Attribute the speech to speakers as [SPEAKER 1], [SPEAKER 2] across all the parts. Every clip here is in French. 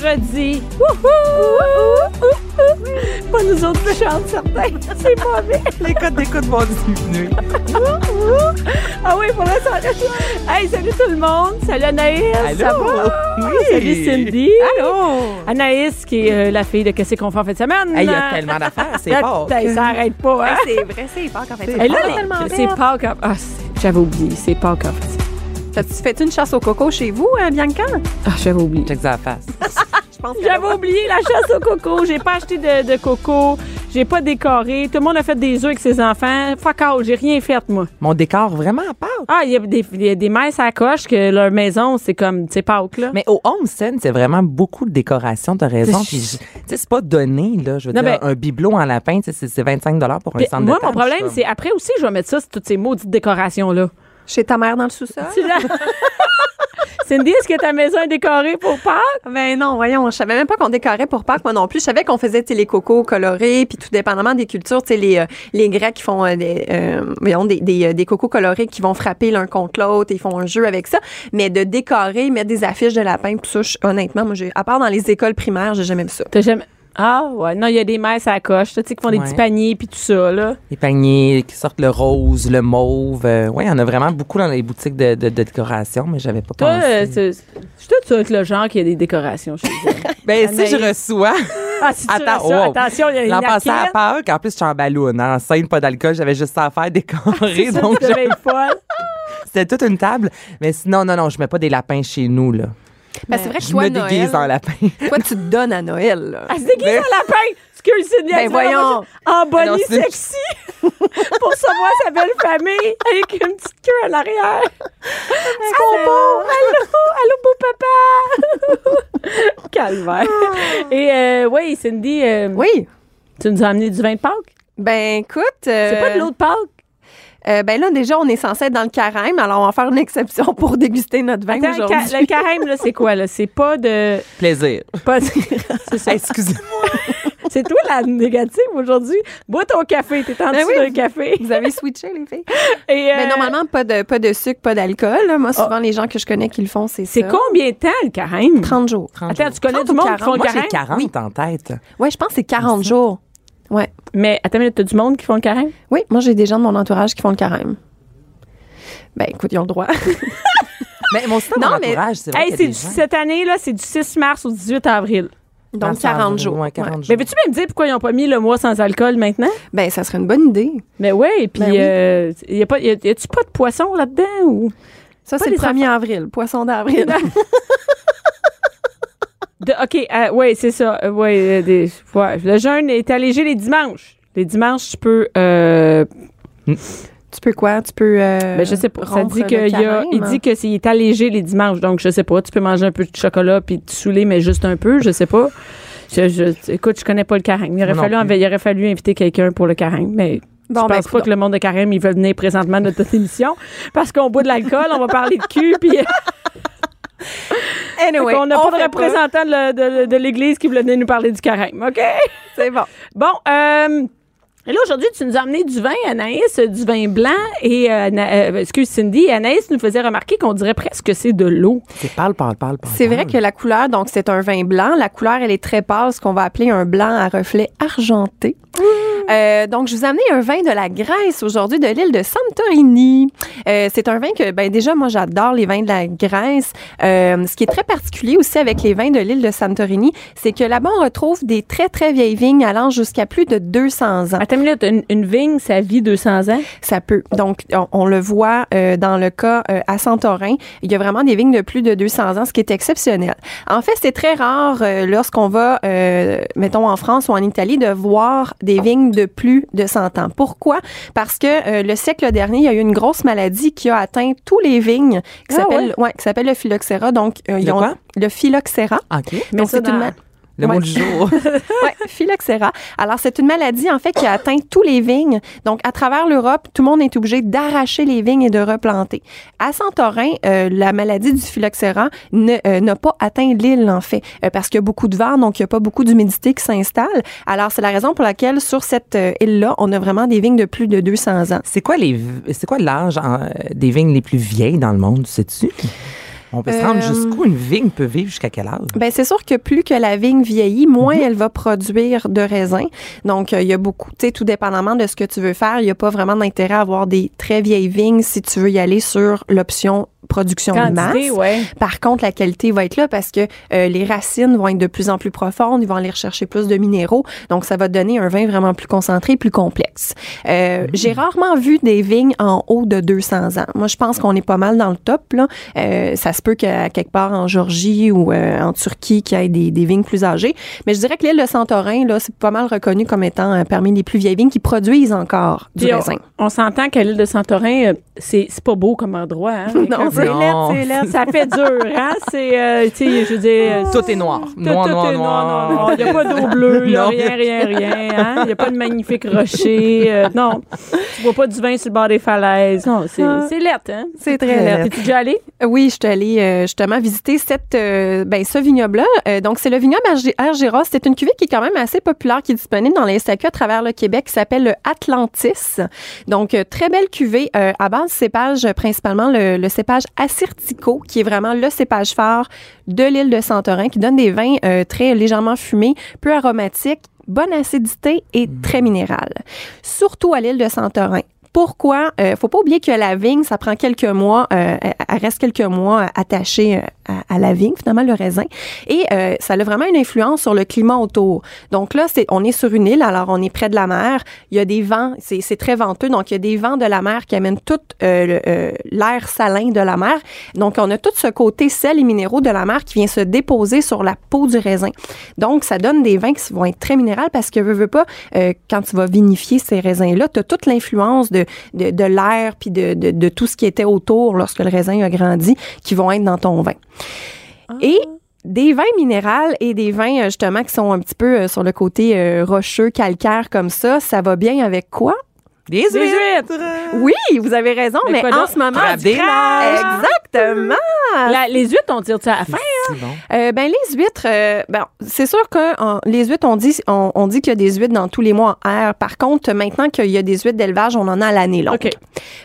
[SPEAKER 1] Jeudi. Wouhou! Pas nous autres, le chant certain. C'est mauvais.
[SPEAKER 2] Les codes d'écoute vont diminuer.
[SPEAKER 1] Wouhou! ah oui, pour la santé. Hey, salut tout le monde. Salut Anaïs.
[SPEAKER 2] Allô?
[SPEAKER 1] Ça va?
[SPEAKER 2] Oui.
[SPEAKER 1] Salut Cindy.
[SPEAKER 2] Allô?
[SPEAKER 1] Anaïs, qui est euh, la fille de Qu'est-ce qu'on fait en fin de semaine.
[SPEAKER 2] Hey, Il y a tellement d'affaires, c'est
[SPEAKER 1] Ah,
[SPEAKER 2] fort.
[SPEAKER 1] putain, Ça n'arrête pas, hein?
[SPEAKER 3] C'est vrai, c'est pas quand fait.
[SPEAKER 1] Et là,
[SPEAKER 2] Ah,
[SPEAKER 1] les-
[SPEAKER 3] tellement
[SPEAKER 1] c'est
[SPEAKER 3] belle.
[SPEAKER 1] Pâques. en- Ah, c'est- j'avais oublié, c'est Pâques en fait.
[SPEAKER 3] T'as-tu fait une chasse au coco chez vous, hein, Bianca?
[SPEAKER 1] Ah, j'avais oublié.
[SPEAKER 2] Check ça à la face.
[SPEAKER 3] Je pense
[SPEAKER 1] J'avais oublié la chasse au coco. J'ai pas acheté de, de coco. J'ai pas décoré. Tout le monde a fait des œufs avec ses enfants. Fuck all, j'ai rien fait, moi.
[SPEAKER 2] Mon décor vraiment à part.
[SPEAKER 1] Ah, il y a des, il y a des messes à la coche que leur maison, c'est comme, tu sais, Pâques, là.
[SPEAKER 2] Mais au Homestead, c'est vraiment beaucoup de décoration, t'as raison. Puis, je- tu sais, c'est pas donné, là. Je veux
[SPEAKER 1] Non,
[SPEAKER 2] dire,
[SPEAKER 1] ben-
[SPEAKER 2] un bibelot en lapin, tu sais, c'est c'est 25 pour un
[SPEAKER 1] Puis
[SPEAKER 2] centre de
[SPEAKER 1] moi, mon
[SPEAKER 2] table, je
[SPEAKER 1] problème,
[SPEAKER 2] suis
[SPEAKER 1] c'est après aussi, je vais mettre ça, c'est toutes ces maudites décorations-là.
[SPEAKER 3] Chez ta mère dans le sous-sol?
[SPEAKER 1] Tu l'as- Cindy, est-ce que ta maison est décorée pour Pâques?
[SPEAKER 3] Ben non, voyons, je savais même pas qu'on décorait pour Pâques, moi non plus. Je savais qu'on faisait tu sais, les cocos colorés, puis tout dépendamment des cultures, tu sais, les, euh, les Grecs qui font euh, des, euh, voyons, des, des, euh, des cocos colorés qui vont frapper l'un contre l'autre, et ils font un jeu avec ça. Mais de décorer, mettre des affiches de lapin, tout ça, je- honnêtement, moi, j'ai- à part dans les écoles primaires, j'ai jamais vu ça.
[SPEAKER 1] T'as jamais. Ah, ouais. Non, il y a des messes à la coche, là, tu sais, qui font des
[SPEAKER 2] Ouais.
[SPEAKER 1] petits paniers, puis tout ça, là.
[SPEAKER 2] Les paniers qui sortent le rose, le mauve. euh, ouais, il y en a vraiment beaucoup dans les boutiques de, de- de décoration, mais j'avais pas
[SPEAKER 1] Toi, euh,
[SPEAKER 2] pensé.
[SPEAKER 1] c'est- je suis toute sûre que le genre qui a des décorations chez eux.
[SPEAKER 2] ben, si
[SPEAKER 1] Anaïs.
[SPEAKER 2] je reçois.
[SPEAKER 1] Ah, si tu
[SPEAKER 2] Attends,
[SPEAKER 1] reçois-
[SPEAKER 2] wow.
[SPEAKER 1] attention, il y a les
[SPEAKER 2] L'an passé à
[SPEAKER 1] laquettes.
[SPEAKER 2] Pâques, en plus, je suis en ballon, hein, enceinte, pas d'alcool, j'avais juste ça à faire décorer.
[SPEAKER 1] Ça,
[SPEAKER 2] donc,
[SPEAKER 1] tu
[SPEAKER 2] je-
[SPEAKER 1] devais être folle.
[SPEAKER 2] c'était toute une table. Mais sinon, non, non, je mets pas des lapins chez nous, là.
[SPEAKER 3] Ben, c'est vrai que
[SPEAKER 2] Je
[SPEAKER 3] toi,
[SPEAKER 2] me
[SPEAKER 3] Noël,
[SPEAKER 2] déguise en lapin.
[SPEAKER 3] toi, tu te donnes à Noël. là.
[SPEAKER 1] Elle se déguise en lapin. Excuse, Cindy, elle
[SPEAKER 3] Ben
[SPEAKER 1] se met en-
[SPEAKER 3] voyons. Ah
[SPEAKER 1] En bonnie
[SPEAKER 2] Non, c'est-
[SPEAKER 1] sexy. pour savoir sa belle famille avec une petite queue à l'arrière.
[SPEAKER 3] Ah,
[SPEAKER 1] C'est Allô, allô, beau papa. Calvaire.
[SPEAKER 3] Ah.
[SPEAKER 1] Et euh, oui, Cindy, euh,
[SPEAKER 3] Oui.
[SPEAKER 1] tu nous as amené du vin de Pâques.
[SPEAKER 3] Ben écoute,
[SPEAKER 1] C'est pas de
[SPEAKER 3] euh,
[SPEAKER 1] l'eau de Pâques.
[SPEAKER 3] Euh, ben là, déjà, on est censé être dans le carême, alors on va faire une exception pour déguster notre vin
[SPEAKER 1] Attends, le, ca-
[SPEAKER 3] aujourd'hui.
[SPEAKER 1] le carême, là, c'est quoi? là? C'est pas de.
[SPEAKER 2] Plaisir.
[SPEAKER 1] pas de- c'est ça.
[SPEAKER 2] Excusez-moi.
[SPEAKER 1] C'est toi la négative aujourd'hui. Bois ton café. T'es en
[SPEAKER 3] Ben
[SPEAKER 1] dessous
[SPEAKER 3] oui.
[SPEAKER 1] d'un café.
[SPEAKER 3] Vous avez switché, les filles?
[SPEAKER 1] Et,
[SPEAKER 3] Ben,
[SPEAKER 1] euh,
[SPEAKER 3] normalement, pas de, pas de sucre, pas d'alcool. là. Moi, souvent, les gens que je connais qui le font, c'est ça.
[SPEAKER 1] Ah. C'est combien de temps le carême?
[SPEAKER 3] 30 jours.
[SPEAKER 1] Attends, tu connais
[SPEAKER 3] 30
[SPEAKER 1] du
[SPEAKER 3] ou
[SPEAKER 1] monde qui
[SPEAKER 3] 40?
[SPEAKER 1] font le
[SPEAKER 2] Moi, j'ai
[SPEAKER 1] carême?
[SPEAKER 2] 40 en tête.
[SPEAKER 3] Ouais, je pense que c'est 40 jours. Ouais.
[SPEAKER 1] Mais attends, une minute, t'as du monde qui font le carême?
[SPEAKER 3] Oui, moi, j'ai des gens de mon entourage qui font le carême. Ben écoute, ils ont le droit.
[SPEAKER 2] Mais mon style,
[SPEAKER 3] Non,
[SPEAKER 2] mon
[SPEAKER 3] mais-
[SPEAKER 2] entourage, c'est vrai
[SPEAKER 1] Hey,
[SPEAKER 2] qu'il
[SPEAKER 1] c'est
[SPEAKER 2] y a des
[SPEAKER 1] du-
[SPEAKER 2] gens-
[SPEAKER 1] cette année, là, c'est du 6 mars au 18 avril.
[SPEAKER 3] Donc,
[SPEAKER 2] Mars, avril,
[SPEAKER 3] 40 jours.
[SPEAKER 2] ouais,
[SPEAKER 3] Ouais.
[SPEAKER 2] 40
[SPEAKER 1] Mais
[SPEAKER 2] jours.
[SPEAKER 1] veux-tu me dire pourquoi ils n'ont pas mis le mois sans alcool maintenant?
[SPEAKER 3] Ben, ça serait une bonne idée.
[SPEAKER 1] Mais ouais, puis
[SPEAKER 3] Ben oui.
[SPEAKER 1] euh, y a pas, y a- y a-tu pas de poisson là-dedans ou
[SPEAKER 3] Ça,
[SPEAKER 1] Pas
[SPEAKER 3] c'est le
[SPEAKER 1] des
[SPEAKER 3] 1er avril, poisson d'avril.
[SPEAKER 1] de, Ok, euh, ouais, c'est ça. euh, ouais, euh, des- ouais. le jeûne est allégé les dimanches. Les dimanches, tu peux. Euh,
[SPEAKER 3] tu peux quoi? Tu peux. euh,
[SPEAKER 1] ben, je sais pas. Ça
[SPEAKER 3] rompre
[SPEAKER 1] dit
[SPEAKER 3] le
[SPEAKER 1] qu'il y a,
[SPEAKER 3] carême,
[SPEAKER 1] il
[SPEAKER 3] hein?
[SPEAKER 1] dit que c'est il est allégé les dimanches, donc je sais pas. Tu peux manger un peu de chocolat puis te saouler, mais juste un peu, je sais pas. Je, je- écoute, je connais pas le carême. Il aurait,
[SPEAKER 2] Moi non
[SPEAKER 1] fallu,
[SPEAKER 2] plus.
[SPEAKER 1] il aurait fallu inviter quelqu'un pour le carême, mais
[SPEAKER 3] Bon,
[SPEAKER 1] je
[SPEAKER 3] ben,
[SPEAKER 1] pense pas que le monde de carême, il veut venir présentement à notre émission parce qu'on boit de l'alcool, on va parler de cul, puis
[SPEAKER 3] Anyway,
[SPEAKER 1] on n'a pas de
[SPEAKER 3] fait
[SPEAKER 1] représentant de, la- de- de l'Église qui voulait venir nous parler du carême, OK?
[SPEAKER 3] C'est bon.
[SPEAKER 1] Bon, euh, et là, aujourd'hui, tu nous as amené du vin, Anaïs, euh, du vin blanc, et, euh, Ana- euh, excuse, Cindy, et Anaïs nous faisait remarquer qu'on dirait presque que c'est de l'eau.
[SPEAKER 2] C'est parle, parle, parle, parle.
[SPEAKER 3] C'est vrai
[SPEAKER 2] parle.
[SPEAKER 3] que la couleur, donc c'est un vin blanc. La couleur, elle est très pâle, ce qu'on va appeler un blanc à reflet argenté, Euh, donc, je vous ai amené un vin de la Grèce aujourd'hui, de l'île de Santorini. Euh, c'est un vin que, ben déjà, moi, j'adore les vins de la Grèce. Euh, ce qui est très particulier aussi avec les vins de l'île de Santorini, c'est que là-bas, on retrouve des très, très vieilles vignes allant jusqu'à plus de 200 ans.
[SPEAKER 1] Attends une minute, une, une vigne, ça vit 200 ans?
[SPEAKER 3] Ça peut. Donc, on, on le voit euh, dans le cas euh, à Santorin. Il y a vraiment des vignes de plus de 200 ans, ce qui est exceptionnel. En fait, c'est très rare euh, lorsqu'on va, euh, mettons, en France ou en Italie, de voir des vignes de plus de 100 ans. Pourquoi? Parce que euh, le siècle dernier, il y a eu une grosse maladie qui a atteint tous les vignes, qui
[SPEAKER 1] Ah
[SPEAKER 3] s'appelle ouais, qui s'appelle le phylloxéra. Donc, euh, ils
[SPEAKER 2] Le
[SPEAKER 3] ont-
[SPEAKER 2] quoi?
[SPEAKER 3] le phylloxéra.
[SPEAKER 2] OK.
[SPEAKER 1] Mais
[SPEAKER 3] Donc,
[SPEAKER 1] ça,
[SPEAKER 3] c'est une
[SPEAKER 1] dans-
[SPEAKER 3] ma-
[SPEAKER 2] Le
[SPEAKER 3] Ouais.
[SPEAKER 2] mot du jour.
[SPEAKER 3] oui, phylloxéra. Alors, c'est une maladie, en fait, qui a atteint tous les vignes. Donc, à travers l'Europe, tout le monde est obligé d'arracher les vignes et de replanter. À Santorin, euh, la maladie du phylloxéra ne- euh, n'a pas atteint l'île, en fait, euh, parce qu'il y a beaucoup de vent, donc il n'y a pas beaucoup d'humidité qui s'installe. Alors, c'est la raison pour laquelle, sur cette euh, île-là, on a vraiment des vignes de plus de 200 ans.
[SPEAKER 2] c'est quoi les v- c'est quoi l'âge en- euh, des vignes les plus vieilles dans le monde, sais-tu? On peut se rendre
[SPEAKER 3] Euh,
[SPEAKER 2] jusqu'où une vigne peut vivre jusqu'à quel âge?
[SPEAKER 3] Ben c'est sûr que plus que la vigne vieillit, moins
[SPEAKER 1] Mhm.
[SPEAKER 3] elle va produire de raisins. Donc euh, il y a beaucoup, tu sais, tout dépendamment de ce que tu veux faire, il n'y a pas vraiment d'intérêt à avoir des très vieilles vignes si tu veux y aller sur l'option production de masse.
[SPEAKER 1] Quantité, ouais.
[SPEAKER 3] Par contre, la qualité va être là parce que euh, les racines vont être de plus en plus profondes, ils vont aller rechercher plus de minéraux, donc ça va donner un vin vraiment plus concentré, plus complexe. Euh,
[SPEAKER 1] Mm.
[SPEAKER 3] J'ai rarement vu des vignes en haut de 200 ans. Moi, je pense qu'on est pas mal dans le top. Là. Euh, ça se peut qu'à quelque part en Georgie ou euh, en Turquie qu'il y ait des, des vignes plus âgées, mais je dirais que l'île de Santorin, là, c'est pas mal reconnu comme étant euh, parmi les plus vieilles vignes qui produisent encore du
[SPEAKER 1] Puis on-
[SPEAKER 3] raisin.
[SPEAKER 1] On s'entend qu'à l'île de Santorin, euh, c'est c'est pas beau comme endroit. Hein? c'est
[SPEAKER 3] Non,
[SPEAKER 2] Non.
[SPEAKER 1] laid, c'est laid. Ça fait dur, hein? C'est, euh, tu sais, je veux dire... euh,
[SPEAKER 2] Tout est noir.
[SPEAKER 1] tout-
[SPEAKER 2] Noir,
[SPEAKER 1] tout
[SPEAKER 2] noir,
[SPEAKER 1] est-
[SPEAKER 2] noir.
[SPEAKER 1] Non, non, non. Il n'y a pas d'eau bleue, il n'y a
[SPEAKER 2] Non.
[SPEAKER 1] rien, rien, rien. hein. Il n'y a pas de magnifique rocher. euh, non, tu vois pas du vin sur le bord des falaises. Non, c'est c'est laid, hein?
[SPEAKER 3] C'est
[SPEAKER 2] très laid.
[SPEAKER 1] T'es-tu déjà allé?
[SPEAKER 3] Oui, je suis allée euh, justement visiter cette, euh, ben, ce vignoble-là. Euh, donc, c'est le vignoble Argi- Argyros. C'est une cuvée qui est quand même assez populaire, qui est disponible dans les SAQ à travers le Québec, qui s'appelle le Atlantis. Donc, euh, très belle cuvée euh, à base de cépage, euh, principalement le, le cépage Assyrtico, qui est vraiment le cépage phare de l'île de Santorin, qui donne des vins euh, très légèrement fumés, peu aromatiques, bonne acidité et très minérale. Surtout à l'île de Santorin. Pourquoi? Euh, faut pas oublier que la vigne, ça prend quelques mois, euh, elle- elle reste quelques mois euh, attachée euh, à, à la vigne, finalement, le raisin. Et euh, ça a vraiment une influence sur le climat autour. Donc là, c'est, on est sur une île, alors on est près de la mer. Il y a des vents, c'est, c'est très venteux, donc il y a des vents de la mer qui amènent tout euh, le- euh, l'air salin de la mer. Donc on a tout ce côté sel et minéraux de la mer qui vient se déposer sur la peau du raisin. Donc ça donne des vins qui vont être très minérales parce que, veux, veux pas, euh, quand tu vas vinifier ces raisins-là, tu as toute l'influence de, de, de l'air puis de, de, de tout ce qui était autour lorsque le raisin a grandi qui vont être dans ton vin.
[SPEAKER 1] Ah.
[SPEAKER 3] Et des vins minérales et des vins euh, justement qui sont un petit peu euh, sur le côté euh, rocheux, calcaire comme ça, ça va bien avec quoi?
[SPEAKER 2] Des
[SPEAKER 1] Des
[SPEAKER 2] huîtres!
[SPEAKER 1] huîtres!
[SPEAKER 3] Oui, vous avez raison,
[SPEAKER 1] Ah. Mais
[SPEAKER 3] mais,
[SPEAKER 1] quoi
[SPEAKER 3] en
[SPEAKER 1] donc?
[SPEAKER 3] ce moment...
[SPEAKER 2] Crabe des larges.
[SPEAKER 3] Exactement!
[SPEAKER 1] La- les huîtres, on tire ça à la fin?
[SPEAKER 2] C'est bon.
[SPEAKER 3] Euh, ben les huîtres, euh, ben, c'est sûr que en- les huîtres, on dit, on, on dit qu'il y a des huîtres dans tous les mois en R. Par contre, maintenant qu'il y a des huîtres d'élevage, on en a à l'année longue.
[SPEAKER 1] OK.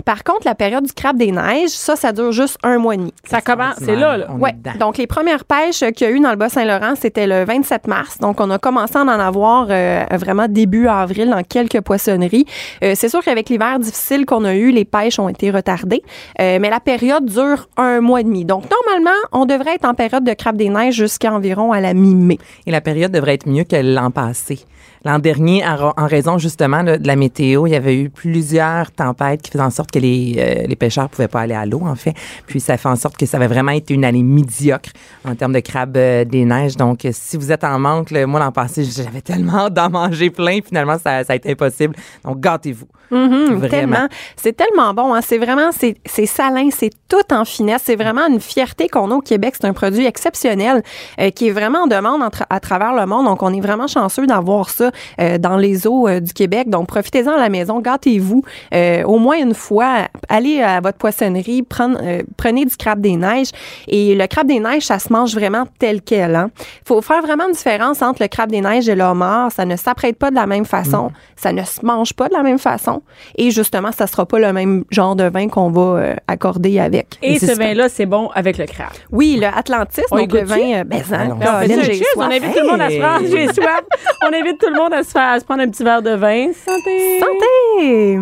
[SPEAKER 3] Par contre, la période du crabe des neiges, ça, ça dure juste un mois et demi.
[SPEAKER 1] Ça commence, c'est là, là.
[SPEAKER 2] On est
[SPEAKER 3] Ouais.
[SPEAKER 2] dedans.
[SPEAKER 3] Donc, les premières pêches euh, qu'il y a eu dans le Bas-Saint-Laurent, c'était le 27 mars. Donc, on a commencé à en avoir euh, vraiment début avril dans quelques poissonneries. Euh, c'est sûr qu'avec l'hiver difficile qu'on a eu, les pêches ont été retardées. Euh, mais la période dure un mois et demi. Donc, normalement, on devrait être en période de crabe des neiges jusqu'à environ à la mi-mai.
[SPEAKER 2] Et la période devrait être mieux que l'an passé. L'an dernier, en ra- en raison justement là, de la météo, il y avait eu plusieurs tempêtes qui faisaient en sorte que les, euh, les pêcheurs pouvaient pas aller à l'eau, en fait. Puis ça fait en sorte que ça avait vraiment été une année médiocre en termes de crabes euh, des neiges. Donc, euh, si vous êtes en manque, là, moi l'an passé, j'avais tellement hâte d'en manger plein. Finalement, ça, ça a été impossible. Donc, gâtez-vous. Vraiment.
[SPEAKER 3] Mhm, Tellement. C'est tellement bon. Hein. C'est vraiment, c'est c'est salin, c'est tout en finesse. C'est vraiment une fierté qu'on a au Québec. C'est un produit exceptionnel euh, qui est vraiment en demande en tra- à travers le monde. Donc, on est vraiment chanceux d'avoir ça euh, dans les eaux euh, du Québec. Donc, profitez-en à la maison, gâtez-vous. Euh, au moins une fois, allez à votre poissonnerie, prendre, euh, prenez du crabe des neiges. Et le crabe des neiges, ça se mange vraiment tel quel. Il faut faire vraiment une différence entre le crabe des neiges et le homard. Ça ne s'apprête pas de la même façon.
[SPEAKER 1] Mm.
[SPEAKER 3] Ça ne se mange pas de la même façon. Et justement, ça sera pas le même genre de vin qu'on va euh, accorder avec.
[SPEAKER 1] Et,
[SPEAKER 2] Et c'est
[SPEAKER 1] ce
[SPEAKER 2] super.
[SPEAKER 1] vin-là, c'est bon avec le crabe.
[SPEAKER 3] Oui, le Atlantis,
[SPEAKER 1] On y
[SPEAKER 3] donc le
[SPEAKER 1] goûte-tu?
[SPEAKER 3] vin, euh, ben, ça,
[SPEAKER 2] Allons-y.
[SPEAKER 1] Ben, on fait
[SPEAKER 3] Caroline,
[SPEAKER 1] ça,
[SPEAKER 3] j'ai
[SPEAKER 1] cheers,
[SPEAKER 3] soif.
[SPEAKER 1] on invite tout le monde à se
[SPEAKER 2] Hey!
[SPEAKER 1] rendre. J'ai soif. On invite tout le monde blonde à se, faire, à se prendre un petit verre de vin. Santé!
[SPEAKER 3] Santé!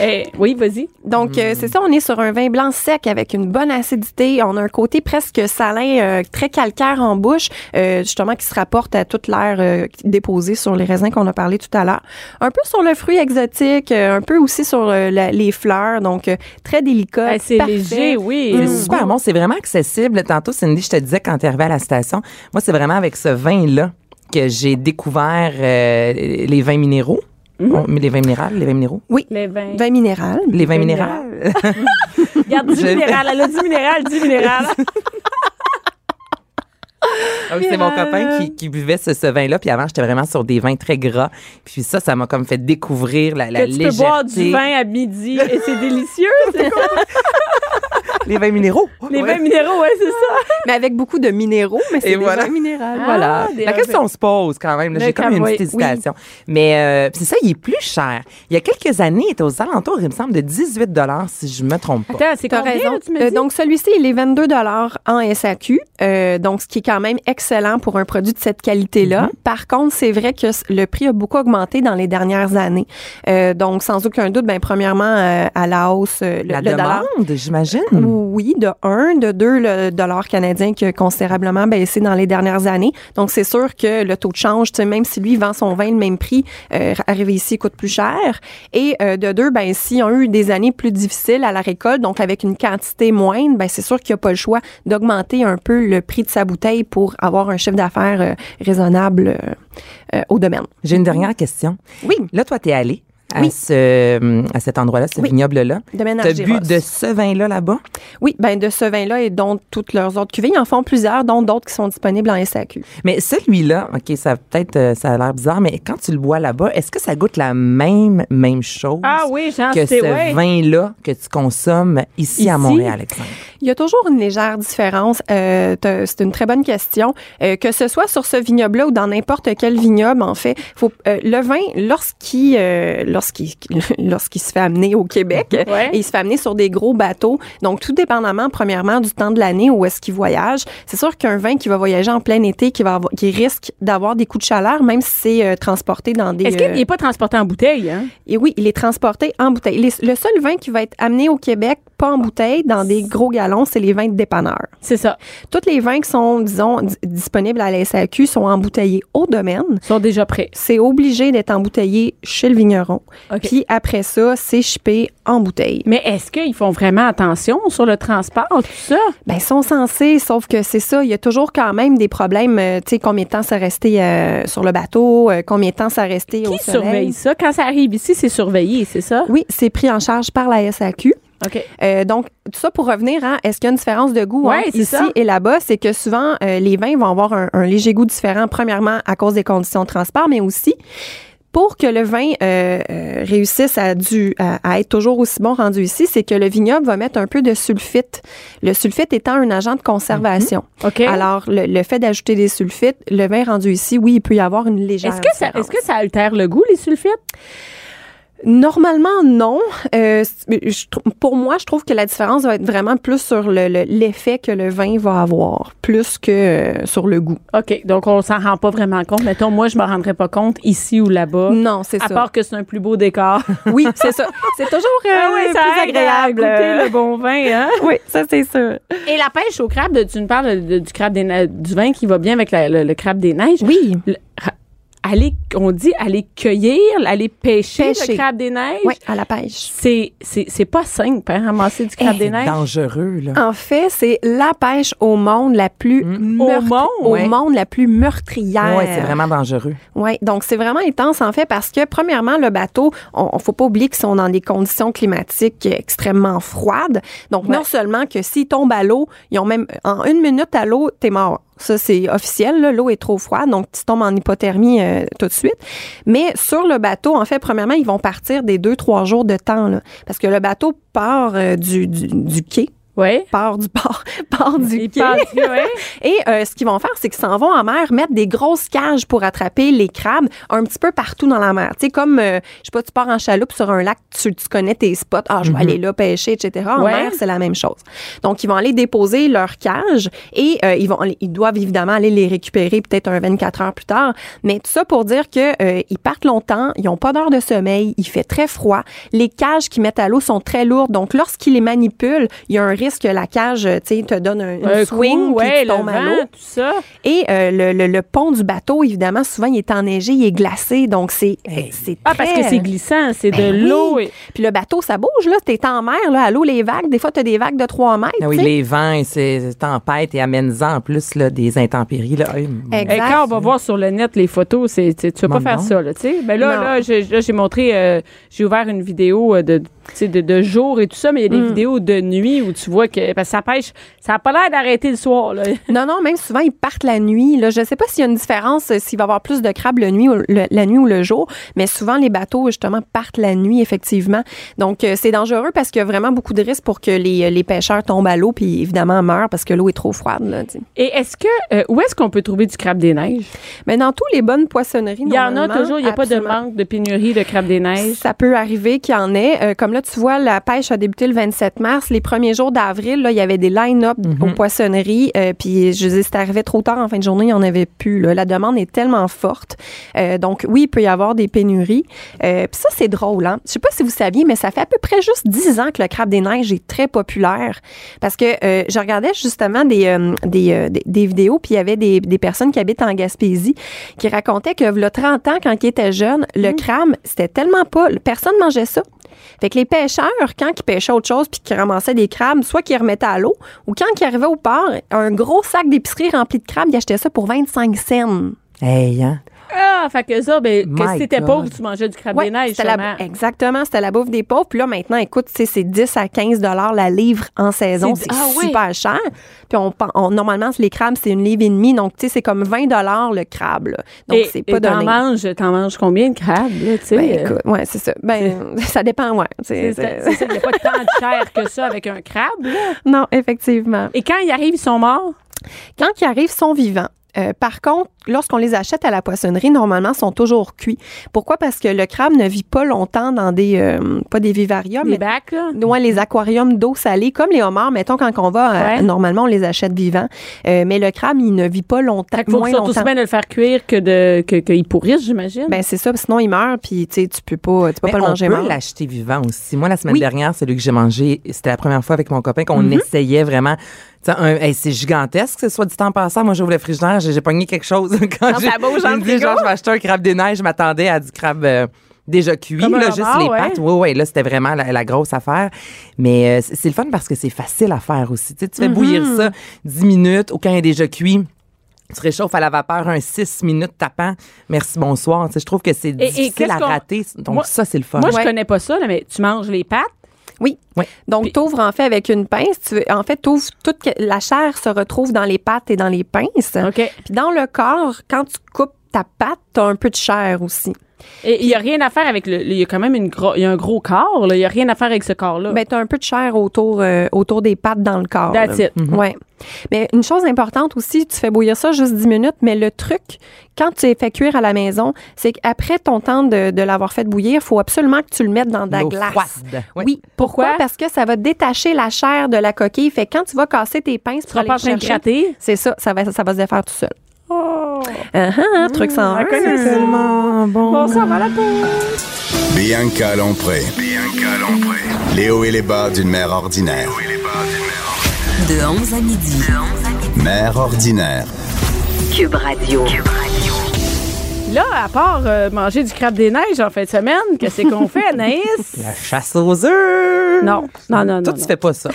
[SPEAKER 1] Eh, oui, vas-y.
[SPEAKER 3] Donc,
[SPEAKER 1] Hmm.
[SPEAKER 3] euh, c'est ça, on est sur un vin blanc sec avec une bonne acidité. On a un côté presque salin, euh, très calcaire en bouche, euh, justement, qui se rapporte à toute l'air euh, déposée sur les raisins qu'on a parlé tout à l'heure. Un peu sur le fruit exotique, euh, un peu aussi sur euh, la- les fleurs, donc euh, très délicat.
[SPEAKER 1] Eh, c'est
[SPEAKER 3] parfait.
[SPEAKER 1] léger, oui.
[SPEAKER 2] C'est super bon, c'est vraiment accessible. Tantôt, Cindy, je te disais quand t'es arrivée à la station, moi, c'est vraiment avec ce vin-là que j'ai découvert euh, les vins minéraux.
[SPEAKER 1] Mmh.
[SPEAKER 2] Oh, mais Les vins minérales, les vins minéraux.
[SPEAKER 1] Les vins.
[SPEAKER 3] Vin minéral.
[SPEAKER 2] Les vins
[SPEAKER 1] Vins
[SPEAKER 2] minérales.
[SPEAKER 1] Regarde, du
[SPEAKER 2] Je-
[SPEAKER 1] minéral. Elle a du minéral, du minéral.
[SPEAKER 2] Ah oui, c'est mon copain qui, qui buvait ce, ce vin-là. Puis avant, j'étais vraiment sur des vins très gras. Puis ça, ça m'a comme fait découvrir la, la
[SPEAKER 1] que tu peux boire du
[SPEAKER 2] légèreté.
[SPEAKER 1] vin à midi et c'est délicieux. c'est ça.
[SPEAKER 2] Les vins minéraux.
[SPEAKER 1] Les
[SPEAKER 2] Ouais.
[SPEAKER 1] vins minéraux, ouais, c'est ça.
[SPEAKER 3] Mais avec beaucoup de minéraux, mais c'est
[SPEAKER 2] Et
[SPEAKER 3] des
[SPEAKER 2] voilà.
[SPEAKER 3] vins minérales.
[SPEAKER 1] Ah,
[SPEAKER 2] Voilà.
[SPEAKER 1] des
[SPEAKER 2] la
[SPEAKER 1] vins-
[SPEAKER 2] question se pose quand même. là.
[SPEAKER 1] Le
[SPEAKER 2] J'ai comme une
[SPEAKER 1] cowboy,
[SPEAKER 2] petite hésitation. Mais euh, puis c'est ça, il est plus cher. Il y a quelques années, il était aux alentours, il me semble, de 18 si je me trompe pas.
[SPEAKER 1] Attends, c'est
[SPEAKER 3] T'as
[SPEAKER 1] combien,
[SPEAKER 3] raison.
[SPEAKER 1] là, tu me
[SPEAKER 3] Euh,
[SPEAKER 1] dis?
[SPEAKER 3] donc, celui-ci, il est 22 en SAQ, euh, donc ce qui est quand même excellent pour un produit de cette qualité-là.
[SPEAKER 1] Mm-hmm.
[SPEAKER 3] Par contre, c'est vrai que s- le prix a beaucoup augmenté dans les dernières années. Euh, donc, sans aucun doute, ben, premièrement, euh, à la hausse, euh, le,
[SPEAKER 2] La
[SPEAKER 3] le dollar.
[SPEAKER 2] demande, j'imagine.
[SPEAKER 3] Oui, de un, de deux, le dollar canadien qui a considérablement baissé dans les dernières années. Donc, c'est sûr que le taux de change, tu sais, même si lui vend son vin le même prix, euh, arriver ici coûte plus cher. Et euh, de deux, ben, s'ils ont eu des années plus difficiles à la récolte, donc avec une quantité moindre, ben, c'est sûr qu'il n'y a pas le choix d'augmenter un peu le prix de sa bouteille pour avoir un chiffre d'affaires euh, raisonnable euh, euh, au domaine.
[SPEAKER 2] J'ai une dernière question.
[SPEAKER 3] Oui,
[SPEAKER 2] Là, toi, t'es allé à,
[SPEAKER 3] Oui.
[SPEAKER 2] ce, à cet endroit-là, ce
[SPEAKER 3] Oui.
[SPEAKER 2] vignoble-là.
[SPEAKER 3] domaine
[SPEAKER 2] T'as bu
[SPEAKER 3] Argyros.
[SPEAKER 2] de ce vin-là là-bas?
[SPEAKER 3] Oui, ben, de ce vin-là et dont toutes leurs autres cuvées. Ils en font plusieurs, dont d'autres qui sont disponibles en SAQ.
[SPEAKER 2] Mais celui-là, OK, ça peut-être euh, ça a l'air bizarre, mais quand tu le bois là-bas, est-ce que ça goûte la même même chose
[SPEAKER 1] Ah oui, j'en
[SPEAKER 2] que
[SPEAKER 1] sais,
[SPEAKER 2] ce
[SPEAKER 1] ouais.
[SPEAKER 2] vin-là que tu consommes ici, à
[SPEAKER 1] Ici?
[SPEAKER 2] Montréal, Alexandre?
[SPEAKER 3] Il y a toujours une légère différence. Euh, t'as- c'est une très bonne question. Euh, que ce soit sur ce vignoble-là ou dans n'importe quel vignoble, en fait, faut, euh, le vin, lorsqu'il euh, lorsqu'il lorsqu'il se fait amener au Québec,
[SPEAKER 1] Ouais.
[SPEAKER 3] et il se fait amener sur des gros bateaux, donc tout dépendamment, premièrement, du temps de l'année où est-ce qu'il voyage, c'est sûr qu'un vin qui va voyager en plein été, qui, va avoir- qui risque d'avoir des coups de chaleur, même si c'est euh, transporté dans des...
[SPEAKER 1] Est-ce
[SPEAKER 3] euh,
[SPEAKER 1] qu'il n'est pas transporté en bouteille? Hein?
[SPEAKER 3] et oui, il est transporté en bouteille. Les- le seul vin qui va être amené au Québec, pas en bouteille, dans des gros galons, c'est les vins de dépanneur.
[SPEAKER 1] C'est ça.
[SPEAKER 3] Tous les vins qui sont, disons, di- disponibles à la SAQ sont embouteillés au domaine.
[SPEAKER 1] Ils sont déjà prêts.
[SPEAKER 3] C'est obligé d'être embouteillé chez le vigneron.
[SPEAKER 1] OK.
[SPEAKER 3] Puis après ça, c'est chipé en bouteille.
[SPEAKER 1] Mais est-ce qu'ils font vraiment attention sur le transport, tout ça?
[SPEAKER 3] Ben, ils sont censés, sauf que c'est ça, il y a toujours quand même des problèmes, euh, tu sais, combien de temps ça restait euh, sur le bateau, euh, combien de temps ça restait au
[SPEAKER 1] Qui
[SPEAKER 3] soleil.
[SPEAKER 1] surveille ça? Quand ça arrive ici, c'est surveillé, c'est ça?
[SPEAKER 3] Oui, c'est pris en charge par la SAQ.
[SPEAKER 1] OK.
[SPEAKER 3] Euh, donc, tout ça pour revenir, hein, est-ce qu'il y a une différence de goût
[SPEAKER 1] Ouais,
[SPEAKER 3] entre
[SPEAKER 1] c'est
[SPEAKER 3] ici
[SPEAKER 1] ça.
[SPEAKER 3] et là-bas? C'est que souvent, euh, les vins vont avoir un, un léger goût différent, premièrement à cause des conditions de transport, mais aussi pour que le vin euh, euh, réussisse à, du, à, à être toujours aussi bon rendu ici, c'est que le vignoble va mettre un peu de sulfite. Le sulfite étant un agent de conservation.
[SPEAKER 1] Mhm. OK.
[SPEAKER 3] Alors, le, le fait d'ajouter des sulfites, le vin rendu ici, oui, il peut y avoir une légère
[SPEAKER 1] est-ce que, ça,
[SPEAKER 3] différence.
[SPEAKER 1] est-ce que ça altère le goût, les sulfites?
[SPEAKER 3] Normalement, non. Euh, je trou- pour moi, je trouve que la différence va être vraiment plus sur le- le- l'effet que le vin va avoir, plus que euh, sur le goût.
[SPEAKER 1] OK. Donc, on s'en rend pas vraiment compte. Mettons, moi, je me rendrais pas compte ici ou là-bas.
[SPEAKER 3] Non, c'est
[SPEAKER 1] Ah. À
[SPEAKER 3] ça.
[SPEAKER 1] part que c'est un plus beau décor. Ah
[SPEAKER 3] Oui, c'est ça. C'est toujours euh, plus agréable.
[SPEAKER 1] euh, Goûter le bon vin, hein?
[SPEAKER 3] Oui, ça c'est sûr.
[SPEAKER 1] Et la pêche au crabe, de- tu me parles de- du crabe des na- du vin qui va bien avec la- le, le crabe des neiges.
[SPEAKER 3] Oui.
[SPEAKER 1] Le- ra- aller, on dit aller cueillir, aller pêcher,
[SPEAKER 3] Pêcher.
[SPEAKER 1] le crabe des neiges.
[SPEAKER 3] Oui, à la pêche.
[SPEAKER 1] C'est, c'est, c'est pas simple, hein, ramasser du crabe
[SPEAKER 3] Eh,
[SPEAKER 1] des neiges.
[SPEAKER 2] dangereux, là.
[SPEAKER 3] En fait, c'est la pêche au monde la plus meurtri-
[SPEAKER 1] Au monde, ouais.
[SPEAKER 3] monde la plus meurtrière.
[SPEAKER 2] Ouais, c'est vraiment dangereux.
[SPEAKER 3] Oui, donc c'est vraiment intense en fait parce que premièrement le bateau, on, on faut pas oublier qu'ils sont dans des conditions climatiques extrêmement froides. Donc non seulement que s'ils tombent à l'eau, ils ont même en une minute à l'eau, t'es mort. Ça c'est officiel, là, l'eau est trop froide, donc tu tombes en hypothermie euh, tout de suite. Mais sur le bateau, en fait, premièrement, ils vont partir des deux trois jours de temps là, parce que le bateau part euh, du, du, du quai
[SPEAKER 1] Oui.
[SPEAKER 3] Part du port, part du
[SPEAKER 1] Il
[SPEAKER 3] quai.
[SPEAKER 1] part du- ouais.
[SPEAKER 3] Et euh, ce qu'ils vont faire, c'est qu'ils s'en vont en mer, mettre des grosses cages pour attraper les crabes un petit peu partout dans la mer. Tu sais, comme, euh, je sais pas, tu pars en chaloupe sur un lac, tu, tu connais tes spots. Ah, je vais aller là pêcher, etc. En
[SPEAKER 1] Ouais.
[SPEAKER 3] mer, c'est la même chose. Donc, ils vont aller déposer leurs cages et euh, ils, vont, ils doivent évidemment aller les récupérer peut-être un 24 heures plus tard. Mais tout ça pour dire que euh, ils partent longtemps, ils n'ont pas d'heure de sommeil, il fait très froid. Les cages qu'ils mettent à l'eau sont très lourdes. Donc, lorsqu'ils les manipulent, il y a un risque que la cage, euh, tu sais, te donne un, une
[SPEAKER 1] Un
[SPEAKER 3] swing
[SPEAKER 1] coup,
[SPEAKER 3] puis
[SPEAKER 1] ouais,
[SPEAKER 3] tu tombes
[SPEAKER 1] le
[SPEAKER 3] à
[SPEAKER 1] vent,
[SPEAKER 3] l'eau.
[SPEAKER 1] tout ça.
[SPEAKER 3] Et euh, le, le- le pont du bateau, évidemment, souvent, il est enneigé, il est glacé. Donc, c'est euh, c'est
[SPEAKER 1] Ah, parce que
[SPEAKER 3] très- Ben
[SPEAKER 1] c'est glissant, c'est de
[SPEAKER 3] Oui.
[SPEAKER 1] l'eau. et-
[SPEAKER 3] Puis le bateau, ça bouge, là. T'es en mer, là, à l'eau, les vagues. Des fois, t'as des vagues de 3 mètres.
[SPEAKER 2] Ah oui,
[SPEAKER 3] tu sais.
[SPEAKER 2] les vents et ces tempêtes et amènes-en en plus là, des intempéries. Là. Hey, mon-
[SPEAKER 1] Et
[SPEAKER 3] Exact.
[SPEAKER 1] quand on va voir sur le net les photos, c'est, tu tu vas pas
[SPEAKER 2] Demande
[SPEAKER 1] faire
[SPEAKER 2] donc.
[SPEAKER 1] ça, là, tu sais. Mais là,
[SPEAKER 3] Non.
[SPEAKER 1] là, j'ai, là, j'ai montré, euh, j'ai ouvert une vidéo euh, de, tu sais, de, de jour et tout ça, mais il y a des vidéos de nuit où tu vois que parce que ça pêche, ça a pas l'air d'arrêter le soir, là.
[SPEAKER 3] Non, non, même souvent, ils partent la nuit. Là. Je sais pas s'il y a une différence, euh, s'il va y avoir plus de crabes le nuit ou le- la nuit ou le jour, mais souvent, les bateaux, justement, partent la nuit, effectivement. Donc, euh, c'est dangereux parce qu'il y a vraiment beaucoup de risques pour que les, euh, les pêcheurs tombent à l'eau puis, évidemment, meurent parce que l'eau est trop froide. Là, tu sais.
[SPEAKER 1] Et est-ce que, euh, où est-ce qu'on peut trouver du crabe des neiges?
[SPEAKER 3] mais dans toutes les bonnes poissonneries,
[SPEAKER 1] Il y en a
[SPEAKER 3] normalement,
[SPEAKER 1] toujours, il n'y a pas de
[SPEAKER 3] absolument.
[SPEAKER 1] manque de pénurie de crabe des neiges.
[SPEAKER 3] Ça peut arriver qu'il y en ait. Euh, comme là, tu vois, la pêche a débuté le 27 mars. Les premiers jours d'avril, là, il y avait des line-up aux poissonneries. Euh, puis, je dis, c'est arrivé trop tard en fin de journée, il n'y en avait plus. là. La demande est tellement forte. Euh, donc, oui, il peut y avoir des pénuries. Euh, puis ça, c'est drôle. Hein? Je sais pas si vous saviez, mais ça fait à peu près juste 10 ans que le crabe des neiges est très populaire. Parce que euh, je regardais justement des, euh, des, euh, des, des vidéos, puis il y avait des, des personnes qui habitent en Gaspésie qui racontaient que, le 30 ans, quand ils étaient jeunes, le crabe, c'était tellement pas. Personne mangeait ça. Fait que les pêcheurs, quand ils pêchaient autre chose puis qu'ils ramassaient des crabes, soit qu'ils remettaient à l'eau, ou quand ils arrivaient au port, un gros sac d'épicerie rempli de crabes, ils achetaient ça pour 25 cents.
[SPEAKER 2] Hey, hein?
[SPEAKER 1] Ah, fait que ça, ben, que
[SPEAKER 2] My
[SPEAKER 1] si t'étais
[SPEAKER 2] God.
[SPEAKER 1] pauvre, tu mangeais du crabe
[SPEAKER 3] Ouais,
[SPEAKER 1] des neiges,
[SPEAKER 3] c'était la
[SPEAKER 1] sûrement.
[SPEAKER 3] bou- exactement, c'était la bouffe des pauvres. Puis là, maintenant, écoute, tu sais, c'est 10 à 15 dollars la livre en saison.
[SPEAKER 1] C'est-
[SPEAKER 3] C'est
[SPEAKER 1] ah ouais.
[SPEAKER 3] super cher. Puis on, pen- on- normalement, les crabes, c'est une livre et demie. Donc, tu sais, c'est comme 20 dollars le crabe. là. Donc,
[SPEAKER 1] Et-
[SPEAKER 3] c'est
[SPEAKER 1] et
[SPEAKER 3] pas
[SPEAKER 1] t'en
[SPEAKER 3] donné.
[SPEAKER 1] manges, t'en manges combien de crabes, là, tu sais?
[SPEAKER 3] Ben,
[SPEAKER 1] euh,
[SPEAKER 3] écoute, ouais, c'est ça. Ben, ça dépend, ouais. tu sais,
[SPEAKER 1] c'est
[SPEAKER 3] c'est-
[SPEAKER 1] ça, c'est ça, il n'y a pas tant de chair que ça avec un crabe, là.
[SPEAKER 3] non, effectivement.
[SPEAKER 1] Et quand ils arrivent, ils sont morts.
[SPEAKER 3] Quand ils arrivent, ils sont vivants. Euh, par contre, lorsqu'on les achète à la poissonnerie, normalement, ils sont toujours cuits. Pourquoi? Parce que le crabe ne vit pas longtemps dans des, euh, pas des vivariums,
[SPEAKER 1] Les
[SPEAKER 3] mais
[SPEAKER 1] bacs, là.
[SPEAKER 3] Ouais, les aquariums d'eau salée, comme les homards, mettons, quand on va, euh,
[SPEAKER 1] Ouais.
[SPEAKER 3] normalement, on les achète vivants. Euh, mais le crabe, il ne vit pas longtemps,
[SPEAKER 1] Fait qu'il faut
[SPEAKER 3] moins
[SPEAKER 1] qu'ils soient tous
[SPEAKER 3] longtemps.
[SPEAKER 1] bien de le faire cuire que de que qu'ils pourrissent, j'imagine.
[SPEAKER 3] Ben, c'est ça, sinon il meurt, puis tu sais, tu peux pas, tu peux
[SPEAKER 2] Mais
[SPEAKER 3] pas le
[SPEAKER 2] on
[SPEAKER 3] manger
[SPEAKER 2] peut
[SPEAKER 3] mort.
[SPEAKER 2] l'acheter vivant aussi. Moi, la semaine
[SPEAKER 3] Oui.
[SPEAKER 2] dernière, celui que j'ai mangé, c'était la première fois avec mon copain qu'on
[SPEAKER 1] Mm-hmm.
[SPEAKER 2] essayait vraiment. Tu sais, un- hey, c'est gigantesque, que ce soit du temps passant. Moi, j'ouvre le frigidaire, j'ai j'ai pogné quelque chose. Quand
[SPEAKER 3] Dans
[SPEAKER 2] j'ai-
[SPEAKER 3] ta bouche, dans
[SPEAKER 2] je
[SPEAKER 3] le
[SPEAKER 2] me dis, genre,
[SPEAKER 3] frigo.
[SPEAKER 2] je vais acheter un crabe des neiges. Je m'attendais à du crabe euh, déjà cuit,
[SPEAKER 1] Comme un
[SPEAKER 2] là, juste
[SPEAKER 1] homard,
[SPEAKER 2] les
[SPEAKER 1] ouais.
[SPEAKER 2] pattes. Oui, oui, là, c'était vraiment la, la grosse affaire. Mais euh, c'est c'est le fun parce que c'est facile à faire aussi. Tu sais, tu
[SPEAKER 1] Mm-hmm.
[SPEAKER 2] fais bouillir ça 10 minutes ou quand il est déjà cuit. Tu réchauffes à la vapeur un 6 minutes tapant. Merci, bonsoir. Tu sais, je trouve que c'est
[SPEAKER 1] et
[SPEAKER 2] difficile
[SPEAKER 1] qu'est-ce
[SPEAKER 2] à
[SPEAKER 1] qu'on-
[SPEAKER 2] rater. Donc,
[SPEAKER 1] Moi-
[SPEAKER 2] ça, c'est le fun.
[SPEAKER 1] Moi, je
[SPEAKER 3] Ouais.
[SPEAKER 1] connais pas ça, là, mais tu manges les pattes.
[SPEAKER 3] Oui.
[SPEAKER 2] Ouais.
[SPEAKER 3] Donc,
[SPEAKER 1] Puis-
[SPEAKER 3] t'ouvres en fait avec une pince. Tu, en fait, t'ouvres toute que- la chair se retrouve dans les pattes et dans les pinces.
[SPEAKER 1] OK.
[SPEAKER 3] Puis dans le corps, quand tu coupes ta patte, t'as un peu de chair aussi.
[SPEAKER 1] Et il y a rien à faire avec le. Il y a quand même une gro- il y a un gros corps, là. Il y a rien à faire avec ce corps-là.
[SPEAKER 3] Ben, t'as un peu de chair autour, euh, autour des pattes dans le corps.
[SPEAKER 1] That's
[SPEAKER 3] là.
[SPEAKER 1] it. Mhm.
[SPEAKER 3] Ouais. Mais une chose importante aussi, tu fais bouillir ça juste 10 minutes, mais le truc, quand tu les fais cuire à la maison, c'est qu'après ton temps de, de l'avoir fait bouillir, faut absolument que tu le mettes dans de la
[SPEAKER 2] L'eau
[SPEAKER 3] glace.
[SPEAKER 2] froide.
[SPEAKER 3] Oui.
[SPEAKER 2] Oui.
[SPEAKER 3] Pourquoi?
[SPEAKER 1] Pourquoi?
[SPEAKER 3] Parce que ça va détacher la chair de la coquille. Fait que quand tu vas casser tes pinces
[SPEAKER 1] tu seras
[SPEAKER 3] pour aller
[SPEAKER 1] pas en
[SPEAKER 3] le
[SPEAKER 1] train de
[SPEAKER 3] chercher,
[SPEAKER 1] gratter. Oh!
[SPEAKER 3] c'est ça, ça va, ça va se défaire tout seul. Ah, ah, ah, truc
[SPEAKER 1] Mm,
[SPEAKER 3] sans un.
[SPEAKER 2] tellement bon.
[SPEAKER 4] Bianca Lompré. Les hauts et les bas d'une mère ordinaire.
[SPEAKER 5] De 11 à midi.
[SPEAKER 4] Mère ordinaire.
[SPEAKER 5] Cube Radio.
[SPEAKER 1] Là, à part euh, manger du crabe des neiges en fin de semaine, qu'est-ce qu'on fait, Anaïs?
[SPEAKER 2] La chasse aux œufs.
[SPEAKER 1] Non, non, non,
[SPEAKER 2] Toi,
[SPEAKER 1] non,
[SPEAKER 2] tu
[SPEAKER 1] non.
[SPEAKER 2] fais pas ça.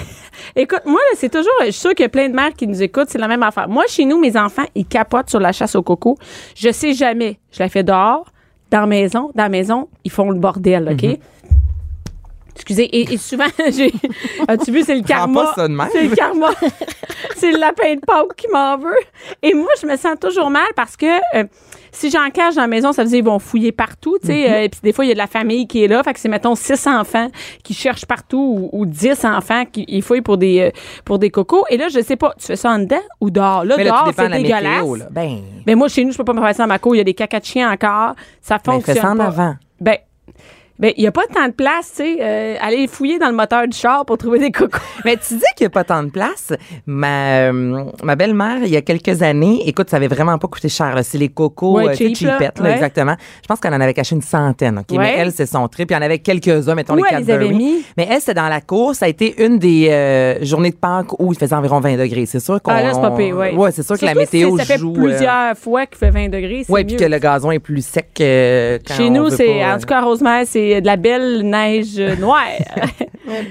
[SPEAKER 1] Écoute, moi, là, c'est toujours. Je suis sûre qu'il y a plein de mères qui nous écoutent. C'est la même affaire. Moi, chez nous, mes enfants, ils capotent sur la chasse au coco. Je sais jamais. Je la fais dehors, dans la maison. Dans la maison, ils font le bordel, OK?
[SPEAKER 2] Mhm.
[SPEAKER 1] Excusez, et, et souvent, j'ai. As-tu vu, c'est le
[SPEAKER 2] Prends
[SPEAKER 1] karma.
[SPEAKER 2] pas ça de même.
[SPEAKER 1] C'est le karma. c'est le lapin de Pâques qui m'en veut. Et moi, je me sens toujours mal parce que euh, si j'en cache dans la maison, ça veut dire qu'ils vont fouiller partout, tu sais.
[SPEAKER 2] Mm-hmm.
[SPEAKER 1] euh, et puis des fois, il y a de la famille qui est là. Fait que c'est, mettons, six enfants qui cherchent partout ou, ou dix enfants qui ils fouillent pour des, euh, pour des cocos. Et là, je sais pas, tu fais ça en dedans ou dehors? Là,
[SPEAKER 2] Mais là,
[SPEAKER 1] dehors,
[SPEAKER 2] tout dépend
[SPEAKER 1] c'est
[SPEAKER 2] de la
[SPEAKER 1] dégueulasse.
[SPEAKER 2] météo. Là. Ben,
[SPEAKER 1] Mais moi, chez nous, je peux pas me faire ça dans ma cour. Il y a des cacas de chiens encore. Ça
[SPEAKER 2] ben,
[SPEAKER 1] fonctionne
[SPEAKER 2] fais ça en
[SPEAKER 1] pas.
[SPEAKER 2] avant.
[SPEAKER 1] Ben, ben, il n'y a pas tant de place, tu sais. euh, aller fouiller dans le moteur du char pour trouver des cocos.
[SPEAKER 2] Mais tu dis qu'il n'y a pas tant de place. Ma, euh, ma belle-mère, il y a quelques années, écoute, ça avait vraiment pas coûté cher. là. C'est les cocos
[SPEAKER 1] Ouais,
[SPEAKER 2] euh, tu sais,
[SPEAKER 1] cheap, là.
[SPEAKER 2] cheapettes, là,
[SPEAKER 1] Ouais.
[SPEAKER 2] exactement. Je pense qu'elle en avait caché une centaine. ok?
[SPEAKER 1] Ouais.
[SPEAKER 2] Mais elle, c'est son trip. Il y en avait quelques-uns, mettons
[SPEAKER 1] Où
[SPEAKER 2] les
[SPEAKER 1] elle les avait
[SPEAKER 2] Cadbury.
[SPEAKER 1] mis?
[SPEAKER 2] Mais elle, c'était dans la cour. Ça a été une des euh, journées de Pâques où il faisait environ 20 degrés. C'est sûr qu'on...
[SPEAKER 1] Ah, là, c'est pas pire, ouais.
[SPEAKER 2] Ouais, c'est sûr que la
[SPEAKER 1] Surtout
[SPEAKER 2] météo
[SPEAKER 1] si ça fait
[SPEAKER 2] joue... euh,
[SPEAKER 1] plusieurs fois qu'il fait 20 degrés, c'est
[SPEAKER 2] ouais, puis
[SPEAKER 1] mieux.
[SPEAKER 2] que le gazon est plus sec que quand
[SPEAKER 1] Chez
[SPEAKER 2] on
[SPEAKER 1] nous,
[SPEAKER 2] veut
[SPEAKER 1] c'est,
[SPEAKER 2] pas, euh,
[SPEAKER 1] en tout cas, à Rosemère, c'est de la belle neige euh, noire.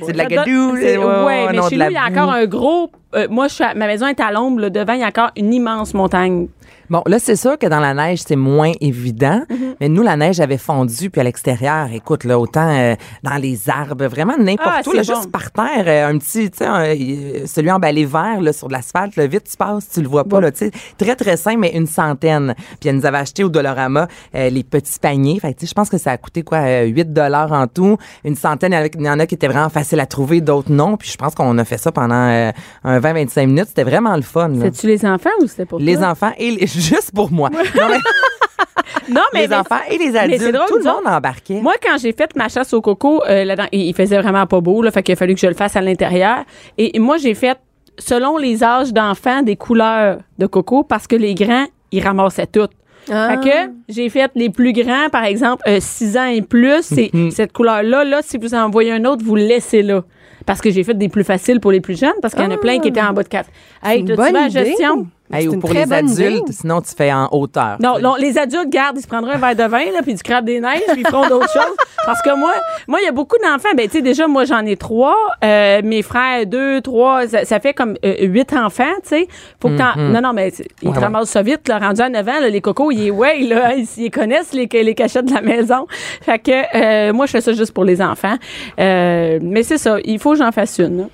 [SPEAKER 2] C'est de la
[SPEAKER 1] Ça donne-
[SPEAKER 2] gadoue.
[SPEAKER 1] c'est-
[SPEAKER 2] c'est- ouais, ouais,
[SPEAKER 1] mais
[SPEAKER 2] non, de
[SPEAKER 1] chez
[SPEAKER 2] la
[SPEAKER 1] nous, il y a
[SPEAKER 2] boue.
[SPEAKER 1] encore un gros. euh, moi, je suis à- ma maison est à l'ombre, là, devant, il y a encore une immense montagne.
[SPEAKER 2] Bon, là, c'est sûr que dans la neige, c'est moins évident.
[SPEAKER 1] Mhm.
[SPEAKER 2] Mais nous, la neige avait fondu, puis à l'extérieur, écoute, là, autant euh, dans les arbres, vraiment n'importe
[SPEAKER 1] Ah,
[SPEAKER 2] où,
[SPEAKER 1] c'est
[SPEAKER 2] là,
[SPEAKER 1] bon.
[SPEAKER 2] juste par terre, euh, un petit, tu sais, un- euh, celui emballé vert, là, sur de l'asphalte, là, vite, tu passes, tu le vois pas, là, tu sais. Très, très simple, mais une centaine. Puis elle nous avait acheté au Dolorama euh, les petits paniers. Fait que, tu sais, je pense que ça a coûté, quoi, euh, 8 dollars en tout. Une centaine, avec- il y en a qui étaient vraiment faciles à trouver, d'autres non. Puis je pense qu'on a fait ça pendant euh, un 20-25 minutes. C'était vraiment le fun, là.
[SPEAKER 1] C'était-tu les enfants ou c'était pour
[SPEAKER 2] Les
[SPEAKER 1] toi?
[SPEAKER 2] enfants et les- juste pour moi. Non, mais-
[SPEAKER 1] Non, mais
[SPEAKER 2] les
[SPEAKER 1] mais-
[SPEAKER 2] enfants et les
[SPEAKER 1] mais
[SPEAKER 2] adultes,
[SPEAKER 1] c'est drôle,
[SPEAKER 2] tout le
[SPEAKER 1] nous
[SPEAKER 2] monde embarquait.
[SPEAKER 1] Moi, quand j'ai fait ma chasse au coco, euh, là-dedans, il, il faisait vraiment pas beau, là, fait qu'il a fallu que je le fasse à l'intérieur. Et, et moi, j'ai fait, selon les âges d'enfants, des couleurs de coco parce que les grands, ils ramassaient toutes.
[SPEAKER 3] Ah.
[SPEAKER 1] Fait que j'ai fait les plus grands, par exemple, 6 ans et plus, c'est cette couleur-là. Là, si vous en voyez un autre, vous le laissez là. Parce que j'ai fait des plus faciles pour les plus jeunes, parce qu'il y en a plein qui étaient en bas de 4. Hey,
[SPEAKER 3] Ah. une
[SPEAKER 1] t'as-tu
[SPEAKER 3] bonne
[SPEAKER 1] vu la
[SPEAKER 3] idée.
[SPEAKER 1] gestion?
[SPEAKER 2] Hey,
[SPEAKER 3] C'est
[SPEAKER 2] ou
[SPEAKER 3] une
[SPEAKER 2] pour
[SPEAKER 3] très
[SPEAKER 2] les
[SPEAKER 3] bonne
[SPEAKER 2] adultes,
[SPEAKER 3] idée.
[SPEAKER 2] sinon tu fais en hauteur.
[SPEAKER 1] Non, non, les adultes, garde, ils se prendraient un verre de vin, là, puis du crabe des neiges, puis ils feront d'autres choses. Parce que moi, moi, il y a beaucoup d'enfants. Ben, tu sais, déjà, moi, j'en ai trois. Euh, mes frères, deux, trois. Ça, ça fait comme euh, huit enfants, tu sais. Faut que t'en- Non, non, mais c'est- ils te
[SPEAKER 2] Mm-hmm. ouais.
[SPEAKER 1] ramassent ça vite, là, rendu à 9 ans, là, les cocos, ils, ouais, là, hein, ils, ils connaissent les, les cachettes de la maison. Fait que, euh, moi, je fais ça juste pour les enfants. Euh, mais c'est ça, il faut que j'en fasse une. là.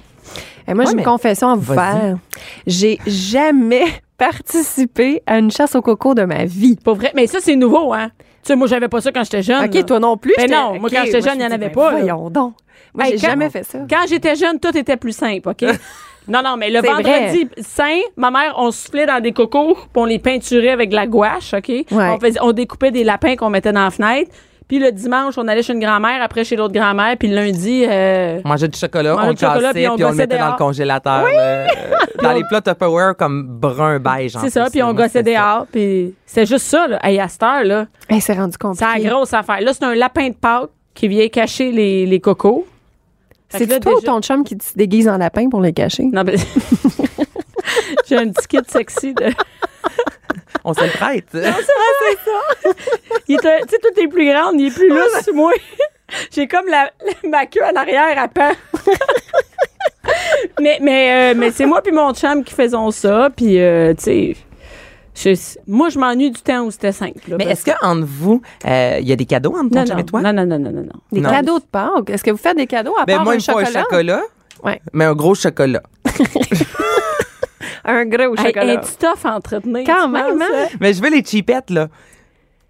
[SPEAKER 3] Eh, moi,
[SPEAKER 2] Ouais,
[SPEAKER 3] j'ai
[SPEAKER 2] mais-
[SPEAKER 3] une confession à vous
[SPEAKER 2] Vas-y.
[SPEAKER 3] faire. J'ai jamais participé à une chasse au coco de ma vie.
[SPEAKER 1] Pour vrai. Mais ça, c'est nouveau, hein. Tu sais, moi, j'avais pas ça quand j'étais jeune. là.
[SPEAKER 3] OK, toi non plus.
[SPEAKER 1] Ben
[SPEAKER 3] j'étais-
[SPEAKER 1] non, moi,
[SPEAKER 3] OK,
[SPEAKER 1] quand j'étais
[SPEAKER 3] je
[SPEAKER 1] jeune, il y en
[SPEAKER 3] me
[SPEAKER 1] avait
[SPEAKER 3] dis,
[SPEAKER 1] pas, là.
[SPEAKER 3] ben Voyons donc. Moi,
[SPEAKER 1] Hey,
[SPEAKER 3] j'ai
[SPEAKER 1] quand-
[SPEAKER 3] jamais fait ça.
[SPEAKER 1] Quand j'étais jeune, tout était plus simple, OK? Non, non, mais le
[SPEAKER 3] C'est
[SPEAKER 1] vendredi saint, ma mère, on soufflait dans des cocos, puis on les peinturait avec de la gouache, OK? On, faisait- on découpait des lapins qu'on mettait dans la fenêtre. Puis le dimanche, on allait chez une grand-mère, après chez l'autre grand-mère, puis le lundi... euh,
[SPEAKER 2] Mangeait du chocolat,
[SPEAKER 1] Mangeait du
[SPEAKER 2] on le cassait,
[SPEAKER 1] chocolat, puis
[SPEAKER 2] puis
[SPEAKER 1] on
[SPEAKER 2] on, le
[SPEAKER 1] gossait
[SPEAKER 2] mettait dans
[SPEAKER 1] dehors.
[SPEAKER 2] le congélateur. là, euh, dans les plats Tupperware comme brun beige. en
[SPEAKER 1] C'est ça,
[SPEAKER 2] plus,
[SPEAKER 1] puis on
[SPEAKER 2] moi,
[SPEAKER 1] gossait
[SPEAKER 2] c'était Ah, ça.
[SPEAKER 1] dehors, puis c'est juste ça, là. Hey, à cette heure, là,
[SPEAKER 3] Elle s'est rendu compte.
[SPEAKER 1] c'est la grosse affaire. Là, c'est un lapin de Pâques qui vient cacher les, les cocos. Fait que
[SPEAKER 3] C'est
[SPEAKER 1] là,
[SPEAKER 3] toi ou
[SPEAKER 1] déjà-
[SPEAKER 3] ton chum qui se déguise en lapin pour les cacher?
[SPEAKER 1] Non, mais... J'ai un petit kit sexy de...
[SPEAKER 2] On se le prête.
[SPEAKER 1] Il est un- tu sais, tout est plus grande, il est plus lousse que moi. J'ai comme la, la- ma queue en arrière à pan. mais mais, euh, mais c'est moi puis mon chum qui faisons ça. Puis, euh, tu sais, je- moi, je m'ennuie du temps où c'était simple. là,
[SPEAKER 2] Mais
[SPEAKER 1] parce-
[SPEAKER 2] est-ce qu'entre vous, euh, il y a des cadeaux entre
[SPEAKER 1] non,
[SPEAKER 2] ton chum et toi?
[SPEAKER 1] non, non, non, non, non, non.
[SPEAKER 3] Des
[SPEAKER 2] Non.
[SPEAKER 3] cadeaux de Pâques. Est-ce que vous faites des cadeaux à
[SPEAKER 2] Ben,
[SPEAKER 3] part
[SPEAKER 2] moi,
[SPEAKER 3] un
[SPEAKER 2] il me faut
[SPEAKER 3] chocolat?
[SPEAKER 2] un chocolat,
[SPEAKER 3] Ouais.
[SPEAKER 2] mais un gros chocolat.
[SPEAKER 3] Un gros
[SPEAKER 1] Hey,
[SPEAKER 3] chocolat.
[SPEAKER 1] hey, tu t'offres à entretenir.
[SPEAKER 3] Quand
[SPEAKER 1] tu
[SPEAKER 3] même,
[SPEAKER 1] penses,
[SPEAKER 3] hein?
[SPEAKER 2] Mais je veux les cheapettes, là.
[SPEAKER 1] hein?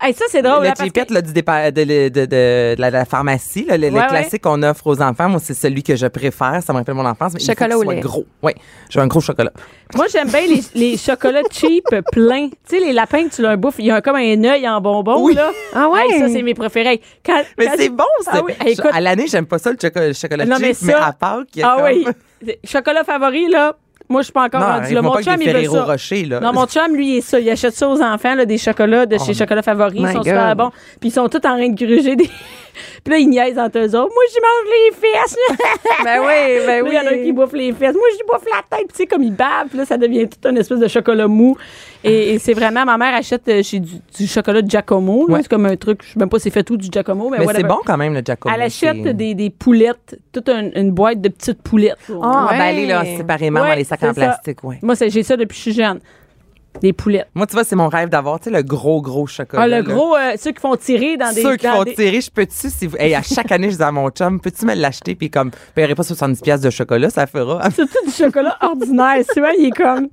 [SPEAKER 1] Hey, ça, c'est drôle.
[SPEAKER 2] le
[SPEAKER 1] hein, parce que-
[SPEAKER 2] cheapette, là, du départ, de, de- de- de la, la pharmacie, là, le, le
[SPEAKER 1] Ouais, ouais.
[SPEAKER 2] classique qu'on offre aux enfants, moi, c'est celui que je préfère. Ça me rappelle mon enfance. Mais il faut
[SPEAKER 3] Chocolat
[SPEAKER 2] qu'il
[SPEAKER 3] au
[SPEAKER 2] soit
[SPEAKER 3] lait.
[SPEAKER 2] gros. Oui, je veux un gros chocolat.
[SPEAKER 1] Moi, j'aime bien les, les chocolats cheap pleins. Tu sais, les lapins que tu leur bouffes, il y a comme un œil en bonbon,
[SPEAKER 2] Oui.
[SPEAKER 1] là.
[SPEAKER 3] Ah ouais?
[SPEAKER 1] Hey, ça, c'est mes préférés. Quand-
[SPEAKER 2] Mais
[SPEAKER 1] quand-
[SPEAKER 2] c'est bon, ça.
[SPEAKER 1] Ah oui, hey,
[SPEAKER 2] Je-
[SPEAKER 1] écoute,
[SPEAKER 2] à l'année, j'aime pas ça, le chocolat, le chocolat
[SPEAKER 1] Non,
[SPEAKER 2] chip,
[SPEAKER 1] mais
[SPEAKER 2] mais,
[SPEAKER 1] ça-
[SPEAKER 2] à Pâques, il y a
[SPEAKER 1] Ah
[SPEAKER 2] comme-
[SPEAKER 1] oui. Chocolat favori, là. Moi, je suis pas encore
[SPEAKER 2] Non,
[SPEAKER 1] rendu
[SPEAKER 2] arrête-moi
[SPEAKER 1] là. Mon
[SPEAKER 2] pas avec
[SPEAKER 1] chum,
[SPEAKER 2] des
[SPEAKER 1] il veut
[SPEAKER 2] Ferrero
[SPEAKER 1] ça.
[SPEAKER 2] Rocher, là. Oh
[SPEAKER 1] Non, mon chum, lui, il est ça. Il achète ça aux enfants, là, des chocolats de chez Chocolat Favori. Ils
[SPEAKER 3] My
[SPEAKER 1] sont super
[SPEAKER 3] God.
[SPEAKER 1] bons. Puis ils sont tous en train de gruger des. Puis là, ils niaisent entre eux autres. Moi, j'y mange les fesses.
[SPEAKER 3] Ben oui, ben
[SPEAKER 1] Là, Il y en a un qui
[SPEAKER 3] oui.
[SPEAKER 1] bouffe les fesses. Moi, je lui bouffe la tête. Puis, tu sais, comme il bave, puis là, ça devient tout un espèce de chocolat mou. Et, et c'est vraiment, ma mère achète euh, chez du, du chocolat de Giacomo. là.
[SPEAKER 2] Ouais.
[SPEAKER 1] C'est comme un truc, je sais même pas si c'est fait tout du Giacomo, mais,
[SPEAKER 2] Mais c'est
[SPEAKER 1] whatever.
[SPEAKER 2] bon quand même, le Giacomo.
[SPEAKER 1] Elle
[SPEAKER 2] c'est-
[SPEAKER 1] achète des, des poulettes, toute un- une boîte de petites poulettes.
[SPEAKER 2] Ah,
[SPEAKER 3] Ouais.
[SPEAKER 2] emballé, là, séparément
[SPEAKER 1] Ouais,
[SPEAKER 2] dans les sacs en
[SPEAKER 1] c'est ça.
[SPEAKER 2] plastique, ouais.
[SPEAKER 1] Moi, c'est- j'ai ça depuis que je suis jeune. Des poulettes.
[SPEAKER 2] Moi, tu vois, c'est mon rêve d'avoir, tu sais, le gros, gros chocolat.
[SPEAKER 1] Ah, le
[SPEAKER 2] là.
[SPEAKER 1] gros, euh, ceux qui font tirer dans des.
[SPEAKER 2] Ceux qui
[SPEAKER 1] dans
[SPEAKER 2] font
[SPEAKER 1] des-
[SPEAKER 2] tirer, je peux-tu, si vous. Hey, à chaque année, je dis à mon chum, peux-tu me l'acheter? Puis comme, paierai pas 70$ piastres de chocolat, ça fera.
[SPEAKER 1] Surtout du chocolat ordinaire. Souvent, il est comme.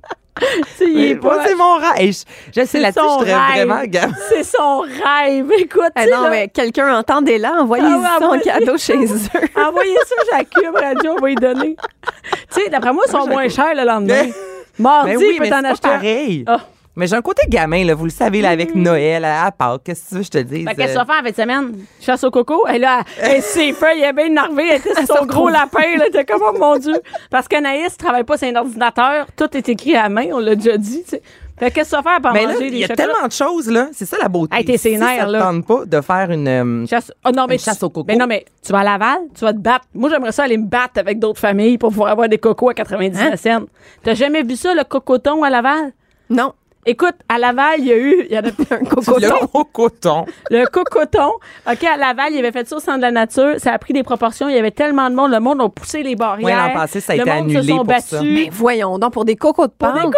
[SPEAKER 1] Tu y es
[SPEAKER 2] Mais Moi,
[SPEAKER 1] pas.
[SPEAKER 2] c'est mon rêve. Hey, je, je sais,
[SPEAKER 1] C'est
[SPEAKER 2] là-dessus,
[SPEAKER 1] son
[SPEAKER 2] je serais
[SPEAKER 1] rêve.
[SPEAKER 2] vraiment gamme.
[SPEAKER 1] C'est son rêve. Écoute,
[SPEAKER 3] Ah
[SPEAKER 1] tu sais,
[SPEAKER 3] non,
[SPEAKER 1] là,
[SPEAKER 3] mais quelqu'un entendez-la, envoyez-y
[SPEAKER 1] Ah ouais,
[SPEAKER 3] ça en
[SPEAKER 1] envoyez-
[SPEAKER 3] cadeau chez eux.
[SPEAKER 1] envoyez ça à Cube Radio, on va y donner. tu sais, d'après moi, ils sont moins chers le lendemain.
[SPEAKER 2] Mais-
[SPEAKER 1] Mardi,
[SPEAKER 2] Mais Ben oui,
[SPEAKER 1] il peut
[SPEAKER 2] mais
[SPEAKER 1] t'en
[SPEAKER 2] c'est pas
[SPEAKER 1] acheter. un.
[SPEAKER 2] pareil.
[SPEAKER 1] Ah. Mm.
[SPEAKER 2] Mais j'ai un côté gamin, là, vous le savez, là, avec Noël, à à Pâques, qu'est-ce que tu veux que je te dise?
[SPEAKER 1] Fait qu'est-ce
[SPEAKER 2] euh,
[SPEAKER 1] qu'elle va faire en fin de semaine? Chasse au coco. Elle là, elle s'est fait, elle est bien énervée, elle était sur son gros lapin, là. T'es comme, oh mon Dieu. Parce qu'Anaïs travaille pas sur un ordinateur, tout est écrit à la main, on l'a déjà dit, tu sais. Fait qu'est-ce qu'elle va faire pour
[SPEAKER 2] Mais Ben là,
[SPEAKER 1] manger
[SPEAKER 2] il y
[SPEAKER 1] des
[SPEAKER 2] a
[SPEAKER 1] chocolats?
[SPEAKER 2] tellement de choses, là. C'est ça la beauté.
[SPEAKER 1] Hey, t'es
[SPEAKER 2] si
[SPEAKER 1] sénère,
[SPEAKER 2] ça te
[SPEAKER 1] là.
[SPEAKER 2] tente pas de faire une. euh,
[SPEAKER 1] Chasse, oh non, mais
[SPEAKER 2] Une chasse au coco.
[SPEAKER 1] Mais non, mais tu vas à Laval, tu vas te battre. Moi, j'aimerais ça aller me battre avec d'autres familles pour pouvoir avoir des cocos à 99
[SPEAKER 2] Hein?
[SPEAKER 1] cents. T'as jamais vu ça, le cocoton à Laval?
[SPEAKER 3] Non.
[SPEAKER 1] Écoute, à Laval, il y a eu, il y en a un
[SPEAKER 2] Le gros coton.
[SPEAKER 1] Le cocoton. OK, à Laval, il avait fait ça au centre de la nature. Ça a pris des proportions. Il y avait tellement de monde. Le monde a poussé les barrières.
[SPEAKER 2] Ouais, l'an passé, ça a
[SPEAKER 1] le
[SPEAKER 2] été
[SPEAKER 1] monde
[SPEAKER 2] annulé
[SPEAKER 1] se sont
[SPEAKER 2] pour
[SPEAKER 1] battus.
[SPEAKER 2] ça.
[SPEAKER 3] Mais voyons donc, pour des cocos de
[SPEAKER 1] Pour des cocos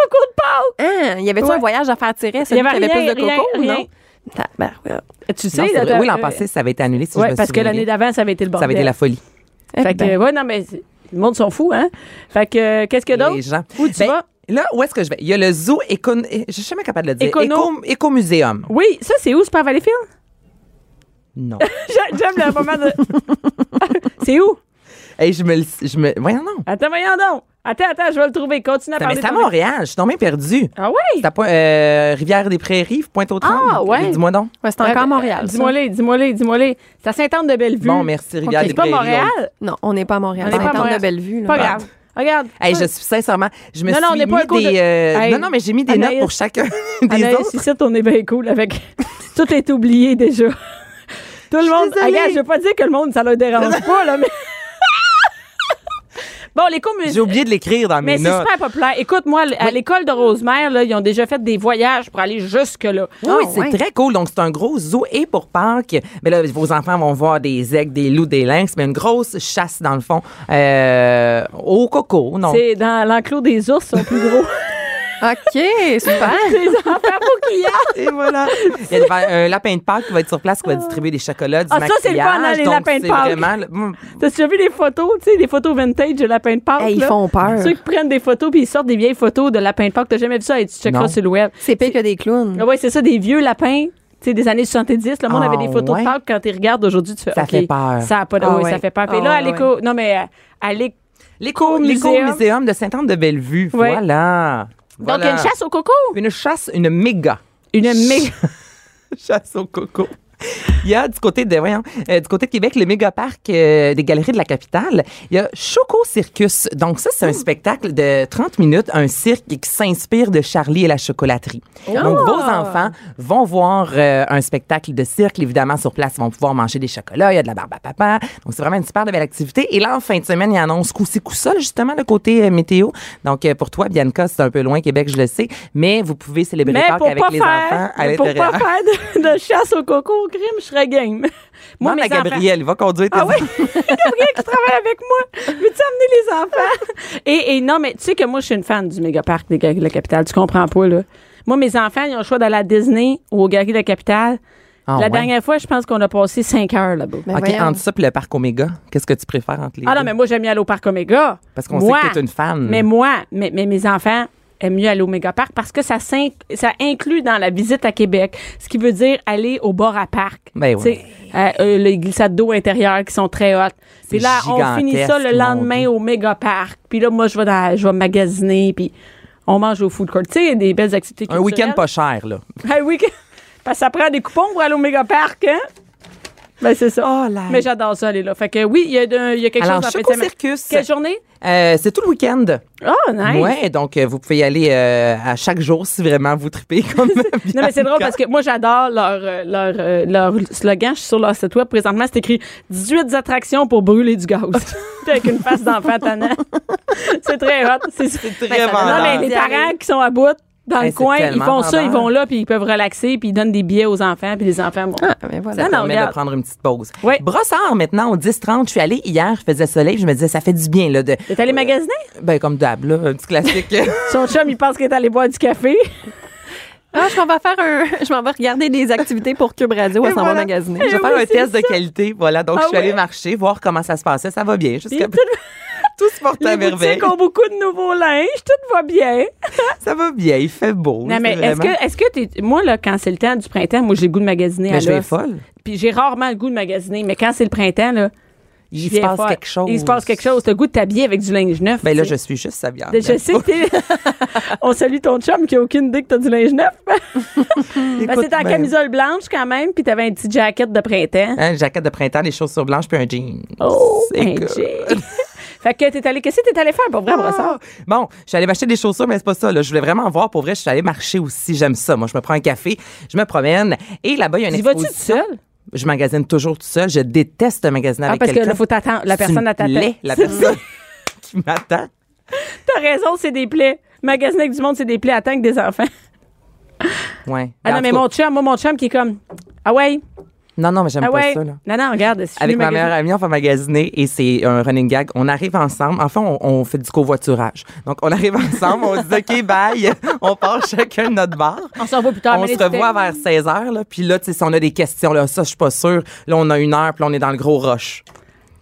[SPEAKER 1] de
[SPEAKER 3] Pâques.
[SPEAKER 1] Pâques!
[SPEAKER 3] Hein, il y avait-tu
[SPEAKER 1] Ouais.
[SPEAKER 3] un voyage à faire tirer?
[SPEAKER 1] Il y
[SPEAKER 3] Celui
[SPEAKER 1] avait
[SPEAKER 3] qui avait
[SPEAKER 1] rien,
[SPEAKER 3] plus de cocos ou
[SPEAKER 1] rien,
[SPEAKER 3] non?
[SPEAKER 1] rien.
[SPEAKER 3] Tabarouette.
[SPEAKER 1] Tu sais,
[SPEAKER 2] Non, c'est
[SPEAKER 1] là,
[SPEAKER 2] vrai.
[SPEAKER 1] t'as- euh,
[SPEAKER 2] oui, l'an passé, ça avait été annulé. Si je
[SPEAKER 1] Ouais,
[SPEAKER 2] me
[SPEAKER 1] parce que
[SPEAKER 2] souviens
[SPEAKER 1] l'année
[SPEAKER 2] bien.
[SPEAKER 1] d'avant, ben, ça avait été le bordel.
[SPEAKER 2] Ça avait été la folie.
[SPEAKER 3] Eh
[SPEAKER 1] Fait que,
[SPEAKER 3] ben.
[SPEAKER 1] ouais, non, mais c'est- le monde sont fous, hein? Fait que, euh, qu'est-ce que d'autre?
[SPEAKER 2] Les gens.
[SPEAKER 1] Où tu
[SPEAKER 2] Ben,
[SPEAKER 1] vas?
[SPEAKER 2] Là, où est-ce que je vais? Il y a le zoo écon... eh, Je suis jamais capable de le dire.
[SPEAKER 1] Écono-
[SPEAKER 2] Éco- Écomuséum.
[SPEAKER 1] Oui, ça, c'est où? C'est pas à Valleyfield?
[SPEAKER 2] Non.
[SPEAKER 1] J'ai- J'aime le moment de. c'est où?
[SPEAKER 2] Hey, je me le. Je me... Voyons, non.
[SPEAKER 1] Attends, voyons donc. Attends, attends, je vais le trouver. Continue à
[SPEAKER 2] Mais
[SPEAKER 1] parler.
[SPEAKER 2] c'est à
[SPEAKER 1] de ton-
[SPEAKER 2] Montréal. Je suis tombé perdu.
[SPEAKER 1] Ah oui?
[SPEAKER 2] C'est à Point- euh, Rivière-des-Prairies, Pointe-aux-Trembles.
[SPEAKER 3] Ah, ouais.
[SPEAKER 2] Dis-moi donc.
[SPEAKER 3] Ouais, c'est encore Montréal. ça.
[SPEAKER 1] Dis-moi-les, dis-moi-les, dis-moi-les. C'est à Sainte-Anne-de-Bellevue.
[SPEAKER 2] Bon, merci, Rivière-des-Prairies.
[SPEAKER 1] C'est pas
[SPEAKER 2] on-
[SPEAKER 1] Montréal?
[SPEAKER 3] Non, on n'est pas à Montréal.
[SPEAKER 1] On n'est pas à
[SPEAKER 3] de
[SPEAKER 1] Montréal.
[SPEAKER 3] Bellevue. là.
[SPEAKER 1] Pas grave. Regarde.
[SPEAKER 2] Hey, je suis sincèrement, je me
[SPEAKER 1] Non, non, on
[SPEAKER 2] suis
[SPEAKER 1] n'est pas un
[SPEAKER 2] mis
[SPEAKER 1] cours
[SPEAKER 2] des,
[SPEAKER 1] de-
[SPEAKER 2] euh,
[SPEAKER 1] Hey,
[SPEAKER 2] non, non, mais j'ai mis des
[SPEAKER 1] Anaïs.
[SPEAKER 2] notes pour chacun des
[SPEAKER 1] Anaïs,
[SPEAKER 2] autres.
[SPEAKER 1] ici, on est bien cool avec. Tout est oublié déjà. Tout le monde.
[SPEAKER 2] désolée.
[SPEAKER 1] Regarde, je veux pas dire que le monde, ça leur dérange pas, là, mais. bon, les cours
[SPEAKER 2] J'ai oublié de l'écrire dans mes
[SPEAKER 1] Mais c'est
[SPEAKER 2] notes.
[SPEAKER 1] super populaire. Écoute, moi, à l'école de Rosemère, là, ils ont déjà fait des voyages pour aller jusque-là.
[SPEAKER 2] Oui, oui,
[SPEAKER 3] Ah,
[SPEAKER 2] c'est
[SPEAKER 3] ouais.
[SPEAKER 2] très cool. Donc, c'est un gros zoo et pour Pâques, ben là, vos enfants vont voir des aigles, des loups, des lynx, mais une grosse chasse, dans le fond, euh, au coco. Non.
[SPEAKER 1] C'est dans l'enclos des ours, ils sont plus gros.
[SPEAKER 3] Ah, OK, super.
[SPEAKER 1] les enfants, faut qu'ils y aillent.
[SPEAKER 2] Et voilà. Il y a des- un lapin de Pâques qui va être sur place, qui va distribuer des chocolats, du
[SPEAKER 1] Ah, ça, c'est le fun, hein,
[SPEAKER 2] maquillage.
[SPEAKER 1] les
[SPEAKER 2] Donc,
[SPEAKER 1] lapins de
[SPEAKER 2] c'est
[SPEAKER 1] Pâques.
[SPEAKER 2] vraiment le- mm.
[SPEAKER 1] T'as déjà vu des photos, tu sais, des photos vintage de lapin de Pâques?
[SPEAKER 3] Hey, ils
[SPEAKER 1] là?
[SPEAKER 3] font peur.
[SPEAKER 1] Ceux qui prennent des photos puis ils sortent des vieilles photos de lapin de Pâques. T'as jamais vu ça? Et tu checkeras
[SPEAKER 2] Non.
[SPEAKER 1] sur le web.
[SPEAKER 3] C'est pire que des clowns.
[SPEAKER 1] Ah ouais, c'est ça, des vieux lapins. tu sais, des années 70, le monde
[SPEAKER 2] Ah,
[SPEAKER 1] avait des photos
[SPEAKER 2] ouais.
[SPEAKER 1] de Pâques. Quand tu regardes aujourd'hui, tu fais
[SPEAKER 2] Ça
[SPEAKER 1] OK,
[SPEAKER 2] fait peur.
[SPEAKER 1] Ça a pas de...
[SPEAKER 3] Ah
[SPEAKER 1] oui,
[SPEAKER 3] ouais.
[SPEAKER 1] ça fait peur. Puis
[SPEAKER 3] Ah
[SPEAKER 1] là, à
[SPEAKER 3] ouais,
[SPEAKER 1] l'éco... Non, mais euh, à- à l'éco...
[SPEAKER 2] L'éco-
[SPEAKER 1] Muséum.
[SPEAKER 2] L'éco-muséum de Sainte-Anne-de-Bellevue.
[SPEAKER 1] Ouais.
[SPEAKER 2] Voilà.
[SPEAKER 1] Donc, il y a une chasse au coco.
[SPEAKER 2] Une chasse, une méga
[SPEAKER 1] Une méga...
[SPEAKER 2] chasse au coco. Il y a du côté de voyons, euh, du côté de Québec le méga parc des galeries de la capitale, il y a Choco Circus. Donc ça c'est un spectacle de 30 minutes, un cirque qui s'inspire de Charlie et la chocolaterie.
[SPEAKER 1] Oh.
[SPEAKER 2] Donc vos enfants vont voir euh, un spectacle de cirque évidemment sur place, ils vont pouvoir manger des chocolats, il y a de la barbe à papa. Donc c'est vraiment une super belle activité et là en fin de semaine, il annonce coup ci coup ça justement le côté euh, météo. Donc euh, pour toi Bianca, c'est un peu loin Québec, je le sais, mais vous pouvez célébrer
[SPEAKER 1] Mais
[SPEAKER 2] Pâques
[SPEAKER 1] pour
[SPEAKER 2] avec
[SPEAKER 1] pas
[SPEAKER 2] les enfants
[SPEAKER 1] faire,
[SPEAKER 2] à
[SPEAKER 1] pour
[SPEAKER 2] l'intérieur.
[SPEAKER 1] pas faire de, de chasse au coco au crime, je serais game.
[SPEAKER 2] Moi,
[SPEAKER 1] mes
[SPEAKER 2] à
[SPEAKER 1] enfants-
[SPEAKER 2] Gabrielle, il va conduire tes
[SPEAKER 1] Ah oui, Gabriel qui travaille avec moi. Veux-tu amener les enfants? Et, et non, mais tu sais que moi, je suis une fan du méga-parc des Galeries de la Capitale. Tu comprends pas, là. Moi, mes enfants, ils ont le choix d'aller à Disney ou aux Galeries de la Capitale.
[SPEAKER 2] Ah
[SPEAKER 1] la
[SPEAKER 2] ouais?
[SPEAKER 1] dernière fois, je pense qu'on a passé cinq heures là-bas.
[SPEAKER 3] Ben
[SPEAKER 2] OK,
[SPEAKER 3] voyons.
[SPEAKER 2] entre ça et le parc Oméga, qu'est-ce que tu préfères entre les
[SPEAKER 1] Ah non,
[SPEAKER 2] deux?
[SPEAKER 1] mais moi, j'aime mieux aller au parc Oméga.
[SPEAKER 2] Parce qu'on
[SPEAKER 1] Moi.
[SPEAKER 2] sait que t'es une fan.
[SPEAKER 1] Mais moi, mais, mais mes enfants aiment mieux aller au méga-parc parce que ça, s'in- ça inclut dans la visite à Québec, ce qui veut dire aller au bord à parc.
[SPEAKER 2] Ben
[SPEAKER 1] Tu sais, euh, euh, les glissades d'eau intérieures qui sont très hautes. Puis
[SPEAKER 2] C'est
[SPEAKER 1] là, on
[SPEAKER 2] gigantesque,
[SPEAKER 1] finit ça le
[SPEAKER 2] mon
[SPEAKER 1] lendemain
[SPEAKER 2] Dieu.
[SPEAKER 1] au méga-parc. Puis là, moi, je vais, dans- je vais magasiner, puis on mange au food court. Tu sais, il y a des belles activités
[SPEAKER 2] Un
[SPEAKER 1] culturelles.
[SPEAKER 2] week-end pas cher, là.
[SPEAKER 1] Un week-end. Parce que ça prend des coupons pour aller au méga-parc, hein? Ben, c'est ça. Mais j'adore ça, aller là. Fait que oui, il y a, de- il y a quelque
[SPEAKER 2] Oh Alors,
[SPEAKER 1] chose en fin de
[SPEAKER 2] Choco
[SPEAKER 1] semaine.
[SPEAKER 2] Circus.
[SPEAKER 1] Quelle journée?
[SPEAKER 2] Euh, c'est tout le week-end.
[SPEAKER 1] Oh, nice!
[SPEAKER 2] Ouais, donc euh, vous pouvez y aller euh, à chaque jour si vraiment vous tripez comme
[SPEAKER 1] Non, mais c'est drôle parce que moi, j'adore leur, euh, leur, euh, leur slogan. Je suis sur leur site web. Présentement, c'est écrit 18 attractions pour brûler du gaz. Puis avec une face d'enfant tannant. c'est très hot. C'est Ben, ça
[SPEAKER 2] très
[SPEAKER 1] donne-
[SPEAKER 2] vendeur.
[SPEAKER 1] Non, mais les parents qui sont à bout dans
[SPEAKER 2] Hey,
[SPEAKER 1] le
[SPEAKER 2] c'est
[SPEAKER 1] coin, ils
[SPEAKER 2] tellement
[SPEAKER 1] font ça,
[SPEAKER 2] vendeur.
[SPEAKER 1] ils vont là, puis ils peuvent relaxer, puis ils donnent des billets aux enfants, puis les enfants vont.
[SPEAKER 3] Ah, ben
[SPEAKER 1] Ah,
[SPEAKER 2] Ça
[SPEAKER 3] voilà.
[SPEAKER 1] non,
[SPEAKER 2] permet
[SPEAKER 1] regarde.
[SPEAKER 2] de prendre une petite pause.
[SPEAKER 1] Oui.
[SPEAKER 2] Brossard, maintenant, au 10-30, je suis allée hier, je faisais soleil, je me disais, ça fait du bien, là, de...
[SPEAKER 1] T'es allé magasiner?
[SPEAKER 2] Ben, comme d'hab, là, un petit classique.
[SPEAKER 1] Son chum, il pense qu'il est allé boire du café.
[SPEAKER 3] Ah, je m'en vais faire un. Je m'en vais regarder des activités pour Cube Radio. Elle s'en va
[SPEAKER 2] Voilà.
[SPEAKER 3] magasiner.
[SPEAKER 2] Je vais faire un test de qualité, voilà. Donc,
[SPEAKER 1] Ah
[SPEAKER 2] je suis allée
[SPEAKER 1] ouais?
[SPEAKER 2] marcher, voir comment ça se passait. Ça va bien,
[SPEAKER 1] Il est
[SPEAKER 2] jusqu'à
[SPEAKER 1] tout-
[SPEAKER 2] tout se porte à
[SPEAKER 1] Les boutiques
[SPEAKER 2] merveille.
[SPEAKER 1] ont beaucoup de nouveaux linges, tout va bien.
[SPEAKER 2] ça va bien, il fait beau.
[SPEAKER 1] Non, mais
[SPEAKER 2] c'est
[SPEAKER 1] est-ce
[SPEAKER 2] vraiment-
[SPEAKER 1] que, est-ce que t'es- moi, là, quand c'est le temps du printemps, moi, j'ai le goût de magasiner
[SPEAKER 2] Mais
[SPEAKER 1] à
[SPEAKER 2] je vais
[SPEAKER 1] l'os.
[SPEAKER 2] folle.
[SPEAKER 1] Puis j'ai rarement le goût de magasiner, mais quand c'est le printemps, là, je
[SPEAKER 2] Il se
[SPEAKER 1] viens
[SPEAKER 2] passe
[SPEAKER 1] folle.
[SPEAKER 2] quelque chose.
[SPEAKER 1] Il se passe quelque chose. T'as le goût de t'habiller avec du linge neuf.
[SPEAKER 2] Ben là,
[SPEAKER 1] tu sais.
[SPEAKER 2] je suis juste sabiante.
[SPEAKER 1] Je sais que t'es- On salue ton chum qui a aucune idée que t'as du linge neuf. Ben,
[SPEAKER 2] Écoute,
[SPEAKER 1] c'était en
[SPEAKER 2] ben,
[SPEAKER 1] camisole blanche quand même, puis t'avais un petit jacket de printemps.
[SPEAKER 2] hein, une jaquette de printemps, des chaussures blanches, puis un jean.
[SPEAKER 1] Oh,
[SPEAKER 2] Ah, C'est
[SPEAKER 1] un
[SPEAKER 2] que-
[SPEAKER 1] jean. fait que t'es allé, qu'est-ce que t'es allé faire pour vrai, Brossard?
[SPEAKER 2] Bon, je suis allée m'acheter des chaussures, mais c'est pas ça. Là. Je voulais vraiment voir. Pour vrai, je suis allée marcher aussi. J'aime ça. Moi, je me prends un café, je me promène. Et là-bas, il y a Ah, une
[SPEAKER 1] Tu vas-tu
[SPEAKER 2] exposition.
[SPEAKER 1] tout seul?
[SPEAKER 2] Je magasine toujours tout seul. Je déteste magasiner
[SPEAKER 1] Ah,
[SPEAKER 2] avec
[SPEAKER 1] parce que
[SPEAKER 2] quelqu'un.
[SPEAKER 1] là, faut t'attendre. La
[SPEAKER 2] C'est
[SPEAKER 1] personne
[SPEAKER 2] une
[SPEAKER 1] à ta
[SPEAKER 2] plaie, La personne qui m'attend.
[SPEAKER 1] T'as raison, c'est des plaies. Magasiner avec du monde, c'est des plaies. Attends que des enfants.
[SPEAKER 2] Ouais.
[SPEAKER 1] Ah
[SPEAKER 2] Ben, En
[SPEAKER 1] non, mais
[SPEAKER 2] tout cas,
[SPEAKER 1] mon chum, moi, mon chum qui est comme. Ah ouais?
[SPEAKER 2] Non, non, mais j'aime
[SPEAKER 1] Ah ouais?
[SPEAKER 2] pas ça. Là.
[SPEAKER 1] Non, non, regarde. si je
[SPEAKER 2] Avec
[SPEAKER 1] suis
[SPEAKER 2] ma
[SPEAKER 1] magasiner-
[SPEAKER 2] meilleure amie, on va magasiner et c'est un running gag. On arrive ensemble. Enfin, on, on fait du covoiturage. Donc, on arrive ensemble, on se dit OK, bye. On part chacun de notre bar.
[SPEAKER 1] On se revoit plus tard.
[SPEAKER 2] on
[SPEAKER 1] mais
[SPEAKER 2] se
[SPEAKER 1] les
[SPEAKER 2] revoit
[SPEAKER 1] tickets-
[SPEAKER 2] vers 16 h là, puis là, tu sais, si on a des questions, là, ça, je suis pas sûre. Là, on a une heure, puis là, on est dans le gros rush.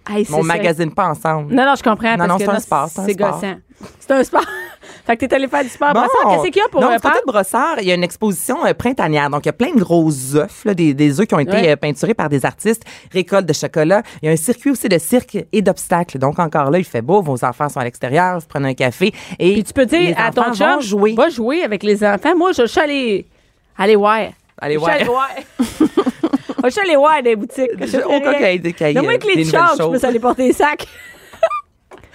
[SPEAKER 1] Hey, c'est
[SPEAKER 2] Mais on
[SPEAKER 1] ça.
[SPEAKER 2] magasine pas ensemble.
[SPEAKER 1] Non, non, je comprends.
[SPEAKER 2] Non,
[SPEAKER 1] parce
[SPEAKER 2] non,
[SPEAKER 1] que
[SPEAKER 2] c'est un
[SPEAKER 1] là,
[SPEAKER 2] sport, c'est un
[SPEAKER 1] C'est
[SPEAKER 2] sport.
[SPEAKER 1] gossant. C'est un sport. fait que t'es allé faire du sport.
[SPEAKER 2] Bon.
[SPEAKER 1] Brossard, Ah, qu'est-ce qu'il y a pour
[SPEAKER 2] Donc,
[SPEAKER 1] euh,
[SPEAKER 2] du côté
[SPEAKER 1] Pâques?
[SPEAKER 2] de Brossard, il y a une exposition euh, printanière. Donc, il y a plein de gros œufs, là, des, des œufs qui ont été
[SPEAKER 1] Ouais.
[SPEAKER 2] euh, peinturés par des artistes, récolte de chocolat. Il y a un circuit aussi de cirque et d'obstacles. Donc, encore là, il fait beau, vos enfants sont à l'extérieur, se prennent un café. Et
[SPEAKER 1] Puis tu peux
[SPEAKER 2] les
[SPEAKER 1] dire à ton
[SPEAKER 2] enfants
[SPEAKER 1] chum,
[SPEAKER 2] vont jouer.
[SPEAKER 1] va jouer avec les enfants. Moi, je je suis allée allée voir.
[SPEAKER 2] Allez
[SPEAKER 1] Je suis
[SPEAKER 2] voir.
[SPEAKER 1] allée voir. Moi, Je suis allée voir des boutiques. Je fais
[SPEAKER 2] Au cas
[SPEAKER 1] rien.
[SPEAKER 2] qu'il y ait des- qu'il y ait,
[SPEAKER 1] Donne-moi
[SPEAKER 2] euh,
[SPEAKER 1] une clé
[SPEAKER 2] des
[SPEAKER 1] de
[SPEAKER 2] nouvelles
[SPEAKER 1] charge, je
[SPEAKER 2] choses.
[SPEAKER 1] peux aller porter des sacs.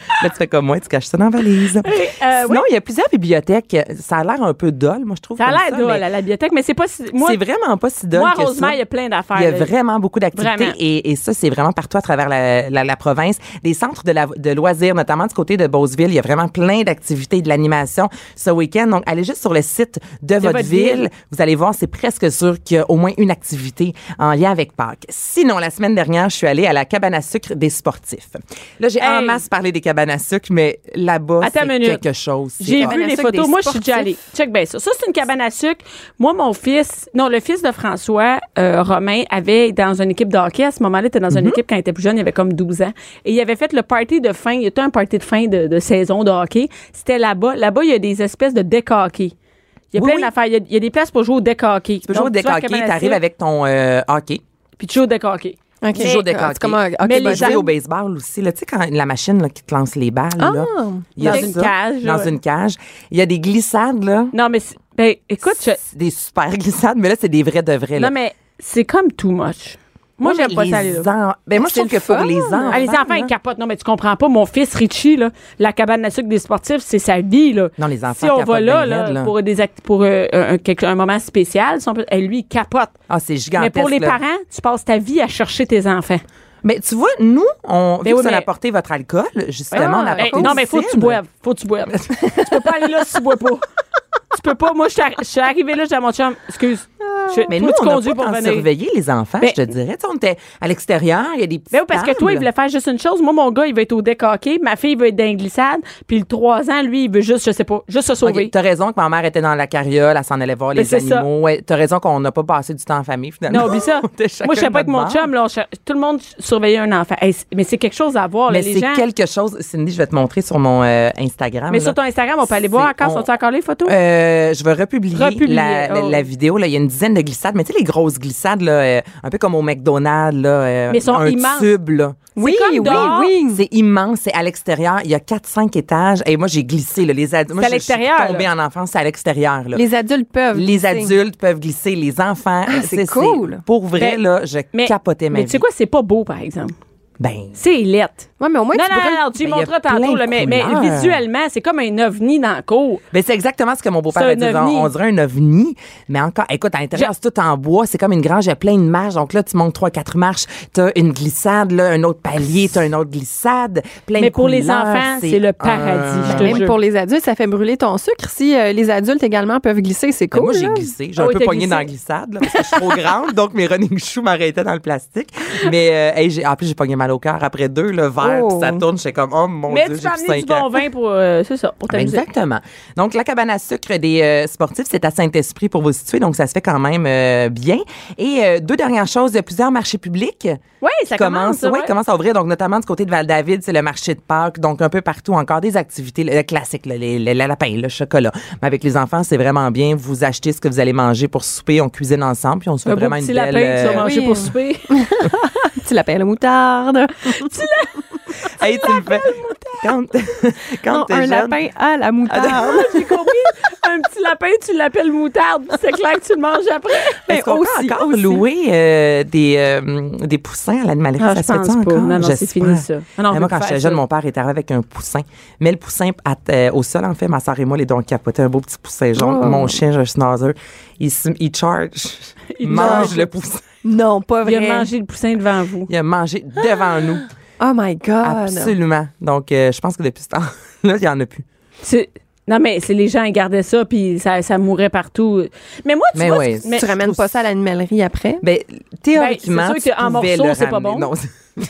[SPEAKER 2] Là, tu fais comme moi, tu caches ça dans la valise.
[SPEAKER 1] euh,
[SPEAKER 2] Sinon, il y a plusieurs bibliothèques. Ça a l'air un peu dole, moi, je trouve.
[SPEAKER 1] Ça a
[SPEAKER 2] comme
[SPEAKER 1] l'air drôle
[SPEAKER 2] mais
[SPEAKER 1] à la bibliothèque, mais c'est pas si. Moi,
[SPEAKER 2] c'est vraiment pas si dole
[SPEAKER 1] moi,
[SPEAKER 2] que ça.
[SPEAKER 1] Rosemère, il y a plein d'affaires.
[SPEAKER 2] Il y a
[SPEAKER 1] là.
[SPEAKER 2] vraiment beaucoup d'activités
[SPEAKER 1] Vraiment.
[SPEAKER 2] et, et ça, c'est vraiment partout à travers la, la- la province. Des centres de, la- de loisirs, notamment du côté de Beauceville, il y a vraiment plein d'activités de l'animation ce week-end. Donc, allez juste sur le site de, votre,
[SPEAKER 1] votre
[SPEAKER 2] ville.
[SPEAKER 1] ville.
[SPEAKER 2] Vous allez voir, c'est presque sûr qu'il y a au moins une activité en lien avec Pâques. Sinon, la semaine dernière, je suis allée à la cabane à sucre des sportifs. Là, j'ai en
[SPEAKER 1] Hey!
[SPEAKER 2] masse parlé des cabanes à sucre, mais là-bas,
[SPEAKER 1] Attends
[SPEAKER 2] c'est
[SPEAKER 1] une minute.
[SPEAKER 2] quelque chose. C'est
[SPEAKER 1] J'ai
[SPEAKER 2] hot.
[SPEAKER 1] vu
[SPEAKER 3] à
[SPEAKER 1] les
[SPEAKER 3] sucre
[SPEAKER 1] photos.
[SPEAKER 3] des
[SPEAKER 1] Moi, je suis déjà allée.
[SPEAKER 3] sportifs.
[SPEAKER 1] Check bien ça. Ça, c'est une cabane à sucre. Moi, mon fils, non, le fils de François, euh, Romain, avait dans une équipe de hockey. À ce moment-là, il était dans une équipe quand il était plus jeune. Il avait comme 12 ans. Et il avait fait le party de fin. Il était un party de fin de, de saison de hockey. C'était là-bas. Là-bas, il y a des espèces de deck hockey. Il y a
[SPEAKER 2] Oui,
[SPEAKER 1] plein
[SPEAKER 2] oui.
[SPEAKER 1] d'affaires. Il y a- il y, a des places pour jouer au deck hockey.
[SPEAKER 2] Tu peux jouer au deck hockey, t'arrives avec ton euh, hockey.
[SPEAKER 1] Puis tu joues au deck hockey.
[SPEAKER 3] OK.
[SPEAKER 2] Toujours
[SPEAKER 1] euh,
[SPEAKER 2] des
[SPEAKER 3] C'est comme un
[SPEAKER 2] Mais
[SPEAKER 3] hockey
[SPEAKER 1] les
[SPEAKER 2] Tu
[SPEAKER 3] ball.
[SPEAKER 2] peux jouer
[SPEAKER 1] Armes.
[SPEAKER 2] au baseball aussi. Là, tu sais, quand la machine là, qui te lance les balles, là, il y a
[SPEAKER 1] Ah, Dans une
[SPEAKER 2] ça,
[SPEAKER 1] cage,
[SPEAKER 2] Dans
[SPEAKER 1] ouais.
[SPEAKER 2] une cage. Il y a des glissades, là.
[SPEAKER 1] Non, mais c'est- ben, écoute, je-
[SPEAKER 2] C'est Des super glissades, mais là, c'est des vrais de vrais. là.
[SPEAKER 1] non, mais c'est comme too much. Moi,
[SPEAKER 2] Ouais,
[SPEAKER 1] j'aime
[SPEAKER 2] mais
[SPEAKER 1] pas
[SPEAKER 2] les
[SPEAKER 1] ça. aller là.
[SPEAKER 2] en- Ben, moi, je
[SPEAKER 3] C'est
[SPEAKER 2] trouve que
[SPEAKER 3] le
[SPEAKER 2] pour
[SPEAKER 3] fun.
[SPEAKER 2] les enfants.
[SPEAKER 1] Ah, les enfants,
[SPEAKER 2] là,
[SPEAKER 1] ils capotent. Non, mais tu comprends pas. Mon fils Richie, là, la cabane à sucre des sportifs, c'est sa vie. Là.
[SPEAKER 2] Non, les enfants
[SPEAKER 1] Si on
[SPEAKER 2] capotent
[SPEAKER 1] va là,
[SPEAKER 2] bien
[SPEAKER 1] là,
[SPEAKER 2] raide, là.
[SPEAKER 1] pour, des act- pour euh, un, quelque- un moment spécial, si on peut- eh, lui, il capote.
[SPEAKER 2] Ah, c'est
[SPEAKER 1] mais
[SPEAKER 2] gigantesque.
[SPEAKER 1] pour les
[SPEAKER 2] là.
[SPEAKER 1] parents, tu passes ta vie à chercher tes enfants.
[SPEAKER 2] Mais tu vois, nous, on, vu
[SPEAKER 1] Ben oui,
[SPEAKER 2] que ça
[SPEAKER 1] mais-
[SPEAKER 2] a apporté votre alcool, justement, on a
[SPEAKER 1] Eh,
[SPEAKER 2] apporté
[SPEAKER 1] non,
[SPEAKER 2] du
[SPEAKER 1] mais faut que tu
[SPEAKER 2] cidre.
[SPEAKER 1] boives. Faut que tu boives. tu peux pas aller là si tu bois pas. tu peux pas. Moi, je suis arri- je suis arrivée là, j'ai à mon chum. Excuse. Je,
[SPEAKER 2] Mais
[SPEAKER 1] toi,
[SPEAKER 2] nous,
[SPEAKER 1] tu
[SPEAKER 2] on
[SPEAKER 1] conduis
[SPEAKER 2] a pas
[SPEAKER 1] pour
[SPEAKER 2] tant
[SPEAKER 1] venir.
[SPEAKER 2] surveillé les enfants,
[SPEAKER 1] Ben-
[SPEAKER 2] je te dirais. Tu sais, on était à l'extérieur, il y a des petits.
[SPEAKER 1] Ben oui, parce que toi, il voulait faire juste une chose. Moi, mon gars, il veut être au deck hockey. Ma fille, il veut être dans les glissades. Puis le 3 ans, lui, il veut juste, je sais pas, juste se sauver.
[SPEAKER 2] Ok, T'as raison que ma mère était dans la carriole, elle s'en allait voir
[SPEAKER 1] Ben,
[SPEAKER 2] les
[SPEAKER 1] c'est ça.
[SPEAKER 2] animaux. Ouais, T'as raison qu'on n'a pas passé du temps en famille finalement.
[SPEAKER 1] Non, oublie ça.
[SPEAKER 2] On était chacun
[SPEAKER 1] Moi, je sais pas
[SPEAKER 2] de
[SPEAKER 1] que mon
[SPEAKER 2] notre bord.
[SPEAKER 1] chum, là, on cher- tout le monde surveillait un enfant. Hey, c'est- mais c'est quelque chose à voir, là,
[SPEAKER 2] Mais
[SPEAKER 1] les
[SPEAKER 2] c'est
[SPEAKER 1] gens.
[SPEAKER 2] quelque chose. Cindy, je vais te montrer sur mon euh, Instagram.
[SPEAKER 1] Mais
[SPEAKER 2] là.
[SPEAKER 1] sur ton Instagram, on peut aller voir
[SPEAKER 2] C'est-
[SPEAKER 1] encore.
[SPEAKER 2] on-
[SPEAKER 1] Sont-tu encore les photos?
[SPEAKER 2] Euh, je vais republier,
[SPEAKER 1] Republier,
[SPEAKER 2] la, la-
[SPEAKER 1] oh.
[SPEAKER 2] la vidéo. Là. Il y a une dizaine de glissades, mais tu sais, les grosses glissades, là, euh, un peu comme au McDonald's, là, euh,
[SPEAKER 1] Mais ils sont
[SPEAKER 2] un
[SPEAKER 1] immenses.
[SPEAKER 2] tube. Là.
[SPEAKER 1] Oui, comme oui, dehors.
[SPEAKER 2] oui. C'est immense, c'est à l'extérieur. Il y a 4-5 étages. Et moi, j'ai glissé. Là, les ad- moi,
[SPEAKER 1] à
[SPEAKER 2] je- je suis
[SPEAKER 1] l'extérieur,
[SPEAKER 2] tombée en enfance, c'est à l'extérieur. là.
[SPEAKER 3] Les adultes peuvent.
[SPEAKER 2] Les
[SPEAKER 3] glisser.
[SPEAKER 2] adultes peuvent glisser, les enfants.
[SPEAKER 3] c'est cool.
[SPEAKER 2] Pour vrai,
[SPEAKER 1] Ah, Ben,
[SPEAKER 2] là, je capotais ma
[SPEAKER 1] mais
[SPEAKER 2] vie.
[SPEAKER 1] tu sais quoi, c'est pas beau, par exemple.
[SPEAKER 2] Ben,
[SPEAKER 1] C'est lettre.
[SPEAKER 3] Ouais, mais au moins,
[SPEAKER 1] Non,
[SPEAKER 3] tu
[SPEAKER 1] non,
[SPEAKER 3] pourrais-
[SPEAKER 1] non, non, tu y
[SPEAKER 2] Ben, il y a
[SPEAKER 1] montreras
[SPEAKER 2] plein
[SPEAKER 1] tantôt,
[SPEAKER 2] de
[SPEAKER 1] là, mais, mais
[SPEAKER 2] couleurs.
[SPEAKER 1] visuellement, c'est comme un ovni dans le cours.
[SPEAKER 2] ben c'est exactement ce que mon beau-père
[SPEAKER 1] C'est
[SPEAKER 2] a
[SPEAKER 1] un
[SPEAKER 2] dit. On-
[SPEAKER 1] ovni.
[SPEAKER 2] On dirait un ovni, mais encore, écoute, à l'intérieur, c'est tout en bois, c'est comme une grange, il y a plein de marches. Donc là, tu montes trois, quatre marches, t'as une glissade, là, un autre palier, t'as une autre glissade, plein
[SPEAKER 1] Mais
[SPEAKER 2] de
[SPEAKER 1] pour les
[SPEAKER 2] couleurs,
[SPEAKER 1] enfants, c'est le paradis, je te
[SPEAKER 2] Ben
[SPEAKER 1] jure.
[SPEAKER 2] oui.
[SPEAKER 3] Même pour les adultes, ça fait brûler ton sucre. Si euh, les adultes également peuvent glisser, c'est
[SPEAKER 2] Ben,
[SPEAKER 3] cool.
[SPEAKER 2] moi, j'ai
[SPEAKER 3] là.
[SPEAKER 2] glissé. J'ai
[SPEAKER 1] Ah
[SPEAKER 2] un
[SPEAKER 1] oui,
[SPEAKER 2] peu
[SPEAKER 1] t'as
[SPEAKER 2] pogné
[SPEAKER 1] glissé.
[SPEAKER 2] dans la glissade, là, parce que je suis trop grande, donc mes running shoes m'arrêtaient dans le plastique. Mais, euh, hey, j'ai- en plus, j'ai pogné ma mal au cœur après deux, le verre,
[SPEAKER 3] Oh.
[SPEAKER 2] puis ça tourne, j'étais comme, oh mon
[SPEAKER 1] Mais
[SPEAKER 2] Dieu,
[SPEAKER 1] tu peux
[SPEAKER 2] j'ai plus
[SPEAKER 1] amener du
[SPEAKER 2] cinq ans. Ah, ben
[SPEAKER 1] bon vin pour, euh, c'est ça, pour t'amuser.
[SPEAKER 2] Exactement. Donc, la cabane à sucre des euh, sportifs, c'est à Saint-Esprit pour vous situer, donc ça se fait quand même euh, bien. Et euh, deux dernières choses, il y a plusieurs marchés publics.
[SPEAKER 1] Oui,
[SPEAKER 2] qui
[SPEAKER 1] ça commence. hein,
[SPEAKER 2] commencent- ouais,
[SPEAKER 1] ouais.
[SPEAKER 2] commencent à ouvrir, donc notamment du côté de Val-David, c'est le marché de Pâques, donc un peu partout encore des activités le- le classiques, le, le, le- le lapin, le chocolat. Mais avec les enfants, c'est vraiment bien. Vous achetez ce que vous allez manger pour souper, on cuisine ensemble, puis on se fait
[SPEAKER 1] Un beau
[SPEAKER 2] vraiment une
[SPEAKER 1] petit
[SPEAKER 2] belle.
[SPEAKER 1] lapin que tu
[SPEAKER 2] euh,
[SPEAKER 1] vas manger
[SPEAKER 3] oui.
[SPEAKER 1] pour souper.
[SPEAKER 3] Tu l'appelles moutarde.
[SPEAKER 2] hey, tu le fais. Quand, quand
[SPEAKER 3] Non,
[SPEAKER 2] t'es
[SPEAKER 3] un
[SPEAKER 2] jeune-
[SPEAKER 3] lapin à la moutarde.
[SPEAKER 1] J'ai compris. Un petit lapin, tu l'appelles moutarde. puis C'est clair que tu le manges après.
[SPEAKER 2] Est-ce qu'on
[SPEAKER 3] aussi,
[SPEAKER 2] peut encore
[SPEAKER 3] aussi.
[SPEAKER 2] louer euh, des, euh, des poussins à l'animalerie?
[SPEAKER 1] Ah,
[SPEAKER 2] ça
[SPEAKER 1] je
[SPEAKER 2] se fait
[SPEAKER 1] pense pas.
[SPEAKER 2] encore?
[SPEAKER 1] Non, non, c'est
[SPEAKER 2] J'espère.
[SPEAKER 1] fini, ça. Ah, non, on peut
[SPEAKER 2] Mais moi,
[SPEAKER 1] plus
[SPEAKER 2] quand
[SPEAKER 1] faire
[SPEAKER 2] j'étais
[SPEAKER 1] ça.
[SPEAKER 2] jeune, mon père était arrivé avec un poussin. Mais le poussin à- euh, au sol, en fait, ma soeur et moi, les dons capotaient un beau petit poussin jaune.
[SPEAKER 1] Oh.
[SPEAKER 2] Mon chien, j'ai un schnauzer, il, se- il charge, il mange le poussin.
[SPEAKER 3] Non, pas
[SPEAKER 1] Il a
[SPEAKER 3] vrai.
[SPEAKER 1] mangé le poussin devant vous.
[SPEAKER 2] Il a mangé devant nous.
[SPEAKER 3] Oh my
[SPEAKER 1] Ah,
[SPEAKER 3] God.
[SPEAKER 2] Absolument. Donc, euh, je pense que depuis ce temps-là, il n'y en a plus.
[SPEAKER 1] C'est- Non, mais c'est les gens, ils gardaient ça, puis ça, ça mourait partout. Mais moi, tu
[SPEAKER 2] Mais
[SPEAKER 1] vois...
[SPEAKER 2] ouais,
[SPEAKER 1] mais-
[SPEAKER 3] Tu ramènes pas ça à l'animalerie après?
[SPEAKER 2] Ben, théoriquement,
[SPEAKER 1] Ben, c'est sûr
[SPEAKER 2] tu
[SPEAKER 1] qu'en
[SPEAKER 2] pouvais
[SPEAKER 1] morceaux,
[SPEAKER 2] le
[SPEAKER 1] c'est pas
[SPEAKER 2] ramener.
[SPEAKER 1] bon.
[SPEAKER 2] Non, Ben,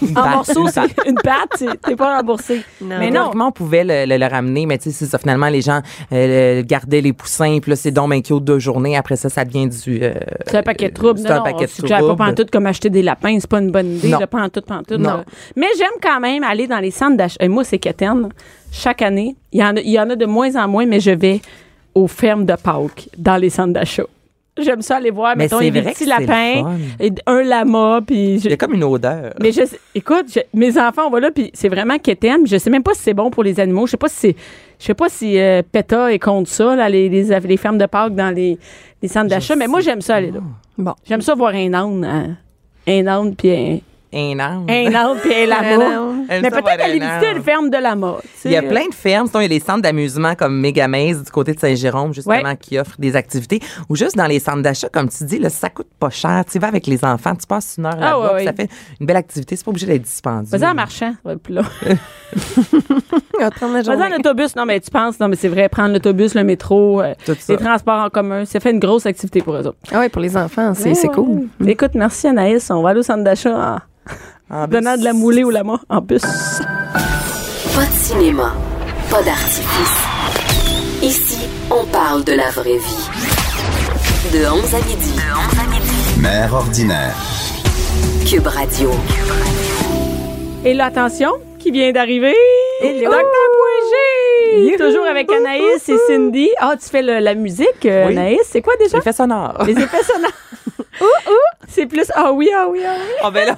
[SPEAKER 2] une
[SPEAKER 1] En
[SPEAKER 2] patte,
[SPEAKER 1] morceaux,
[SPEAKER 2] une patte.
[SPEAKER 1] c'est une patte, c'est- t'es pas remboursé.
[SPEAKER 3] Non.
[SPEAKER 1] Mais
[SPEAKER 2] Mais
[SPEAKER 1] non,
[SPEAKER 2] on pouvait le, le- le ramener, mais tu sais, c'est ça. Finalement, les gens euh, gardaient les poussins, puis là, c'est donc ben cute deux journées. Après ça, ça devient du. euh,
[SPEAKER 1] c'est un paquet de troubles.
[SPEAKER 2] C'est
[SPEAKER 1] Non,
[SPEAKER 2] un
[SPEAKER 1] non,
[SPEAKER 2] paquet
[SPEAKER 1] on
[SPEAKER 2] de
[SPEAKER 1] suggère
[SPEAKER 2] troubles.
[SPEAKER 1] pas pantoute comme acheter des lapins, c'est pas une bonne idée.
[SPEAKER 2] Non.
[SPEAKER 1] Là, pantoute, pantoute.
[SPEAKER 2] Non.
[SPEAKER 1] là. Mais j'aime quand même aller dans les centres d'achat. Et Moi, c'est Quétaine. Chaque année, il y, en a, il y en a de moins en moins, mais je vais aux fermes de Pâques, dans les centres d'achat. J'aime ça aller voir,
[SPEAKER 2] Mais
[SPEAKER 1] mettons, il
[SPEAKER 2] c'est
[SPEAKER 1] y a des
[SPEAKER 2] vrai que
[SPEAKER 1] petits
[SPEAKER 2] c'est le
[SPEAKER 1] lapins,
[SPEAKER 2] fun.
[SPEAKER 1] et un lama, puis... je-
[SPEAKER 2] Il y a comme une odeur.
[SPEAKER 1] Mais je sais- écoute, je- mes enfants, on va là, puis c'est vraiment quétaine. Je sais même pas si c'est bon pour les animaux. Je sais pas si c'est- je sais pas si euh, PETA est contre ça, là, les, les, les fermes de Pâques dans les, les centres d'achat. Mais moi, j'aime ça aller là.
[SPEAKER 3] Bon.
[SPEAKER 1] J'aime ça voir un âne. hein. Un âne, puis un,
[SPEAKER 2] Un âne.
[SPEAKER 1] un âne, puis un lama.
[SPEAKER 3] âne.
[SPEAKER 2] Aime
[SPEAKER 1] Mais
[SPEAKER 2] ça
[SPEAKER 1] peut-être
[SPEAKER 2] voir
[SPEAKER 1] aller
[SPEAKER 2] un
[SPEAKER 1] visiter
[SPEAKER 2] âne.
[SPEAKER 1] une ferme de lama. tu sais.
[SPEAKER 2] Il y a plein de fermes. Sinon, il y a les centres d'amusement comme Megamaze du côté de Saint-Jérôme, justement,
[SPEAKER 1] Ouais.
[SPEAKER 2] qui offrent des activités. Ou juste dans les centres d'achat, comme tu dis, là, ça coûte pas cher. Tu vas avec les enfants, tu passes une heure
[SPEAKER 1] Ah
[SPEAKER 2] là-bas,
[SPEAKER 1] ouais,
[SPEAKER 2] puis ça
[SPEAKER 1] ouais.
[SPEAKER 2] fait une belle activité. C'est pas obligé d'être dispendieux.
[SPEAKER 1] Vas-y en marchant. Ouais, puis là.
[SPEAKER 3] On prend la
[SPEAKER 1] Vas-y
[SPEAKER 3] journée.
[SPEAKER 1] en autobus. Non, mais tu penses, non, mais c'est vrai, prendre l'autobus, le métro, euh,
[SPEAKER 2] Tout ça.
[SPEAKER 1] les transports en commun, ça fait une grosse activité pour eux autres.
[SPEAKER 3] Ah ouais, pour les enfants, c'est
[SPEAKER 1] Ouais,
[SPEAKER 3] c'est
[SPEAKER 1] ouais.
[SPEAKER 3] cool.
[SPEAKER 1] Écoute, merci Anaïs. On va aller au centre d'achat en-
[SPEAKER 2] En bus.
[SPEAKER 1] Donnant de la moulée ou la mort en bus.
[SPEAKER 5] Pas de cinéma, pas d'artifice. Ici, on parle de la vraie vie. De 11 à midi. De 11 à midi.
[SPEAKER 4] Mère ordinaire.
[SPEAKER 5] Cube Radio.
[SPEAKER 1] Et là, attention, qui vient d'arriver?
[SPEAKER 2] Hello!
[SPEAKER 1] Dr. Poigé! Toujours avec Anaïs et Cindy. Ah, tu fais le- la musique, euh,
[SPEAKER 2] Oui.
[SPEAKER 1] Anaïs. C'est quoi déjà?
[SPEAKER 2] L'effet sonore.
[SPEAKER 1] Les effets sonores. ouh, ouh! C'est plus ah oui, ah oui, ah oui.
[SPEAKER 2] Ah, ben là,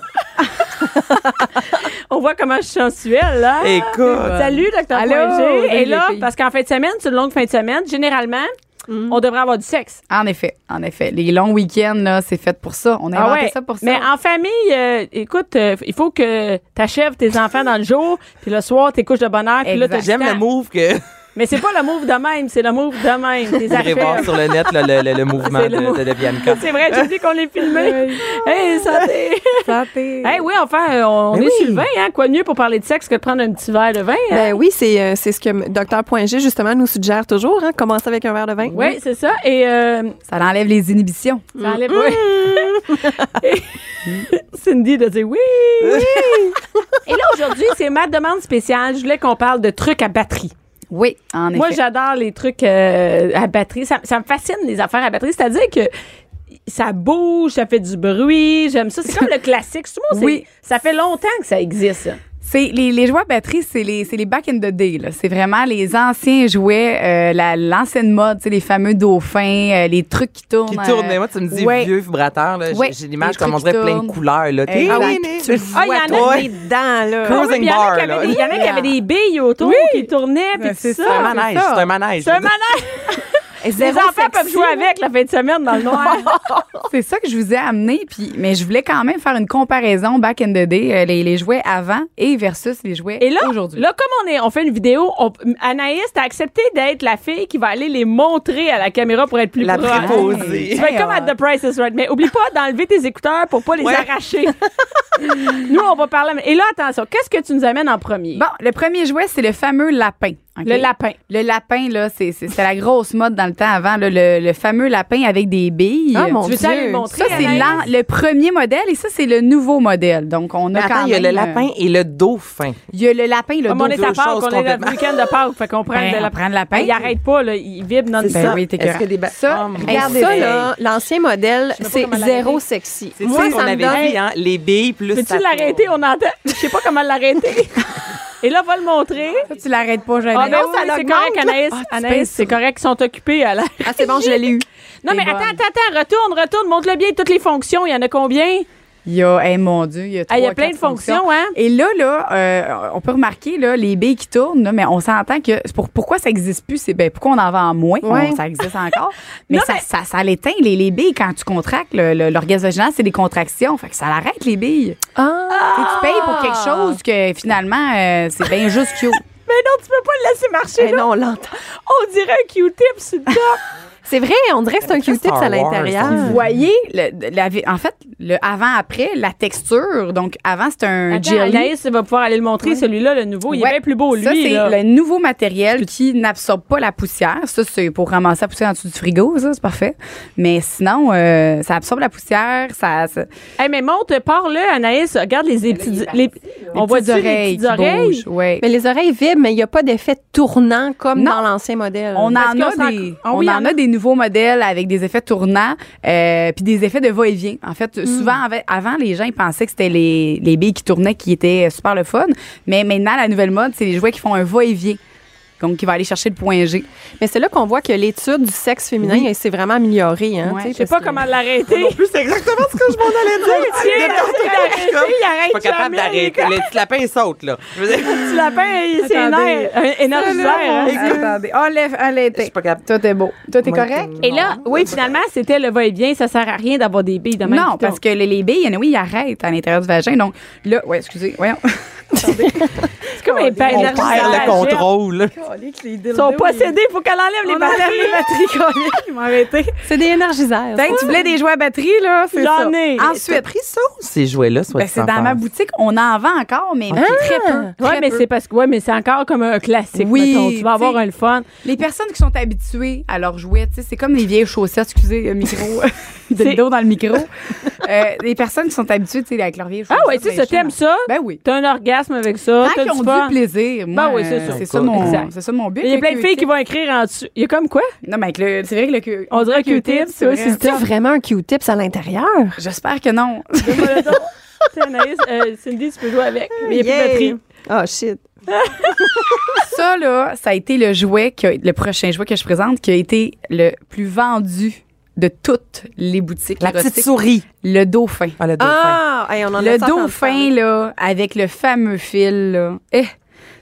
[SPEAKER 1] On voit comment je suis sensuelle, là.
[SPEAKER 2] écoute.
[SPEAKER 1] Salut, Dr.
[SPEAKER 3] Allô,
[SPEAKER 1] Poigé. Et
[SPEAKER 6] salut,
[SPEAKER 1] là,
[SPEAKER 6] les filles.
[SPEAKER 1] parce qu'en fin de semaine, c'est une longue fin de semaine, généralement, on devrait avoir du sexe.
[SPEAKER 6] En effet, en effet. Les longs week-ends, là, c'est fait pour ça. On a inventé ça pour ça.
[SPEAKER 1] Ah Mais en famille, euh, écoute, euh, il faut que t'achèves tes enfants dans le jour, puis le soir, tes couches de bonheur, puis là, t'as
[SPEAKER 6] Exact.
[SPEAKER 1] du
[SPEAKER 2] J'aime
[SPEAKER 1] temps.
[SPEAKER 2] le move que.
[SPEAKER 1] Mais c'est pas le move de même, c'est le move de même. Des
[SPEAKER 2] Vous irez voir
[SPEAKER 1] achèves.
[SPEAKER 2] sur le net là, le, le- le mouvement
[SPEAKER 1] C'est
[SPEAKER 2] de,
[SPEAKER 1] le mou-
[SPEAKER 2] de, de Bianca.
[SPEAKER 1] C'est vrai, j'ai dit qu'on les filmé. hey, santé!
[SPEAKER 3] Santé.
[SPEAKER 1] hey, oui, enfin, euh, on, on
[SPEAKER 2] Mais
[SPEAKER 1] est
[SPEAKER 2] oui.
[SPEAKER 1] sur le vin, hein? Quoi de mieux pour parler de sexe que de prendre un petit verre de vin? hein?
[SPEAKER 3] Ben oui, c'est euh, c'est ce que Docteur G justement nous suggère toujours, hein, commencer avec un verre de vin.
[SPEAKER 1] Oui, c'est ça. Et euh,
[SPEAKER 6] Ça enlève les inhibitions.
[SPEAKER 1] ça enlève. ouais. Et Cindy de dire oui! Et là, aujourd'hui, c'est ma demande spéciale. Je voulais qu'on parle de trucs à batterie.
[SPEAKER 6] Mm. Oui, en
[SPEAKER 1] Moi,
[SPEAKER 6] effet.
[SPEAKER 1] j'adore les trucs euh, à batterie. Ça, ça me fascine, les affaires à batterie. C'est-à-dire que ça bouge, ça fait du bruit. J'aime ça. C'est comme le classique. Tout le monde, c'est-
[SPEAKER 6] Oui.
[SPEAKER 1] Ça fait longtemps que ça existe. ça.
[SPEAKER 6] C'est les, les jouets à batterie, c'est les, c'est les back in the day. là. C'est vraiment les anciens jouets, euh, la- l'ancienne mode, tu sais, les fameux dauphins, euh, les trucs qui tournent.
[SPEAKER 2] Qui
[SPEAKER 6] euh,
[SPEAKER 2] tourne, mais moi, tu me dis
[SPEAKER 6] ouais.
[SPEAKER 2] vieux vibrateur, là. J'ai-
[SPEAKER 6] Ouais.
[SPEAKER 2] J'ai
[SPEAKER 6] Les
[SPEAKER 2] l'image
[SPEAKER 6] trucs
[SPEAKER 2] comme on dirait
[SPEAKER 6] qui
[SPEAKER 2] plein de
[SPEAKER 6] tournent.
[SPEAKER 2] couleurs, là.
[SPEAKER 6] Exact.
[SPEAKER 2] Ah oui,
[SPEAKER 3] Tu le
[SPEAKER 1] Ah,
[SPEAKER 3] vois,
[SPEAKER 1] il y en a
[SPEAKER 3] toi.
[SPEAKER 2] des
[SPEAKER 3] dedans, là.
[SPEAKER 1] Ah oui,
[SPEAKER 2] Cruising
[SPEAKER 1] puis il y en a
[SPEAKER 2] bar,
[SPEAKER 1] qui avaient
[SPEAKER 2] là.
[SPEAKER 1] des- Il y en a qui avaient des billes autour qui tournaient. puis
[SPEAKER 6] Ben, c'est
[SPEAKER 1] tout
[SPEAKER 2] C'est un
[SPEAKER 1] ça.
[SPEAKER 2] manège,
[SPEAKER 6] ça.
[SPEAKER 2] c'est un manège.
[SPEAKER 1] C'est un manège. Les enfants peuvent jouer avec la fin de semaine dans le noir.
[SPEAKER 6] C'est ça que je vous ai amené, puis, mais je voulais quand même faire une comparaison back in the day, euh, les, les jouets avant et versus les jouets
[SPEAKER 1] Et là,
[SPEAKER 6] aujourd'hui.
[SPEAKER 1] là, comme on, est, on fait une vidéo, on- Anaïs, t'as accepté d'être la fille qui va aller les montrer à la caméra pour être plus
[SPEAKER 2] La
[SPEAKER 1] proche.
[SPEAKER 2] préposée.
[SPEAKER 1] Tu vas être
[SPEAKER 6] Hey,
[SPEAKER 1] comme
[SPEAKER 6] on-
[SPEAKER 1] à The Price is Right. Mais oublie pas d'enlever tes écouteurs pour pas les
[SPEAKER 2] Ouais.
[SPEAKER 1] arracher. Nous, on va parler. Et là, attention, qu'est-ce que tu nous amènes en premier?
[SPEAKER 6] Bon, le premier jouet, c'est le fameux lapin. OK?
[SPEAKER 1] Le lapin.
[SPEAKER 6] Le lapin, là, c'est- c'est- c'était la grosse mode dans le temps avant, là, le, le fameux lapin avec des billes.
[SPEAKER 3] Ah, mon
[SPEAKER 1] Tu veux-tu
[SPEAKER 3] Dieu.
[SPEAKER 1] aller le montrer?
[SPEAKER 6] ça, c'est
[SPEAKER 1] Anaïs?
[SPEAKER 6] l'an- le premier modèle et ça, c'est le nouveau modèle. Donc, on a
[SPEAKER 2] Mais attends,
[SPEAKER 6] quand
[SPEAKER 2] il y a le
[SPEAKER 6] même,
[SPEAKER 2] lapin
[SPEAKER 6] euh,
[SPEAKER 2] et le dauphin.
[SPEAKER 6] Il y a le lapin, le
[SPEAKER 1] Ah, mais on
[SPEAKER 6] dos-
[SPEAKER 1] est à
[SPEAKER 2] deux
[SPEAKER 1] Pâques,
[SPEAKER 2] choses
[SPEAKER 1] on est dans
[SPEAKER 2] complètement.
[SPEAKER 1] le week-end de Pâques. Fait qu'on prend
[SPEAKER 6] Ben,
[SPEAKER 1] de la
[SPEAKER 6] on prend le lapin.
[SPEAKER 1] Il arrête pas, là. Il vibre non-stop.
[SPEAKER 6] Ben oui, t'es
[SPEAKER 2] Est-ce
[SPEAKER 6] écœurant.
[SPEAKER 2] que des ba-
[SPEAKER 6] Ça,
[SPEAKER 2] Oh, mon
[SPEAKER 6] hey,
[SPEAKER 2] Dieu.
[SPEAKER 3] Regardez ça, là, l'ancien modèle,
[SPEAKER 1] Je sais pas
[SPEAKER 3] c'est
[SPEAKER 1] comment
[SPEAKER 3] zéro
[SPEAKER 1] l'arrêter.
[SPEAKER 3] sexy.
[SPEAKER 2] C'est
[SPEAKER 3] Moi,
[SPEAKER 2] ça qu'on
[SPEAKER 3] ça me
[SPEAKER 2] avait
[SPEAKER 3] donne.
[SPEAKER 2] dit, hein, les billes plus ça
[SPEAKER 1] Peux-tu l'arrêter? On entend. Je sais pas comment l'arrêter. Et là, va le montrer.
[SPEAKER 6] Ça, tu l'arrêtes pas jamais.
[SPEAKER 1] Ah, ben
[SPEAKER 3] non,
[SPEAKER 1] oui,
[SPEAKER 3] ça
[SPEAKER 1] c'est
[SPEAKER 3] l'augmente,
[SPEAKER 1] correct,
[SPEAKER 3] là.
[SPEAKER 1] Anaïs.
[SPEAKER 6] oh, Ah, tu
[SPEAKER 1] Anaïs,
[SPEAKER 6] pinces
[SPEAKER 1] c'est correct. Ils sont occupés à la.
[SPEAKER 3] Ah, c'est bon, je l'ai eu.
[SPEAKER 1] Non,
[SPEAKER 6] T'es
[SPEAKER 1] mais
[SPEAKER 6] bonne.
[SPEAKER 1] attends, attends, attends. Retourne, retourne. Montre-le bien toutes les fonctions. Il y en a combien?
[SPEAKER 6] Il y a, hey, mon Dieu, il y a,
[SPEAKER 1] Ah, il y a
[SPEAKER 6] trois,
[SPEAKER 1] plein
[SPEAKER 6] quatre
[SPEAKER 1] de fonctions, hein?
[SPEAKER 6] Et là, là, euh, on peut remarquer là, les billes qui tournent, là, mais on s'entend que c'est pour, pourquoi ça existe plus, c'est ben, pourquoi on en vend moins,
[SPEAKER 3] Ouais.
[SPEAKER 6] On- ça existe encore, mais,
[SPEAKER 1] Non,
[SPEAKER 6] ça,
[SPEAKER 1] mais-
[SPEAKER 6] ça, ça l'éteint, les, les billes, quand tu contractes, le- le- l'orgasme vaginal, c'est des contractions, fait que ça l'arrête, les billes.
[SPEAKER 1] Ah!
[SPEAKER 6] Tu sais, Tu payes pour quelque chose que finalement, euh, c'est bien juste cute.
[SPEAKER 1] Mais Ben non, tu peux pas le laisser marcher,
[SPEAKER 3] Eh
[SPEAKER 1] là.
[SPEAKER 3] non, on l'entend.
[SPEAKER 1] On dirait un Q-tip sur le top.
[SPEAKER 3] C'est vrai, on dirait que c'est un Q-tip
[SPEAKER 2] Star
[SPEAKER 3] à
[SPEAKER 2] Wars,
[SPEAKER 3] l'intérieur.
[SPEAKER 2] on
[SPEAKER 6] Vous voyez, le- la- en fait, le avant-après, la texture, donc avant, c'était un
[SPEAKER 1] Attends,
[SPEAKER 6] jelly.
[SPEAKER 1] Anaïs va pouvoir aller le montrer. Celui-là, le nouveau, il est
[SPEAKER 6] Ouais.
[SPEAKER 1] bien plus beau, lui.
[SPEAKER 6] Ça, c'est
[SPEAKER 1] là.
[SPEAKER 6] le nouveau matériel qui n'absorbe pas la poussière. Ça, c'est pour ramasser la poussière en dessous du frigo, ça, c'est parfait. Mais sinon, euh, ça absorbe la poussière, ça... ça-
[SPEAKER 1] Hey, mais monte, parle-le, Anaïs. Regarde les les petites. les- On
[SPEAKER 6] les
[SPEAKER 1] voit
[SPEAKER 6] petites
[SPEAKER 1] des petites oreilles.
[SPEAKER 6] bougent, ouais.
[SPEAKER 3] Mais les oreilles vibrent, mais il n'y a pas d'effet tournant comme
[SPEAKER 6] Non.
[SPEAKER 3] dans l'ancien modèle.
[SPEAKER 6] On en
[SPEAKER 1] parce qu'on
[SPEAKER 6] a
[SPEAKER 1] s'en-
[SPEAKER 6] des,
[SPEAKER 1] Ah
[SPEAKER 6] on
[SPEAKER 1] oui, il
[SPEAKER 6] en
[SPEAKER 1] y en
[SPEAKER 6] a des nouveaux modèles avec des effets tournants, euh, puis des effets de va-et-vient. En
[SPEAKER 1] Hmm.
[SPEAKER 6] fait, souvent avec- avant les gens ils pensaient que c'était les, les billes qui tournaient qui étaient euh, super le fun, mais maintenant la nouvelle mode c'est les jouets qui font un va-et-vient, donc qui va aller chercher le point G.
[SPEAKER 3] Mais c'est là qu'on voit que l'étude du sexe féminin, elle s'est vraiment améliorée. Hein,
[SPEAKER 6] Ouais.
[SPEAKER 3] tu sais,
[SPEAKER 1] Je sais
[SPEAKER 3] parce
[SPEAKER 1] pas
[SPEAKER 3] que-
[SPEAKER 1] comment l'arrêter.
[SPEAKER 2] plus, c'est exactement ce que je m'en allais dire.
[SPEAKER 1] Tiens, il arrête, il arrête
[SPEAKER 2] pas capable
[SPEAKER 1] jamais, les
[SPEAKER 2] d'arrêter.
[SPEAKER 1] gars.
[SPEAKER 2] Le petit lapin saute, là. Je veux dire,
[SPEAKER 1] petit lapin, il- c'est
[SPEAKER 6] Attendez.
[SPEAKER 1] éner- un énergisaire. hein.
[SPEAKER 6] Attendez, enlève, enlève.
[SPEAKER 2] je suis pas capable.
[SPEAKER 6] Toi, t'es beau. Toi, t'es
[SPEAKER 2] Moi,
[SPEAKER 6] correct?
[SPEAKER 2] t'es-
[SPEAKER 1] Et là, oui, finalement, c'était le va-et-vient. Ça sert à rien d'avoir des billes de même.
[SPEAKER 6] Non, parce que les, les billes, anyway, ils arrêtent à l'intérieur du vagin. Donc là, ouais, excusez, voyons.
[SPEAKER 1] c'est comme les
[SPEAKER 2] On perd le contrôle.
[SPEAKER 1] Ils sont possédés. Il faut qu'elle enlève les batteries. Les batteries, Colin. Ils vont arrêter.
[SPEAKER 3] C'est des énergisaires.
[SPEAKER 6] Dang, tu voulais des jouets à batterie, là? C'est
[SPEAKER 1] J'en
[SPEAKER 6] ça.
[SPEAKER 1] ai.
[SPEAKER 2] T'as
[SPEAKER 6] Ensuite,
[SPEAKER 2] pris ça ou ces jouets-là, soit
[SPEAKER 6] ben,
[SPEAKER 2] dit
[SPEAKER 6] c'est
[SPEAKER 2] en
[SPEAKER 6] dans ma
[SPEAKER 2] passant?
[SPEAKER 6] boutique, on en vend encore, mais
[SPEAKER 1] Ah!
[SPEAKER 6] mais très peu.
[SPEAKER 1] Oui,
[SPEAKER 6] Hein, très
[SPEAKER 1] mais
[SPEAKER 6] peu.
[SPEAKER 1] c'est parce que ouais, mais c'est encore comme un classique.
[SPEAKER 6] Oui,
[SPEAKER 1] mettons. Tu vas avoir
[SPEAKER 6] t'sais.
[SPEAKER 1] un le fun.
[SPEAKER 6] Les personnes qui sont habituées à leurs jouets, tu sais, c'est comme les vieilles chaussettes, excusez, le micro, de
[SPEAKER 1] C'est-
[SPEAKER 6] le dos dans le micro. Euh, les personnes qui sont habituées, tu sais, avec leurs vieilles
[SPEAKER 1] Ah
[SPEAKER 6] chaussettes.
[SPEAKER 1] ouais, tu sais,
[SPEAKER 6] ben,
[SPEAKER 1] ça, t'aimes ça?
[SPEAKER 6] Ben oui.
[SPEAKER 1] T'as un orgasme avec ça.
[SPEAKER 6] Tant
[SPEAKER 1] T'as
[SPEAKER 6] qu'ils
[SPEAKER 1] du
[SPEAKER 6] ont
[SPEAKER 1] fun.
[SPEAKER 6] du plaisir, moi,
[SPEAKER 1] Ben oui, c'est
[SPEAKER 6] euh,
[SPEAKER 1] ça.
[SPEAKER 6] c'est ça, mon-
[SPEAKER 1] Exact.
[SPEAKER 6] c'est ça mon but.
[SPEAKER 1] Il y a plein de
[SPEAKER 6] Le
[SPEAKER 1] filles qui
[SPEAKER 6] Q-tip.
[SPEAKER 1] vont écrire en dessous. Il y a comme quoi?
[SPEAKER 6] Non, mais avec le- c'est vrai que le Q-
[SPEAKER 1] On dirait un
[SPEAKER 6] Q-tip,
[SPEAKER 1] Q-tip,
[SPEAKER 6] c'est
[SPEAKER 1] ça,
[SPEAKER 6] vrai.
[SPEAKER 1] c'est
[SPEAKER 3] C'est vraiment un Q-tips à l'intérieur.
[SPEAKER 6] J'espère que non.
[SPEAKER 1] Donne-moi le don. Tiens, Anaïs, euh, Cindy, tu peux jouer avec.
[SPEAKER 6] Ah,
[SPEAKER 1] Mais il n'y a plus de batterie.
[SPEAKER 3] Oh shit.
[SPEAKER 6] ça, là, ça a été le jouet, qui a- le prochain jouet que je présente, qui a été le plus vendu de toutes les boutiques.
[SPEAKER 2] La petite
[SPEAKER 6] érotiques.
[SPEAKER 2] souris.
[SPEAKER 6] Le dauphin.
[SPEAKER 2] Ah, le dauphin.
[SPEAKER 3] Ah, hey, on en a
[SPEAKER 6] Le
[SPEAKER 3] entendu
[SPEAKER 6] dauphin,
[SPEAKER 3] parler.
[SPEAKER 6] là, avec le fameux fil, là. Eh,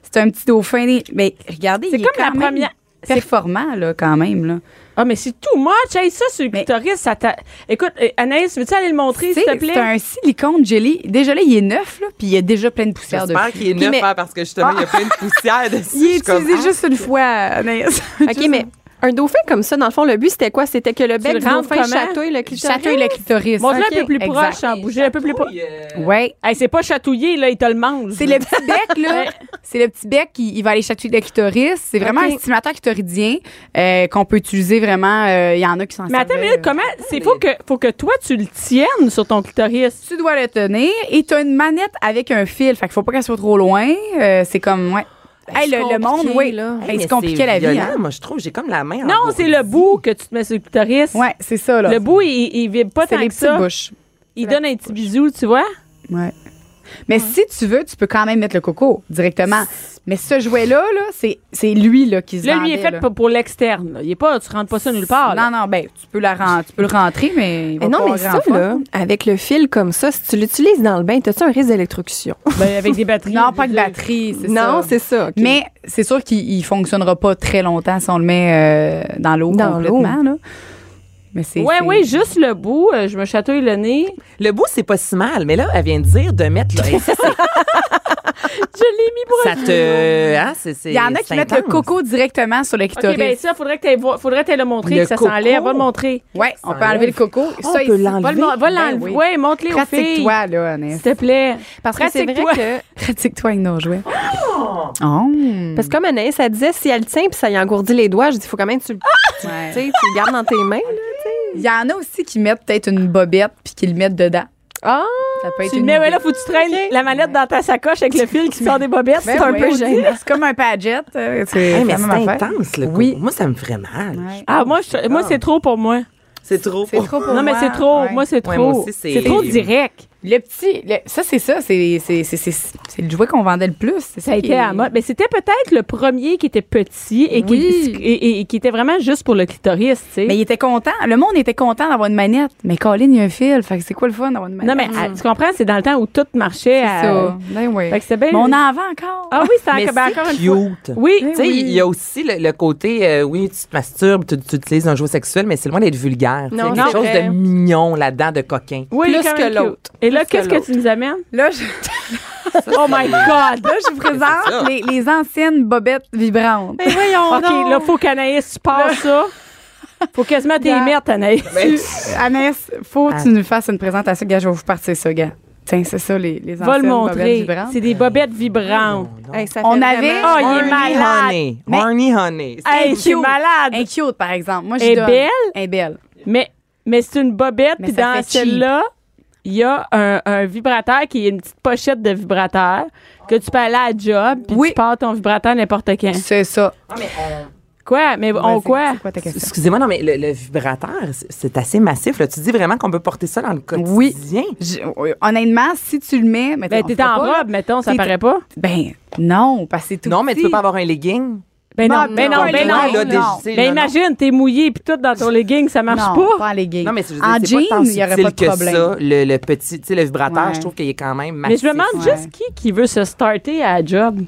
[SPEAKER 6] c'est un petit dauphin. Mais regardez,
[SPEAKER 1] C'est
[SPEAKER 6] il est
[SPEAKER 1] comme
[SPEAKER 6] quand
[SPEAKER 1] la
[SPEAKER 6] même
[SPEAKER 1] première-
[SPEAKER 6] Performant, là, quand même, là.
[SPEAKER 1] Ah, mais c'est too much. Hey, ça, sur le
[SPEAKER 6] Mais-
[SPEAKER 1] clitoris, ça t'a. Écoute, euh, Anaïs, veux-tu aller le montrer,
[SPEAKER 6] Tu
[SPEAKER 1] s'il te
[SPEAKER 6] sais, C'est
[SPEAKER 1] plaît?
[SPEAKER 6] un silicone jelly. Déjà là, il est neuf, là, puis il y a déjà plein de poussière dessus.
[SPEAKER 2] J'espère qu'il est
[SPEAKER 3] Puis,
[SPEAKER 2] neuf,
[SPEAKER 3] mais-
[SPEAKER 2] hein, parce que justement, il y a plein de poussière dessus.
[SPEAKER 6] Il
[SPEAKER 2] Je
[SPEAKER 6] est
[SPEAKER 2] suis comme,
[SPEAKER 6] utilisé
[SPEAKER 2] ah,
[SPEAKER 6] juste une fois, Anaïs.
[SPEAKER 3] OK, mais un dauphin comme ça, dans le fond, le but, c'était quoi? C'était que le bec
[SPEAKER 1] le
[SPEAKER 3] du
[SPEAKER 1] rends
[SPEAKER 3] dauphin
[SPEAKER 1] comment?
[SPEAKER 3] chatouille le clitoris.
[SPEAKER 6] Chatouille le clitoris.
[SPEAKER 1] Montre-le un peu
[SPEAKER 6] Ok,
[SPEAKER 1] plus
[SPEAKER 6] exact.
[SPEAKER 1] proche, en bouger un peu plus
[SPEAKER 2] ah,
[SPEAKER 1] proche.
[SPEAKER 6] Ouais.
[SPEAKER 1] Hey, c'est pas chatouillé, là, il te le mange.
[SPEAKER 6] C'est le petit bec, là.
[SPEAKER 1] Ouais.
[SPEAKER 6] C'est le petit bec qui il va aller chatouiller le clitoris. C'est vraiment
[SPEAKER 1] Ok.
[SPEAKER 6] un stimulateur clitoridien euh, qu'on peut utiliser vraiment. euh, Il y en a qui s'en
[SPEAKER 1] Mais attends,
[SPEAKER 6] servaient,
[SPEAKER 1] mais là,
[SPEAKER 6] euh.
[SPEAKER 1] comment. C'est faut que, faut que toi, tu le tiennes sur ton clitoris.
[SPEAKER 6] Tu dois le tenir et tu as une manette avec un fil. Fait qu'il faut pas qu'elle soit trop loin. Euh, c'est comme, ouais.
[SPEAKER 1] Ben,
[SPEAKER 6] Hey,
[SPEAKER 3] c'est
[SPEAKER 6] le, le monde,
[SPEAKER 3] compliqué,
[SPEAKER 6] oui.
[SPEAKER 3] là.
[SPEAKER 6] Hey,
[SPEAKER 2] mais
[SPEAKER 6] c'est compliqué la vie.
[SPEAKER 2] violent,
[SPEAKER 6] Hein?
[SPEAKER 2] Moi, je trouve, j'ai comme la main.
[SPEAKER 1] Non, c'est le bout que tu te mets sur le clitoris.
[SPEAKER 6] Ouais, c'est ça, là.
[SPEAKER 1] Le bout, il, il vibre pas
[SPEAKER 6] c'est
[SPEAKER 1] tant
[SPEAKER 6] les
[SPEAKER 1] que
[SPEAKER 6] petites
[SPEAKER 1] ça.
[SPEAKER 6] bouches.
[SPEAKER 1] Il donne un petit bisou, tu vois.
[SPEAKER 6] Ouais. Mais si tu veux, tu peux quand même mettre le coco directement. Mais ce jouet-là, là, c'est c'est lui là, qui se
[SPEAKER 1] Là, lui, il est
[SPEAKER 6] vendait,
[SPEAKER 1] fait
[SPEAKER 6] là.
[SPEAKER 1] pour, pour l'externe. là. Il est pas, tu rentres pas ça nulle part. là.
[SPEAKER 6] Non, non, ben, tu peux, la ren- tu peux le rentrer, mais. il va
[SPEAKER 3] Mais
[SPEAKER 6] pas
[SPEAKER 3] Eh non, mais ça,
[SPEAKER 6] avoir grand fun.
[SPEAKER 3] là, avec le fil comme ça, si tu l'utilises dans le bain, t'as-tu un risque d'électrocution?
[SPEAKER 1] Ben, avec des batteries.
[SPEAKER 6] Non, pas de batterie, c'est ça.
[SPEAKER 3] Non, c'est ça. ok.
[SPEAKER 6] Mais c'est sûr qu'il il fonctionnera pas très longtemps si on le met euh, dans l'eau
[SPEAKER 3] Dans l'eau.
[SPEAKER 6] complètement. Là. Mais c'est.
[SPEAKER 1] Oui,
[SPEAKER 6] c'est-
[SPEAKER 1] oui, juste le bout, euh, je me chatouille le nez.
[SPEAKER 2] Le bout, c'est pas si mal, mais là, elle vient de dire de mettre. le- ça
[SPEAKER 1] Je l'ai mis pour un-
[SPEAKER 2] te. hein, c'est- c'est-
[SPEAKER 6] Il y en a qui
[SPEAKER 2] c'est
[SPEAKER 6] mettent le
[SPEAKER 2] intense.
[SPEAKER 6] coco directement sur le clitoris.
[SPEAKER 1] OK, ben ça, faudrait que t'ailles voir- faudrait que t'ailles le montrer,
[SPEAKER 2] Le
[SPEAKER 1] que ça
[SPEAKER 2] coco.
[SPEAKER 1] s'enlève. Va le montrer.
[SPEAKER 6] ouais, on peut
[SPEAKER 2] s'enlève.
[SPEAKER 6] enlever le coco.
[SPEAKER 3] Ah,
[SPEAKER 2] on
[SPEAKER 6] ça,
[SPEAKER 2] peut
[SPEAKER 6] ici.
[SPEAKER 2] l'enlever.
[SPEAKER 1] Va le mon- va
[SPEAKER 6] Ben
[SPEAKER 1] l'enlever.
[SPEAKER 6] oui.
[SPEAKER 1] Ouais, montre-les aux filles.
[SPEAKER 6] Pratique-toi, là,
[SPEAKER 1] S'il
[SPEAKER 6] Anaïs.
[SPEAKER 1] te plaît.
[SPEAKER 3] Parce que c'est vrai
[SPEAKER 1] Pratique-toi.
[SPEAKER 3] que.
[SPEAKER 6] Pratique-toi avec nos jouets.
[SPEAKER 3] Ah!
[SPEAKER 6] Oh!
[SPEAKER 3] Parce que comme Anaïs, elle disait, si elle le tient puis ça y engourdit les doigts, je dis, faut quand même que tu le tu
[SPEAKER 6] Ouais.
[SPEAKER 3] sais, tu le gardes dans tes mains. là.
[SPEAKER 6] Il y en a aussi qui mettent peut-être une bobette puis qui le mettent dedans.
[SPEAKER 3] Ah!
[SPEAKER 6] Ça peut être
[SPEAKER 1] Tu le
[SPEAKER 6] une
[SPEAKER 1] mets, ouais,
[SPEAKER 6] idée.
[SPEAKER 1] là, faut que tu traînes la mallette dans ta sacoche avec le fil qui sort des bobettes.
[SPEAKER 6] Ben
[SPEAKER 1] c'est un
[SPEAKER 6] oui,
[SPEAKER 1] peu
[SPEAKER 6] on
[SPEAKER 1] gênant.
[SPEAKER 6] dit, C'est comme un paget. euh, C'est
[SPEAKER 2] Hey,
[SPEAKER 6] la
[SPEAKER 2] Eh, mais
[SPEAKER 6] même
[SPEAKER 2] c'est
[SPEAKER 6] affaire.
[SPEAKER 2] intense, le coco.
[SPEAKER 6] Oui.
[SPEAKER 2] Moi, ça me ferait mal.
[SPEAKER 6] Ouais.
[SPEAKER 1] Ah, moi, je- moi c'est trop pour moi.
[SPEAKER 2] C'est trop.
[SPEAKER 6] C'est trop pour
[SPEAKER 1] non, mais
[SPEAKER 6] moi.
[SPEAKER 1] c'est trop.
[SPEAKER 6] Ouais.
[SPEAKER 1] Moi, c'est trop.
[SPEAKER 2] Ouais, moi aussi, c'est-
[SPEAKER 1] c'est trop direct.
[SPEAKER 6] Le petit, le- ça c'est ça, c'est c'est- c'est- c'est- c'est le jouet qu'on vendait le plus. c'est
[SPEAKER 1] Ça a
[SPEAKER 6] qui
[SPEAKER 1] été
[SPEAKER 6] est-
[SPEAKER 1] à la mode. Mais c'était peut-être le premier qui était petit et qui,
[SPEAKER 6] Oui.
[SPEAKER 1] et, et- et qui était vraiment juste pour le clitoris, tu sais.
[SPEAKER 6] Mais il était content. Le monde était content d'avoir une manette. Mais Colin, il y a un fil. Fait que c'est quoi le fun d'avoir une
[SPEAKER 1] non,
[SPEAKER 6] manette?
[SPEAKER 1] mais ah, tu comprends, c'est dans le temps où tout marchait.
[SPEAKER 6] c'est
[SPEAKER 1] à-
[SPEAKER 6] ça. Ben oui.
[SPEAKER 1] Fait que c'est bien.
[SPEAKER 6] Mais on en vend encore.
[SPEAKER 1] Ah oui, c'est
[SPEAKER 2] Mais
[SPEAKER 1] encore, ben, encore
[SPEAKER 2] c'est
[SPEAKER 1] une fois.
[SPEAKER 2] cute.
[SPEAKER 1] Oui,
[SPEAKER 2] Tu sais, il y a aussi le, le côté, euh, oui, tu te masturbes, tu, tu utilises un jouet sexuel, mais c'est loin d'être vulgaire.
[SPEAKER 3] Non,
[SPEAKER 2] Il y a
[SPEAKER 1] c'est
[SPEAKER 2] quelque chose
[SPEAKER 1] vrai.
[SPEAKER 2] de mignon là-dedans, de coquin.
[SPEAKER 1] oui,
[SPEAKER 3] Plus
[SPEAKER 1] quand
[SPEAKER 3] que
[SPEAKER 1] même cute.
[SPEAKER 3] l'autre.
[SPEAKER 1] Et là,
[SPEAKER 3] Plus
[SPEAKER 1] qu'est-ce
[SPEAKER 3] que
[SPEAKER 1] que tu nous amènes?
[SPEAKER 6] Là, je,
[SPEAKER 1] Oh my God!
[SPEAKER 6] là, je vous présente les, les anciennes bobettes vibrantes.
[SPEAKER 3] Mais voyons
[SPEAKER 1] OK, là, faut qu'Anaïs, tu passes ça. Faut quasiment t'y
[SPEAKER 6] Gars.
[SPEAKER 1] mettre, Anaïs.
[SPEAKER 6] Tu- Anaïs, faut que
[SPEAKER 2] Ah.
[SPEAKER 6] tu nous fasses une présentation. Gars, je vais vous partir ça, gars. Tiens, c'est ça, les, les
[SPEAKER 1] Va
[SPEAKER 6] anciennes
[SPEAKER 1] le
[SPEAKER 6] bobettes
[SPEAKER 1] montrer.
[SPEAKER 6] vibrantes.
[SPEAKER 1] C'est des bobettes vibrantes.
[SPEAKER 6] On avait-
[SPEAKER 1] Ah, il est
[SPEAKER 2] Horny
[SPEAKER 1] malade.
[SPEAKER 2] honey.
[SPEAKER 6] Mais-
[SPEAKER 2] Horny honey.
[SPEAKER 1] Hey, c'est
[SPEAKER 6] cute.
[SPEAKER 1] malade.
[SPEAKER 6] Un cute, par exemple. Moi, je
[SPEAKER 1] Elle est
[SPEAKER 6] donne.
[SPEAKER 1] belle? Hein?
[SPEAKER 6] Elle est belle.
[SPEAKER 1] Mais, mais c'est une bobette,
[SPEAKER 6] Mais
[SPEAKER 1] puis
[SPEAKER 6] ça
[SPEAKER 1] dans
[SPEAKER 6] fait cheap.
[SPEAKER 1] celle-là, il y a un, un vibrateur qui est une petite pochette de vibrateur que tu peux aller à la job, puis
[SPEAKER 6] Oui.
[SPEAKER 1] tu pars ton vibrateur n'importe quand.
[SPEAKER 6] C'est ça.
[SPEAKER 1] Quoi? Mais on
[SPEAKER 6] Vas-y,
[SPEAKER 1] quoi?
[SPEAKER 6] C'est quoi ta question?
[SPEAKER 2] Excusez-moi, non, mais le, le vibrateur, c'est- c'est assez massif. Là. Tu dis vraiment qu'on peut porter ça dans le
[SPEAKER 6] Oui.
[SPEAKER 2] quotidien.
[SPEAKER 6] Je- euh, honnêtement, si tu le mets. Mais
[SPEAKER 1] Ben,
[SPEAKER 6] on
[SPEAKER 1] t'es
[SPEAKER 6] fera
[SPEAKER 1] en
[SPEAKER 6] pas, là.
[SPEAKER 1] robe, mettons, ça
[SPEAKER 6] T'es-
[SPEAKER 1] paraît pas?
[SPEAKER 6] Ben, non, parce que c'est tout.
[SPEAKER 2] Non, mais tu peux
[SPEAKER 6] petit.
[SPEAKER 2] pas avoir un legging.
[SPEAKER 1] Ben non,
[SPEAKER 6] Bah,
[SPEAKER 1] ben non,
[SPEAKER 6] non,
[SPEAKER 1] ben
[SPEAKER 2] Là,
[SPEAKER 1] non.
[SPEAKER 2] là,
[SPEAKER 6] non.
[SPEAKER 2] déjà, tu sais,
[SPEAKER 1] Ben
[SPEAKER 2] là, non.
[SPEAKER 1] imagine, t'es mouillé, puis tout dans ton legging, ça marche
[SPEAKER 6] non,
[SPEAKER 1] pas.
[SPEAKER 6] pas en leggings.
[SPEAKER 2] Non, mais je veux dire,
[SPEAKER 6] en
[SPEAKER 2] c'est
[SPEAKER 6] jean,
[SPEAKER 2] pas tant
[SPEAKER 6] il n'y aurait
[SPEAKER 2] subtil
[SPEAKER 6] pas de
[SPEAKER 2] que
[SPEAKER 6] problème.
[SPEAKER 2] ça. Le, le petit, tu sais, le vibrateur,
[SPEAKER 6] Ouais.
[SPEAKER 2] je trouve qu'il est quand même
[SPEAKER 1] Mais
[SPEAKER 2] massif.
[SPEAKER 1] je me demande
[SPEAKER 6] ouais.
[SPEAKER 1] juste qui qui veut se starter à la job.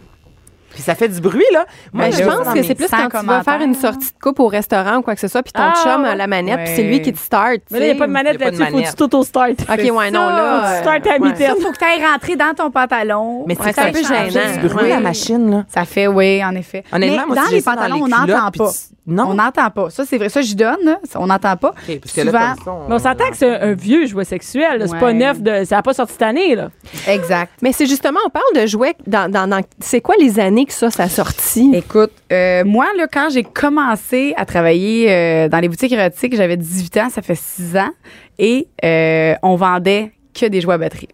[SPEAKER 2] Puis ça fait du bruit, là. Moi,
[SPEAKER 6] Ben,
[SPEAKER 3] je
[SPEAKER 6] là,
[SPEAKER 3] pense
[SPEAKER 6] dans
[SPEAKER 3] que
[SPEAKER 6] mes
[SPEAKER 3] c'est plus
[SPEAKER 6] cent
[SPEAKER 3] quand tu vas
[SPEAKER 6] commentaires,
[SPEAKER 3] faire une
[SPEAKER 6] là.
[SPEAKER 3] sortie de coupe au restaurant ou quoi que ce soit, puis ton
[SPEAKER 1] Ah,
[SPEAKER 3] chum
[SPEAKER 1] ouais.
[SPEAKER 3] a la manette, puis c'est
[SPEAKER 6] Ouais.
[SPEAKER 3] lui qui te start.
[SPEAKER 1] Mais là, il n'y a pas de
[SPEAKER 2] y a
[SPEAKER 1] manette
[SPEAKER 2] pas de
[SPEAKER 1] là-dessus, faut que tu
[SPEAKER 2] manette.
[SPEAKER 1] t'auto-startes.
[SPEAKER 3] OK, ouais, non,
[SPEAKER 1] Tu
[SPEAKER 3] là.
[SPEAKER 1] startes à
[SPEAKER 2] ouais.
[SPEAKER 6] Ça,
[SPEAKER 1] mi-temps.
[SPEAKER 6] faut que tu ailles rentrer dans ton pantalon.
[SPEAKER 2] Mais
[SPEAKER 3] Ouais,
[SPEAKER 2] c'est un peu gênant. du bruit,
[SPEAKER 3] Ouais.
[SPEAKER 2] la machine, là.
[SPEAKER 6] Ça fait, oui, en effet.
[SPEAKER 2] Honnêtement,
[SPEAKER 6] mais
[SPEAKER 2] moi,
[SPEAKER 6] dans
[SPEAKER 2] si j'ai
[SPEAKER 6] les
[SPEAKER 2] ça
[SPEAKER 6] pantalons, on
[SPEAKER 2] culottes,
[SPEAKER 6] n'entend
[SPEAKER 2] puis
[SPEAKER 6] pas.
[SPEAKER 2] tu- Non.
[SPEAKER 6] On n'entend pas. Ça, c'est vrai. Ça, j'y donne. là. Ça, On n'entend pas.
[SPEAKER 2] OK, parce que là,
[SPEAKER 6] Souvent.
[SPEAKER 2] comme ça,
[SPEAKER 1] Mais on s'entend que c'est un, un vieux jouet sexuel, là. c'est pas
[SPEAKER 6] Ouais.
[SPEAKER 1] neuf, de, ça n'a pas sorti cette année. Là.
[SPEAKER 6] Exact.
[SPEAKER 3] Mais c'est justement, on parle de jouets dans. dans, dans- c'est quoi les années que ça, ça a sorti?
[SPEAKER 6] Écoute, euh, moi, là, quand j'ai commencé à travailler euh, dans les boutiques érotiques, j'avais 18 ans, ça fait 6 ans, et euh, on vendait que des jouets à batterie.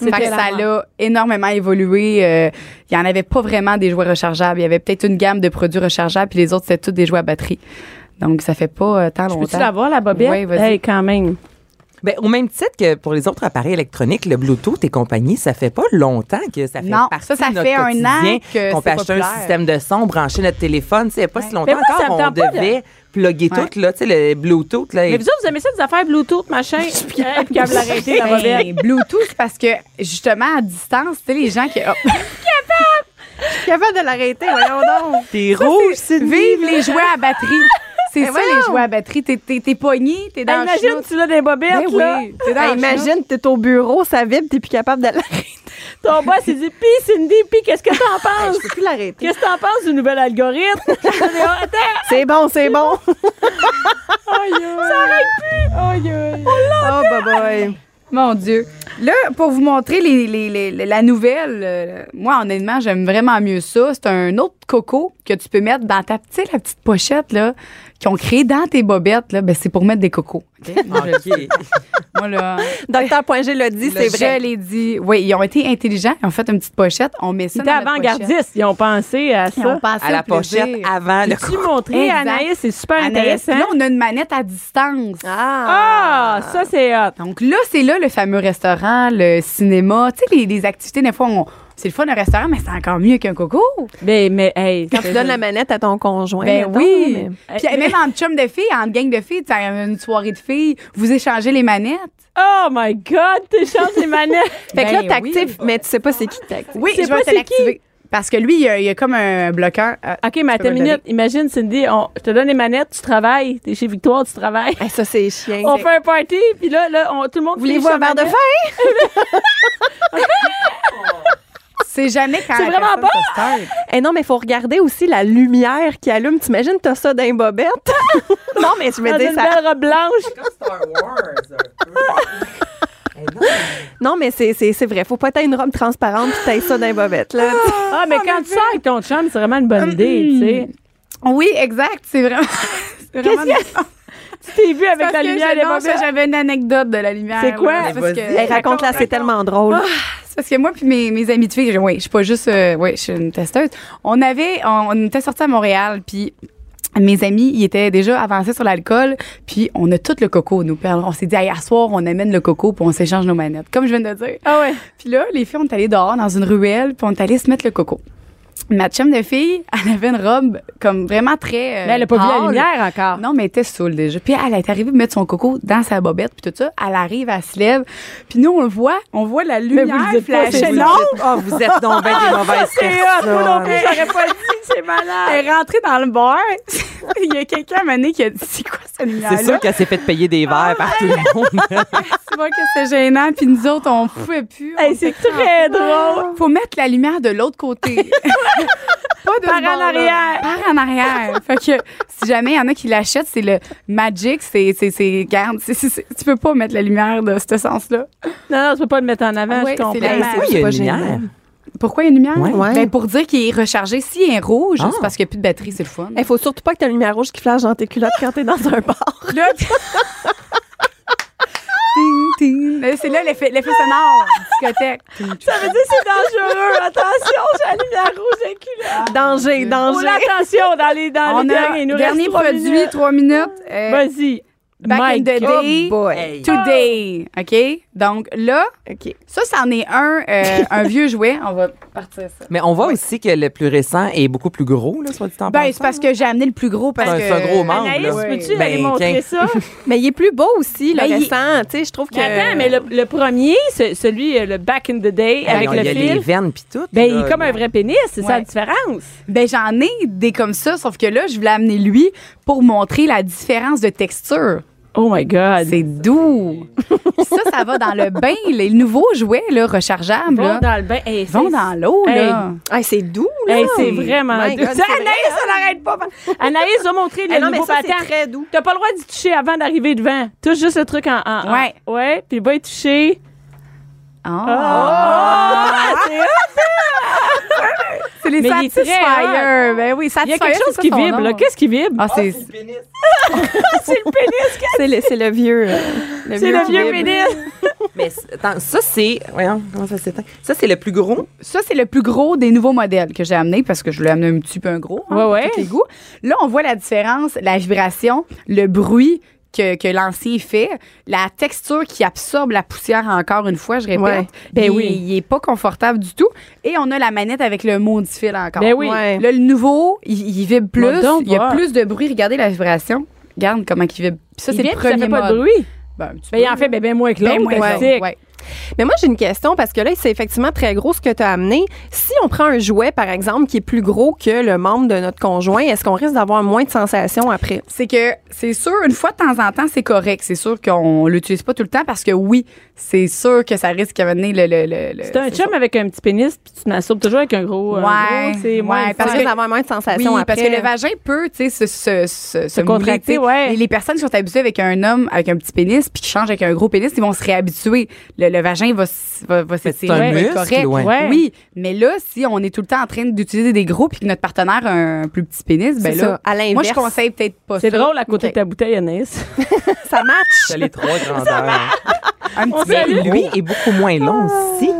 [SPEAKER 6] Fait que ça l'a énormément évolué. euh, Il n'y en avait pas vraiment des jouets rechargeables. Il y avait peut-être une gamme de produits rechargeables, puis les autres, c'était tous des jouets à batterie. Donc, ça fait pas euh, tant
[SPEAKER 1] Je Peux-tu
[SPEAKER 6] longtemps.
[SPEAKER 1] l'avoir, la bobette?
[SPEAKER 6] Ouais, vas-y.
[SPEAKER 1] Hey, quand même.
[SPEAKER 2] Ben, au même titre que pour les autres appareils électroniques, le Bluetooth et compagnie, ça fait pas longtemps que ça fait
[SPEAKER 6] Non,
[SPEAKER 2] partie
[SPEAKER 6] ça, ça
[SPEAKER 2] de notre
[SPEAKER 6] fait un
[SPEAKER 2] quotidien,
[SPEAKER 6] an que
[SPEAKER 2] qu'on peut
[SPEAKER 6] c'est
[SPEAKER 2] acheter
[SPEAKER 6] populaire.
[SPEAKER 2] un système de son, brancher notre téléphone. Tu sais, Il y a pas si longtemps
[SPEAKER 1] Mais moi, ça me
[SPEAKER 2] encore, on
[SPEAKER 1] tente pas de-
[SPEAKER 2] devait plugger
[SPEAKER 6] Ouais.
[SPEAKER 2] tout, là, tu sais, le Bluetooth. Là,
[SPEAKER 1] Mais vous autres, vous aimez ça, des affaires Bluetooth, machin? Je suis capable d'arrêter la bobette.
[SPEAKER 6] Ben, Bluetooth, parce que justement, à distance, tu sais, les gens qui. oh.
[SPEAKER 3] capable de l'arrêter, voyons donc.
[SPEAKER 2] T'es rouge, c'est
[SPEAKER 6] Vive les jouets à batterie. C'est ça, les jouets à batterie. T'es, t'es, t'es pogné, t'es dans
[SPEAKER 1] Hey,
[SPEAKER 6] le
[SPEAKER 1] imagine,
[SPEAKER 6] chenoute.
[SPEAKER 1] tu l'as des bobettes,
[SPEAKER 6] Ben oui,
[SPEAKER 1] là.
[SPEAKER 6] t'es dans le chenoute.
[SPEAKER 3] imagine, t'es au bureau, ça vibre, t'es plus capable de l'arrêter.
[SPEAKER 1] Ton boss, il dit, pis Cindy, pis qu'est-ce que t'en
[SPEAKER 6] Ben,
[SPEAKER 1] penses?
[SPEAKER 3] plus l'arrêter.
[SPEAKER 1] Qu'est-ce que t'en penses du nouvel algorithme? Ah, Attends!
[SPEAKER 3] C'est bon, c'est bon.
[SPEAKER 1] Aïe, Ça arrête plus! Aïe, aïe.
[SPEAKER 3] Oh, bye bye.
[SPEAKER 6] Mon Dieu. Là, pour vous montrer les, les- les- les- la nouvelle, euh, moi, honnêtement, j'aime vraiment mieux ça. C'est un autre coco que tu peux mettre dans ta petite, la petite pochette, là, qu'ils ont créé dans tes bobettes, là. Ben, c'est pour mettre des cocos. OK? Moi, je- moi, là,
[SPEAKER 3] Docteur G l'a dit, c'est vrai.
[SPEAKER 6] Je l'ai dit. Oui, ils ont été intelligents. Ils ont fait une petite pochette. On met ça
[SPEAKER 1] C'était
[SPEAKER 6] dans notre pochette.
[SPEAKER 1] avant-gardiste, ils ont pensé à
[SPEAKER 6] Ils ont
[SPEAKER 1] ça.
[SPEAKER 6] passé
[SPEAKER 2] à la
[SPEAKER 6] au plaisir.
[SPEAKER 2] pochette avant le
[SPEAKER 1] Tu montrais à
[SPEAKER 6] Exact.
[SPEAKER 1] Anaïs, c'est super
[SPEAKER 6] Anaïs,
[SPEAKER 1] intéressant.
[SPEAKER 6] Là, on a une manette à distance.
[SPEAKER 1] Ah, ça, c'est hot.
[SPEAKER 6] Donc là, c'est là le fameux restaurant, le cinéma. Tu sais, les, les activités, des fois, on- c'est le fun, un restaurant, mais c'est encore mieux qu'un coco.
[SPEAKER 1] Mais, mais, hey.
[SPEAKER 3] Quand tu donnes la manette à ton conjoint.
[SPEAKER 6] Ben
[SPEAKER 3] mettons,
[SPEAKER 6] oui.
[SPEAKER 3] mais-
[SPEAKER 6] Puis même en chum de filles, en gang de filles, tu as une soirée de filles, vous échangez les manettes.
[SPEAKER 1] Oh my God, t'échanges les manettes.
[SPEAKER 3] Fait que
[SPEAKER 6] Ben
[SPEAKER 3] là, t'actives, mais tu sais pas c'est qui t'active.
[SPEAKER 6] Oui,
[SPEAKER 1] sais
[SPEAKER 6] je vais
[SPEAKER 1] pas
[SPEAKER 6] te
[SPEAKER 1] c'est
[SPEAKER 6] l'activer. Parce que lui, il y a, il y a comme un bloqueur. Ah,
[SPEAKER 1] OK, mais
[SPEAKER 6] tu peux
[SPEAKER 1] attends
[SPEAKER 6] me
[SPEAKER 1] une
[SPEAKER 6] le
[SPEAKER 1] minute.
[SPEAKER 6] donner.
[SPEAKER 1] Imagine, Cindy, on, je te donne les manettes, tu travailles. T'es chez Victoire, tu travailles.
[SPEAKER 3] Hey, ça, c'est chien.
[SPEAKER 1] On fait un party, puis là, là on- tout le monde...
[SPEAKER 3] Voulez-vous un verre de
[SPEAKER 1] fer?
[SPEAKER 6] C'est jamais quand
[SPEAKER 1] C'est
[SPEAKER 6] la
[SPEAKER 1] vraiment
[SPEAKER 6] personne se start.
[SPEAKER 3] Eh non, mais il faut regarder aussi la lumière qui allume. T'imagines, t'as ça d'un bobette? non, mais je me
[SPEAKER 1] Dans
[SPEAKER 3] dis
[SPEAKER 1] une
[SPEAKER 3] ça.
[SPEAKER 1] belle robe blanche.
[SPEAKER 2] Star Eh
[SPEAKER 3] Non, mais c'est, c'est, c'est vrai. Faut pas t'aies une robe transparente pis t'aies ça d'un bobette, là.
[SPEAKER 1] Ah, mais quand tu sors avec ton chum, c'est vraiment une bonne idée, tu sais.
[SPEAKER 6] Oui, exact. C'est vraiment. c'est vraiment
[SPEAKER 1] Tu t'es vu avec
[SPEAKER 6] Parce
[SPEAKER 1] la
[SPEAKER 6] que
[SPEAKER 1] lumière
[SPEAKER 6] j'ai-
[SPEAKER 1] des
[SPEAKER 6] non, ça,
[SPEAKER 1] bobettes.
[SPEAKER 6] j'avais une anecdote de la lumière.
[SPEAKER 1] C'est quoi?
[SPEAKER 6] oui, parce que-
[SPEAKER 2] Vas-y.
[SPEAKER 3] Hey, raconte-la, c'est tellement drôle.
[SPEAKER 6] C'est parce que moi puis mes, mes amis de filles, je- oui, je suis pas juste, euh, oui, je suis une testeuse. On avait, on, on était sortis à Montréal, puis mes amis, ils étaient déjà avancés sur l'alcool, puis on a tout le coco, nous. Puis On s'est dit, hey, à soir, on amène le coco, puis on s'échange nos manettes, comme je viens de dire.
[SPEAKER 1] Ah ouais.
[SPEAKER 6] Puis là, les filles, on est allées dehors dans une ruelle, puis on est allées se mettre le coco. Ma chum de fille, elle avait une robe comme vraiment très. euh,
[SPEAKER 1] Mais elle a pas vu la
[SPEAKER 6] pâle.
[SPEAKER 1] lumière encore.
[SPEAKER 6] Non, mais elle était saoule déjà. Puis elle est arrivée de mettre son coco dans sa bobette, puis tout ça. Elle arrive, elle se lève. Puis nous, on le voit, on voit la lumière
[SPEAKER 1] vous le dites pas,
[SPEAKER 6] flasher.
[SPEAKER 1] c'est
[SPEAKER 6] Ah, Non,
[SPEAKER 2] Oh, vous êtes donc ben des mauvaises personnes.
[SPEAKER 1] j'aurais pas dit, c'est malade.
[SPEAKER 6] Ah, elle est rentrée dans le bar. Il y a quelqu'un à un moment donné qui a dit C'est quoi cette
[SPEAKER 2] C'est sûr
[SPEAKER 6] lumière-là?
[SPEAKER 2] qu'elle s'est fait payer des verres par tout
[SPEAKER 6] Ah,
[SPEAKER 2] le monde.
[SPEAKER 6] C'est vrai que c'est gênant. Puis nous autres, on pouvait plus. on
[SPEAKER 1] Hey, c'est
[SPEAKER 6] était
[SPEAKER 1] très
[SPEAKER 6] crampés.
[SPEAKER 1] drôle.
[SPEAKER 6] Faut mettre la lumière de l'autre côté. Pas de
[SPEAKER 1] Par
[SPEAKER 6] ce bord-là.
[SPEAKER 1] en arrière.
[SPEAKER 6] Par en arrière. fait que si jamais il y en a qui l'achètent, c'est le Magic. C'est, c'est, c'est, garde, c'est- c'est- c'est- tu peux pas mettre la lumière de ce sens-là.
[SPEAKER 1] Non, non, tu peux pas le mettre en avant,
[SPEAKER 6] Ah ouais,
[SPEAKER 1] je comprends.
[SPEAKER 6] c'est la-
[SPEAKER 3] Hey,
[SPEAKER 2] Pourquoi il y a
[SPEAKER 3] pas
[SPEAKER 2] une
[SPEAKER 3] gênant.
[SPEAKER 2] lumière?
[SPEAKER 6] Pourquoi il y a une lumière?
[SPEAKER 2] Ouais.
[SPEAKER 3] Ouais.
[SPEAKER 6] Ben, pour dire qu'il est rechargé. S'il est rouge,
[SPEAKER 2] Ah.
[SPEAKER 6] c'est parce qu'il n'y a plus de batterie, c'est le fun.
[SPEAKER 3] Il faut surtout pas que t'aies une lumière rouge qui flash dans tes culottes quand t'es dans un bar.
[SPEAKER 6] Là, tu- Ting, ting. Là, C'est là l'effet, l'effet sonore, discothèque.
[SPEAKER 1] Ça veut dire que c'est dangereux. Attention, j'ai la lumière rouge inculaire.
[SPEAKER 3] Danger,
[SPEAKER 1] Faut
[SPEAKER 3] danger.
[SPEAKER 1] l'attention dans les, dans
[SPEAKER 6] On
[SPEAKER 1] les
[SPEAKER 6] a
[SPEAKER 1] derniers. Il nous
[SPEAKER 6] Ah, dernier
[SPEAKER 1] reste trois
[SPEAKER 6] produit,
[SPEAKER 1] minutes.
[SPEAKER 6] trois minutes. euh,
[SPEAKER 1] Vas-y.
[SPEAKER 6] back in
[SPEAKER 1] Mike.
[SPEAKER 6] the day, today. OK? Donc là,
[SPEAKER 3] OK.
[SPEAKER 6] ça, c'en est un, euh, un vieux jouet. On va partir ça.
[SPEAKER 2] Mais on voit aussi que le plus récent est beaucoup plus gros, là, soit dit en
[SPEAKER 6] Ben,
[SPEAKER 2] passant.
[SPEAKER 6] c'est parce que j'ai amené le plus gros. parce
[SPEAKER 2] C'est un-
[SPEAKER 6] que...
[SPEAKER 2] c'est un gros membre.
[SPEAKER 1] Anaïs,
[SPEAKER 2] là.
[SPEAKER 1] peux-tu
[SPEAKER 2] Ben,
[SPEAKER 1] aller montrer
[SPEAKER 2] quinze.
[SPEAKER 1] ça?
[SPEAKER 3] Mais il est plus beau aussi, le
[SPEAKER 1] Ben, il-
[SPEAKER 3] récent. Tu sais, je trouve que.
[SPEAKER 1] Mais attends, mais le, le premier, ce- celui, euh, le back in the day,
[SPEAKER 2] Ben,
[SPEAKER 1] avec
[SPEAKER 2] il
[SPEAKER 1] le
[SPEAKER 2] y a les
[SPEAKER 1] fil,
[SPEAKER 2] veines puis tout.
[SPEAKER 1] ben, il
[SPEAKER 2] là.
[SPEAKER 1] est comme un vrai pénis, c'est ça
[SPEAKER 6] Ouais.
[SPEAKER 1] la différence.
[SPEAKER 6] Ben j'en ai des comme ça, sauf que là, je voulais amener lui pour montrer la différence de texture.
[SPEAKER 1] Oh my God.
[SPEAKER 6] C'est doux. ça, ça va dans le bain. Les nouveaux jouets là, rechargeables
[SPEAKER 1] Vont
[SPEAKER 6] là,
[SPEAKER 1] dans le bain. Hey,
[SPEAKER 6] ils vont
[SPEAKER 1] c'est-
[SPEAKER 6] dans l'eau. là.
[SPEAKER 3] Ah, c'est doux, là.
[SPEAKER 1] Hey, c'est vraiment
[SPEAKER 3] Oh My
[SPEAKER 1] doux.
[SPEAKER 3] God,
[SPEAKER 1] Ça,
[SPEAKER 3] c'est vrai.
[SPEAKER 1] Anaïs, on n'arrête pas. Anaïse a montré le
[SPEAKER 3] Eh non, mais
[SPEAKER 1] nouveau
[SPEAKER 3] ça, c'est
[SPEAKER 1] patent.
[SPEAKER 3] très doux.
[SPEAKER 1] T'as pas le droit d'y toucher avant d'arriver devant. Touche juste le truc en. en- en-
[SPEAKER 6] Ouais.
[SPEAKER 1] Ouais, puis va y toucher.
[SPEAKER 6] Ah.
[SPEAKER 1] c'est hot!
[SPEAKER 6] C'est les
[SPEAKER 1] Mais il est très
[SPEAKER 6] Satisfyer. Ben oui,
[SPEAKER 1] Il y
[SPEAKER 6] Satisfyer.
[SPEAKER 1] a quelque
[SPEAKER 6] c'est
[SPEAKER 1] chose
[SPEAKER 6] ça
[SPEAKER 1] qui
[SPEAKER 6] son
[SPEAKER 1] vibre,
[SPEAKER 6] nom.
[SPEAKER 1] là. Qu'est-ce qui vibre?
[SPEAKER 6] Ah, c'est
[SPEAKER 1] c'est le pénis.
[SPEAKER 3] C'est le, c'est le vieux. euh, le
[SPEAKER 1] C'est le
[SPEAKER 3] qui
[SPEAKER 1] vieux
[SPEAKER 3] vibre.
[SPEAKER 1] pénis.
[SPEAKER 2] Mais c'est- attends, ça, c'est. Voyons, comment ça s'éteint? Ça, c'est le plus gros.
[SPEAKER 6] ça c'est le plus gros des nouveaux modèles que j'ai amené parce que je voulais amener un petit peu un gros hein,
[SPEAKER 1] Ouais,
[SPEAKER 6] pour
[SPEAKER 1] ouais.
[SPEAKER 6] tous les goûts. Là, on voit la différence, la vibration, le bruit que, que l'ancien fait, la texture qui absorbe la poussière encore une fois, je répète.
[SPEAKER 3] Ouais.
[SPEAKER 6] Ben
[SPEAKER 1] Ben
[SPEAKER 6] il,
[SPEAKER 1] oui.
[SPEAKER 6] il est pas confortable du tout et on a la manette avec le maudit fil encore.
[SPEAKER 1] Ben oui.
[SPEAKER 3] Ouais.
[SPEAKER 6] Là, le nouveau, il, il vibre plus,
[SPEAKER 1] Bon, donc,
[SPEAKER 6] il y a
[SPEAKER 1] ouais.
[SPEAKER 6] plus de bruit, regardez la vibration. Regarde comment il vibre. Puis ça
[SPEAKER 1] Il
[SPEAKER 6] c'est le
[SPEAKER 1] vibre, ça
[SPEAKER 6] premier
[SPEAKER 1] fait pas de
[SPEAKER 6] mode.
[SPEAKER 1] bruit.
[SPEAKER 6] Ben, un petit
[SPEAKER 1] Ben, il
[SPEAKER 6] peu,
[SPEAKER 1] en fait ben, ben moins que
[SPEAKER 6] ben,
[SPEAKER 1] l'autre.
[SPEAKER 6] moins,
[SPEAKER 1] c'est
[SPEAKER 6] ouais,
[SPEAKER 1] stick.
[SPEAKER 6] ouais.
[SPEAKER 3] Mais moi, j'ai une question parce que là, c'est effectivement très gros ce que tu as amené. Si on prend un jouet, par exemple, qui est plus gros que le membre de notre conjoint, est-ce qu'on risque d'avoir moins de sensations après?
[SPEAKER 6] c'est que c'est sûr, une fois de temps en temps, c'est correct. C'est sûr qu'on l'utilise pas tout le temps parce que oui, c'est sûr que ça risque d'amener le. le, le, le-
[SPEAKER 1] C'est un
[SPEAKER 6] Euh, c'est
[SPEAKER 1] chum
[SPEAKER 6] sûr.
[SPEAKER 1] avec un petit pénis, puis tu te masturbes toujours avec un gros. un
[SPEAKER 6] Ouais,
[SPEAKER 1] gros, c'est moins
[SPEAKER 6] ouais,
[SPEAKER 1] le
[SPEAKER 6] parce
[SPEAKER 3] Parce
[SPEAKER 1] fun.
[SPEAKER 6] que-
[SPEAKER 3] que d'avoir moins de
[SPEAKER 6] Oui,
[SPEAKER 3] sensations après.
[SPEAKER 6] parce que le vagin peut, tu sais, se, se, se, se mouler,
[SPEAKER 1] contracter,
[SPEAKER 6] tu sais.
[SPEAKER 1] ouais.
[SPEAKER 6] Les, les personnes qui sont habituées avec un homme, avec un petit pénis, puis qui changent avec un gros pénis, ils vont se réhabituer. Le, le vagin va, s- va, va s'étirer.
[SPEAKER 2] un
[SPEAKER 6] va être
[SPEAKER 2] muscle,
[SPEAKER 6] correct.
[SPEAKER 2] ouais.
[SPEAKER 1] Ouais.
[SPEAKER 6] Oui, mais là, si on est tout le temps en train d'utiliser des gros puis que notre partenaire a un plus petit pénis, ben
[SPEAKER 3] C'est
[SPEAKER 6] là,
[SPEAKER 3] ça, à
[SPEAKER 6] moi, je
[SPEAKER 3] l'inverse.
[SPEAKER 6] conseille peut-être pas
[SPEAKER 1] C'est
[SPEAKER 6] ça.
[SPEAKER 1] drôle à côté
[SPEAKER 3] Ok.
[SPEAKER 1] de ta bouteille, Anaïs.
[SPEAKER 3] ça match.
[SPEAKER 2] T'as les trois grandeurs.
[SPEAKER 6] Un petit
[SPEAKER 2] Mais
[SPEAKER 6] peu
[SPEAKER 2] lui est beaucoup moins long
[SPEAKER 1] Ah,
[SPEAKER 2] aussi.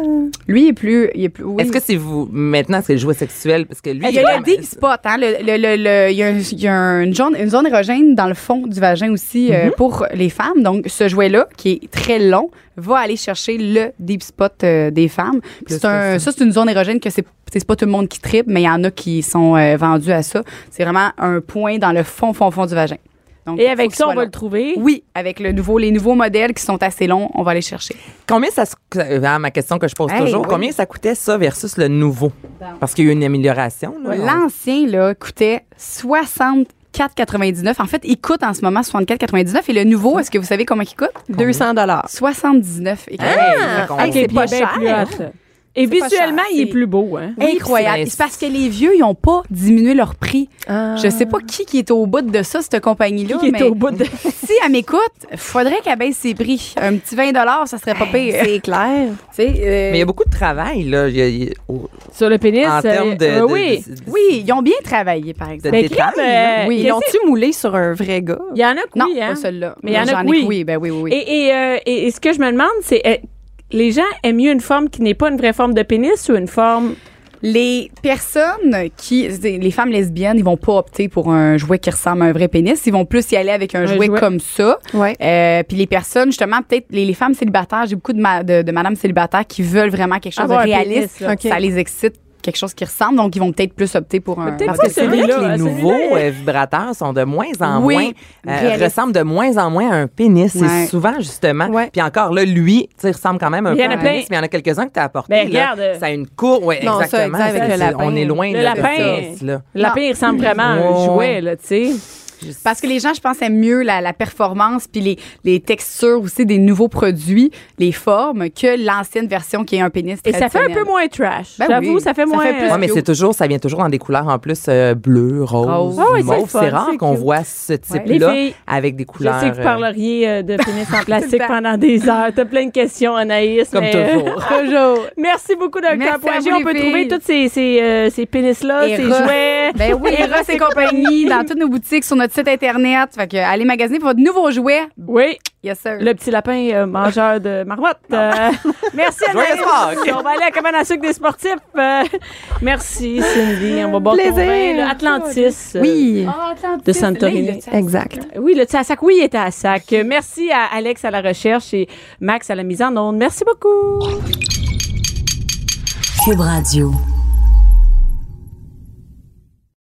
[SPEAKER 6] Lui, il est plus... Il est plus oui.
[SPEAKER 2] Est-ce que c'est vous. Maintenant, c'est le jouet sexuel? Parce que lui.
[SPEAKER 6] Il y a le
[SPEAKER 2] vraiment-
[SPEAKER 6] deep spot, hein, le- le- le- le- il y a, un- il y a une, zone, une zone érogène dans le fond du vagin aussi
[SPEAKER 1] Mhm.
[SPEAKER 6] euh, pour les femmes. Donc, ce jouet-là, qui est très long, va aller chercher le deep spot euh, des femmes. Puis
[SPEAKER 2] Plus
[SPEAKER 6] C'est un,
[SPEAKER 2] que
[SPEAKER 6] ça, c'est une zone érogène que c'est c'est pas tout le monde qui tripe, mais il y en a qui sont euh, vendus à ça. C'est vraiment un point dans le fond, fond, fond du vagin. Donc,
[SPEAKER 1] Et
[SPEAKER 6] faut
[SPEAKER 1] avec
[SPEAKER 6] qu'il
[SPEAKER 1] ça, on
[SPEAKER 6] soit
[SPEAKER 1] va
[SPEAKER 6] long.
[SPEAKER 1] le trouver.
[SPEAKER 6] Oui, avec le nouveau, les nouveaux modèles qui sont assez longs, on va les chercher.
[SPEAKER 2] Combien ça se- ah, ma question que je pose
[SPEAKER 6] Hey,
[SPEAKER 2] toujours,
[SPEAKER 6] oui.
[SPEAKER 2] combien ça coûtait ça versus le nouveau? Parce qu'il y a eu une amélioration. Là,
[SPEAKER 6] L'ancien, là, coûtait 64,99. En fait, il coûte en ce moment 64,99. Et le nouveau, est-ce que vous savez comment il coûte?
[SPEAKER 3] 200
[SPEAKER 1] Ah.
[SPEAKER 3] dollars. Ah!
[SPEAKER 6] 79. Et
[SPEAKER 1] Hein?
[SPEAKER 2] Hey, fait qu'on-
[SPEAKER 1] Hey,
[SPEAKER 3] c'est
[SPEAKER 1] c'est
[SPEAKER 3] pas
[SPEAKER 1] bien
[SPEAKER 3] cher.
[SPEAKER 1] plus hot, là. Et
[SPEAKER 6] C'est pas
[SPEAKER 1] visuellement,
[SPEAKER 6] cher,
[SPEAKER 1] il est
[SPEAKER 6] c'est-
[SPEAKER 1] plus beau. Hein?
[SPEAKER 2] Oui,
[SPEAKER 6] Incroyable.
[SPEAKER 2] puis c'est-
[SPEAKER 6] C'est parce que les vieux, ils n'ont pas diminué leur prix. Je
[SPEAKER 3] Je
[SPEAKER 6] sais pas qui, qui est au bout de ça, cette compagnie-là,
[SPEAKER 1] Ah. Qui
[SPEAKER 6] mais
[SPEAKER 1] est au bout de...
[SPEAKER 6] si elle m'écoute, faudrait qu'elle baisse ses prix. Un petit 20 ça serait pas pire.
[SPEAKER 3] C'est clair.
[SPEAKER 6] Tu sais,
[SPEAKER 2] Mais
[SPEAKER 6] euh,
[SPEAKER 2] il y a beaucoup de travail, là. il y a- il y a- au-
[SPEAKER 1] Sur le pénis.
[SPEAKER 2] en
[SPEAKER 1] euh,
[SPEAKER 2] termes de,
[SPEAKER 1] euh,
[SPEAKER 2] de-
[SPEAKER 1] oui.
[SPEAKER 2] de- de-
[SPEAKER 6] Oui, ils ont bien travaillé, par exemple.
[SPEAKER 2] de
[SPEAKER 1] Mais
[SPEAKER 2] détails,
[SPEAKER 1] crème,
[SPEAKER 2] là.
[SPEAKER 1] euh,
[SPEAKER 6] Oui.
[SPEAKER 3] Ils l'ont-tu moulé sur un vrai gars?
[SPEAKER 1] Il y en a que
[SPEAKER 6] Non,
[SPEAKER 1] oui, hein?
[SPEAKER 6] pas celle-là.
[SPEAKER 1] Mais il y en a
[SPEAKER 6] J'en
[SPEAKER 1] que
[SPEAKER 6] ai
[SPEAKER 1] oui.
[SPEAKER 6] oui. Ben oui, oui, oui.
[SPEAKER 1] Et, et, euh, et- et ce que je me demande, c'est euh, les gens aiment mieux une forme qui n'est pas une vraie forme de pénis ou une forme.
[SPEAKER 6] Les personnes qui, c'est- les femmes lesbiennes, ils vont pas opter pour un jouet qui ressemble à un vrai pénis. Ils vont plus y aller avec un,
[SPEAKER 1] Un
[SPEAKER 6] jouet,
[SPEAKER 1] jouet.
[SPEAKER 6] comme ça.
[SPEAKER 3] Ouais.
[SPEAKER 6] Euh, puis les personnes, justement, peut-être les, les femmes célibataires, j'ai beaucoup de, ma- de, de madames célibataires qui veulent vraiment quelque chose
[SPEAKER 1] Avoir un
[SPEAKER 6] de réaliste.
[SPEAKER 1] pénis, là.
[SPEAKER 3] Ok.
[SPEAKER 6] Ça les excite quelque chose qui ressemble, donc ils vont peut-être plus opter pour un.
[SPEAKER 1] Peut-être
[SPEAKER 6] parce
[SPEAKER 1] pas
[SPEAKER 6] que
[SPEAKER 2] C'est vrai que
[SPEAKER 1] Celui-là,
[SPEAKER 2] les
[SPEAKER 1] celui-là
[SPEAKER 2] nouveaux
[SPEAKER 1] est-
[SPEAKER 2] euh, vibrateurs sont de moins en
[SPEAKER 6] Oui,
[SPEAKER 2] moins, euh,
[SPEAKER 6] réalistes.
[SPEAKER 2] ressemblent de moins en moins à un pénis.
[SPEAKER 6] Ouais.
[SPEAKER 2] C'est souvent, justement.
[SPEAKER 3] Ouais.
[SPEAKER 2] Puis encore, là, lui, tu sais, il ressemble quand même un
[SPEAKER 1] Il
[SPEAKER 2] peu
[SPEAKER 1] y
[SPEAKER 2] à
[SPEAKER 1] en a
[SPEAKER 2] un
[SPEAKER 1] plein.
[SPEAKER 2] pénis, mais il y en a quelques-uns que tu as apporté.
[SPEAKER 1] Ben,
[SPEAKER 2] là.
[SPEAKER 1] regarde.
[SPEAKER 2] Ça a une courbe. Oui,
[SPEAKER 3] Non, ça,
[SPEAKER 2] exactement.
[SPEAKER 3] exact, avec
[SPEAKER 2] Ça,
[SPEAKER 3] le
[SPEAKER 2] c'est-
[SPEAKER 3] lapin.
[SPEAKER 2] On est loin
[SPEAKER 1] Le
[SPEAKER 2] là, de
[SPEAKER 1] lapin.
[SPEAKER 2] ça. Là.
[SPEAKER 1] Le lapin, il ressemble vraiment à un
[SPEAKER 2] Ouais,
[SPEAKER 1] jouet,
[SPEAKER 2] ouais.
[SPEAKER 1] là, tu sais.
[SPEAKER 6] Parce que les gens, je pense, aiment mieux la, la performance puis les, les textures aussi des nouveaux produits, les formes, que l'ancienne version qui est un pénis
[SPEAKER 1] Et ça fait un
[SPEAKER 6] traditionnel.
[SPEAKER 1] peu moins trash.
[SPEAKER 6] Ben
[SPEAKER 1] J'avoue,
[SPEAKER 6] oui.
[SPEAKER 1] ça fait
[SPEAKER 6] Ça
[SPEAKER 1] moins.
[SPEAKER 6] fait plus-
[SPEAKER 1] euh,
[SPEAKER 2] Ouais, mais c'est toujours, ça vient toujours dans des couleurs en plus euh, bleu, rose,
[SPEAKER 6] Rose. Ah
[SPEAKER 1] oui, c'est le
[SPEAKER 2] mauve.
[SPEAKER 1] fun,
[SPEAKER 2] C'est rare
[SPEAKER 1] c'est
[SPEAKER 2] qu'on
[SPEAKER 1] cute.
[SPEAKER 2] voit ce
[SPEAKER 1] Les
[SPEAKER 2] type-là
[SPEAKER 1] filles,
[SPEAKER 2] avec des
[SPEAKER 1] je
[SPEAKER 2] couleurs.
[SPEAKER 1] sais que vous
[SPEAKER 2] euh,
[SPEAKER 1] parleriez euh, de pénis en plastique
[SPEAKER 6] temps.
[SPEAKER 1] pendant des heures. T'as plein de questions, Anaïs.
[SPEAKER 2] Comme
[SPEAKER 1] mais, euh,
[SPEAKER 2] toujours.
[SPEAKER 1] toujours. Merci beaucoup, Docteur
[SPEAKER 6] Merci à
[SPEAKER 1] Poirier.
[SPEAKER 6] vous,
[SPEAKER 1] On peut
[SPEAKER 6] les
[SPEAKER 1] trouver
[SPEAKER 6] filles.
[SPEAKER 1] tous ces, ces, euh, ces pénis-là,
[SPEAKER 6] Et
[SPEAKER 1] ces
[SPEAKER 6] re-
[SPEAKER 1] jouets.
[SPEAKER 6] Ben oui,
[SPEAKER 1] Et
[SPEAKER 6] Ross et compagnie, dans toutes nos boutiques, sur notre site Internet. Fait que allez magasiner pour votre nouveau jouet.
[SPEAKER 1] Oui,
[SPEAKER 6] Yes, sir.
[SPEAKER 1] le petit lapin euh, mangeur de marmotte. Euh, merci, Anaïs.
[SPEAKER 2] Joyeuse Pâques.
[SPEAKER 1] On va aller à la cabane à sucre des sportifs. Euh, merci, Cindy. On va boire ton
[SPEAKER 3] Plaisir.
[SPEAKER 1] vin. Le Atlantis. euh,
[SPEAKER 3] Oui.
[SPEAKER 1] De Santorini.
[SPEAKER 3] Exact.
[SPEAKER 1] Oui, le petit à sac. Oui, il était à sac. Euh, Merci à Alex à la recherche et Max à la mise en onde. Merci beaucoup.
[SPEAKER 5] Cube Radio.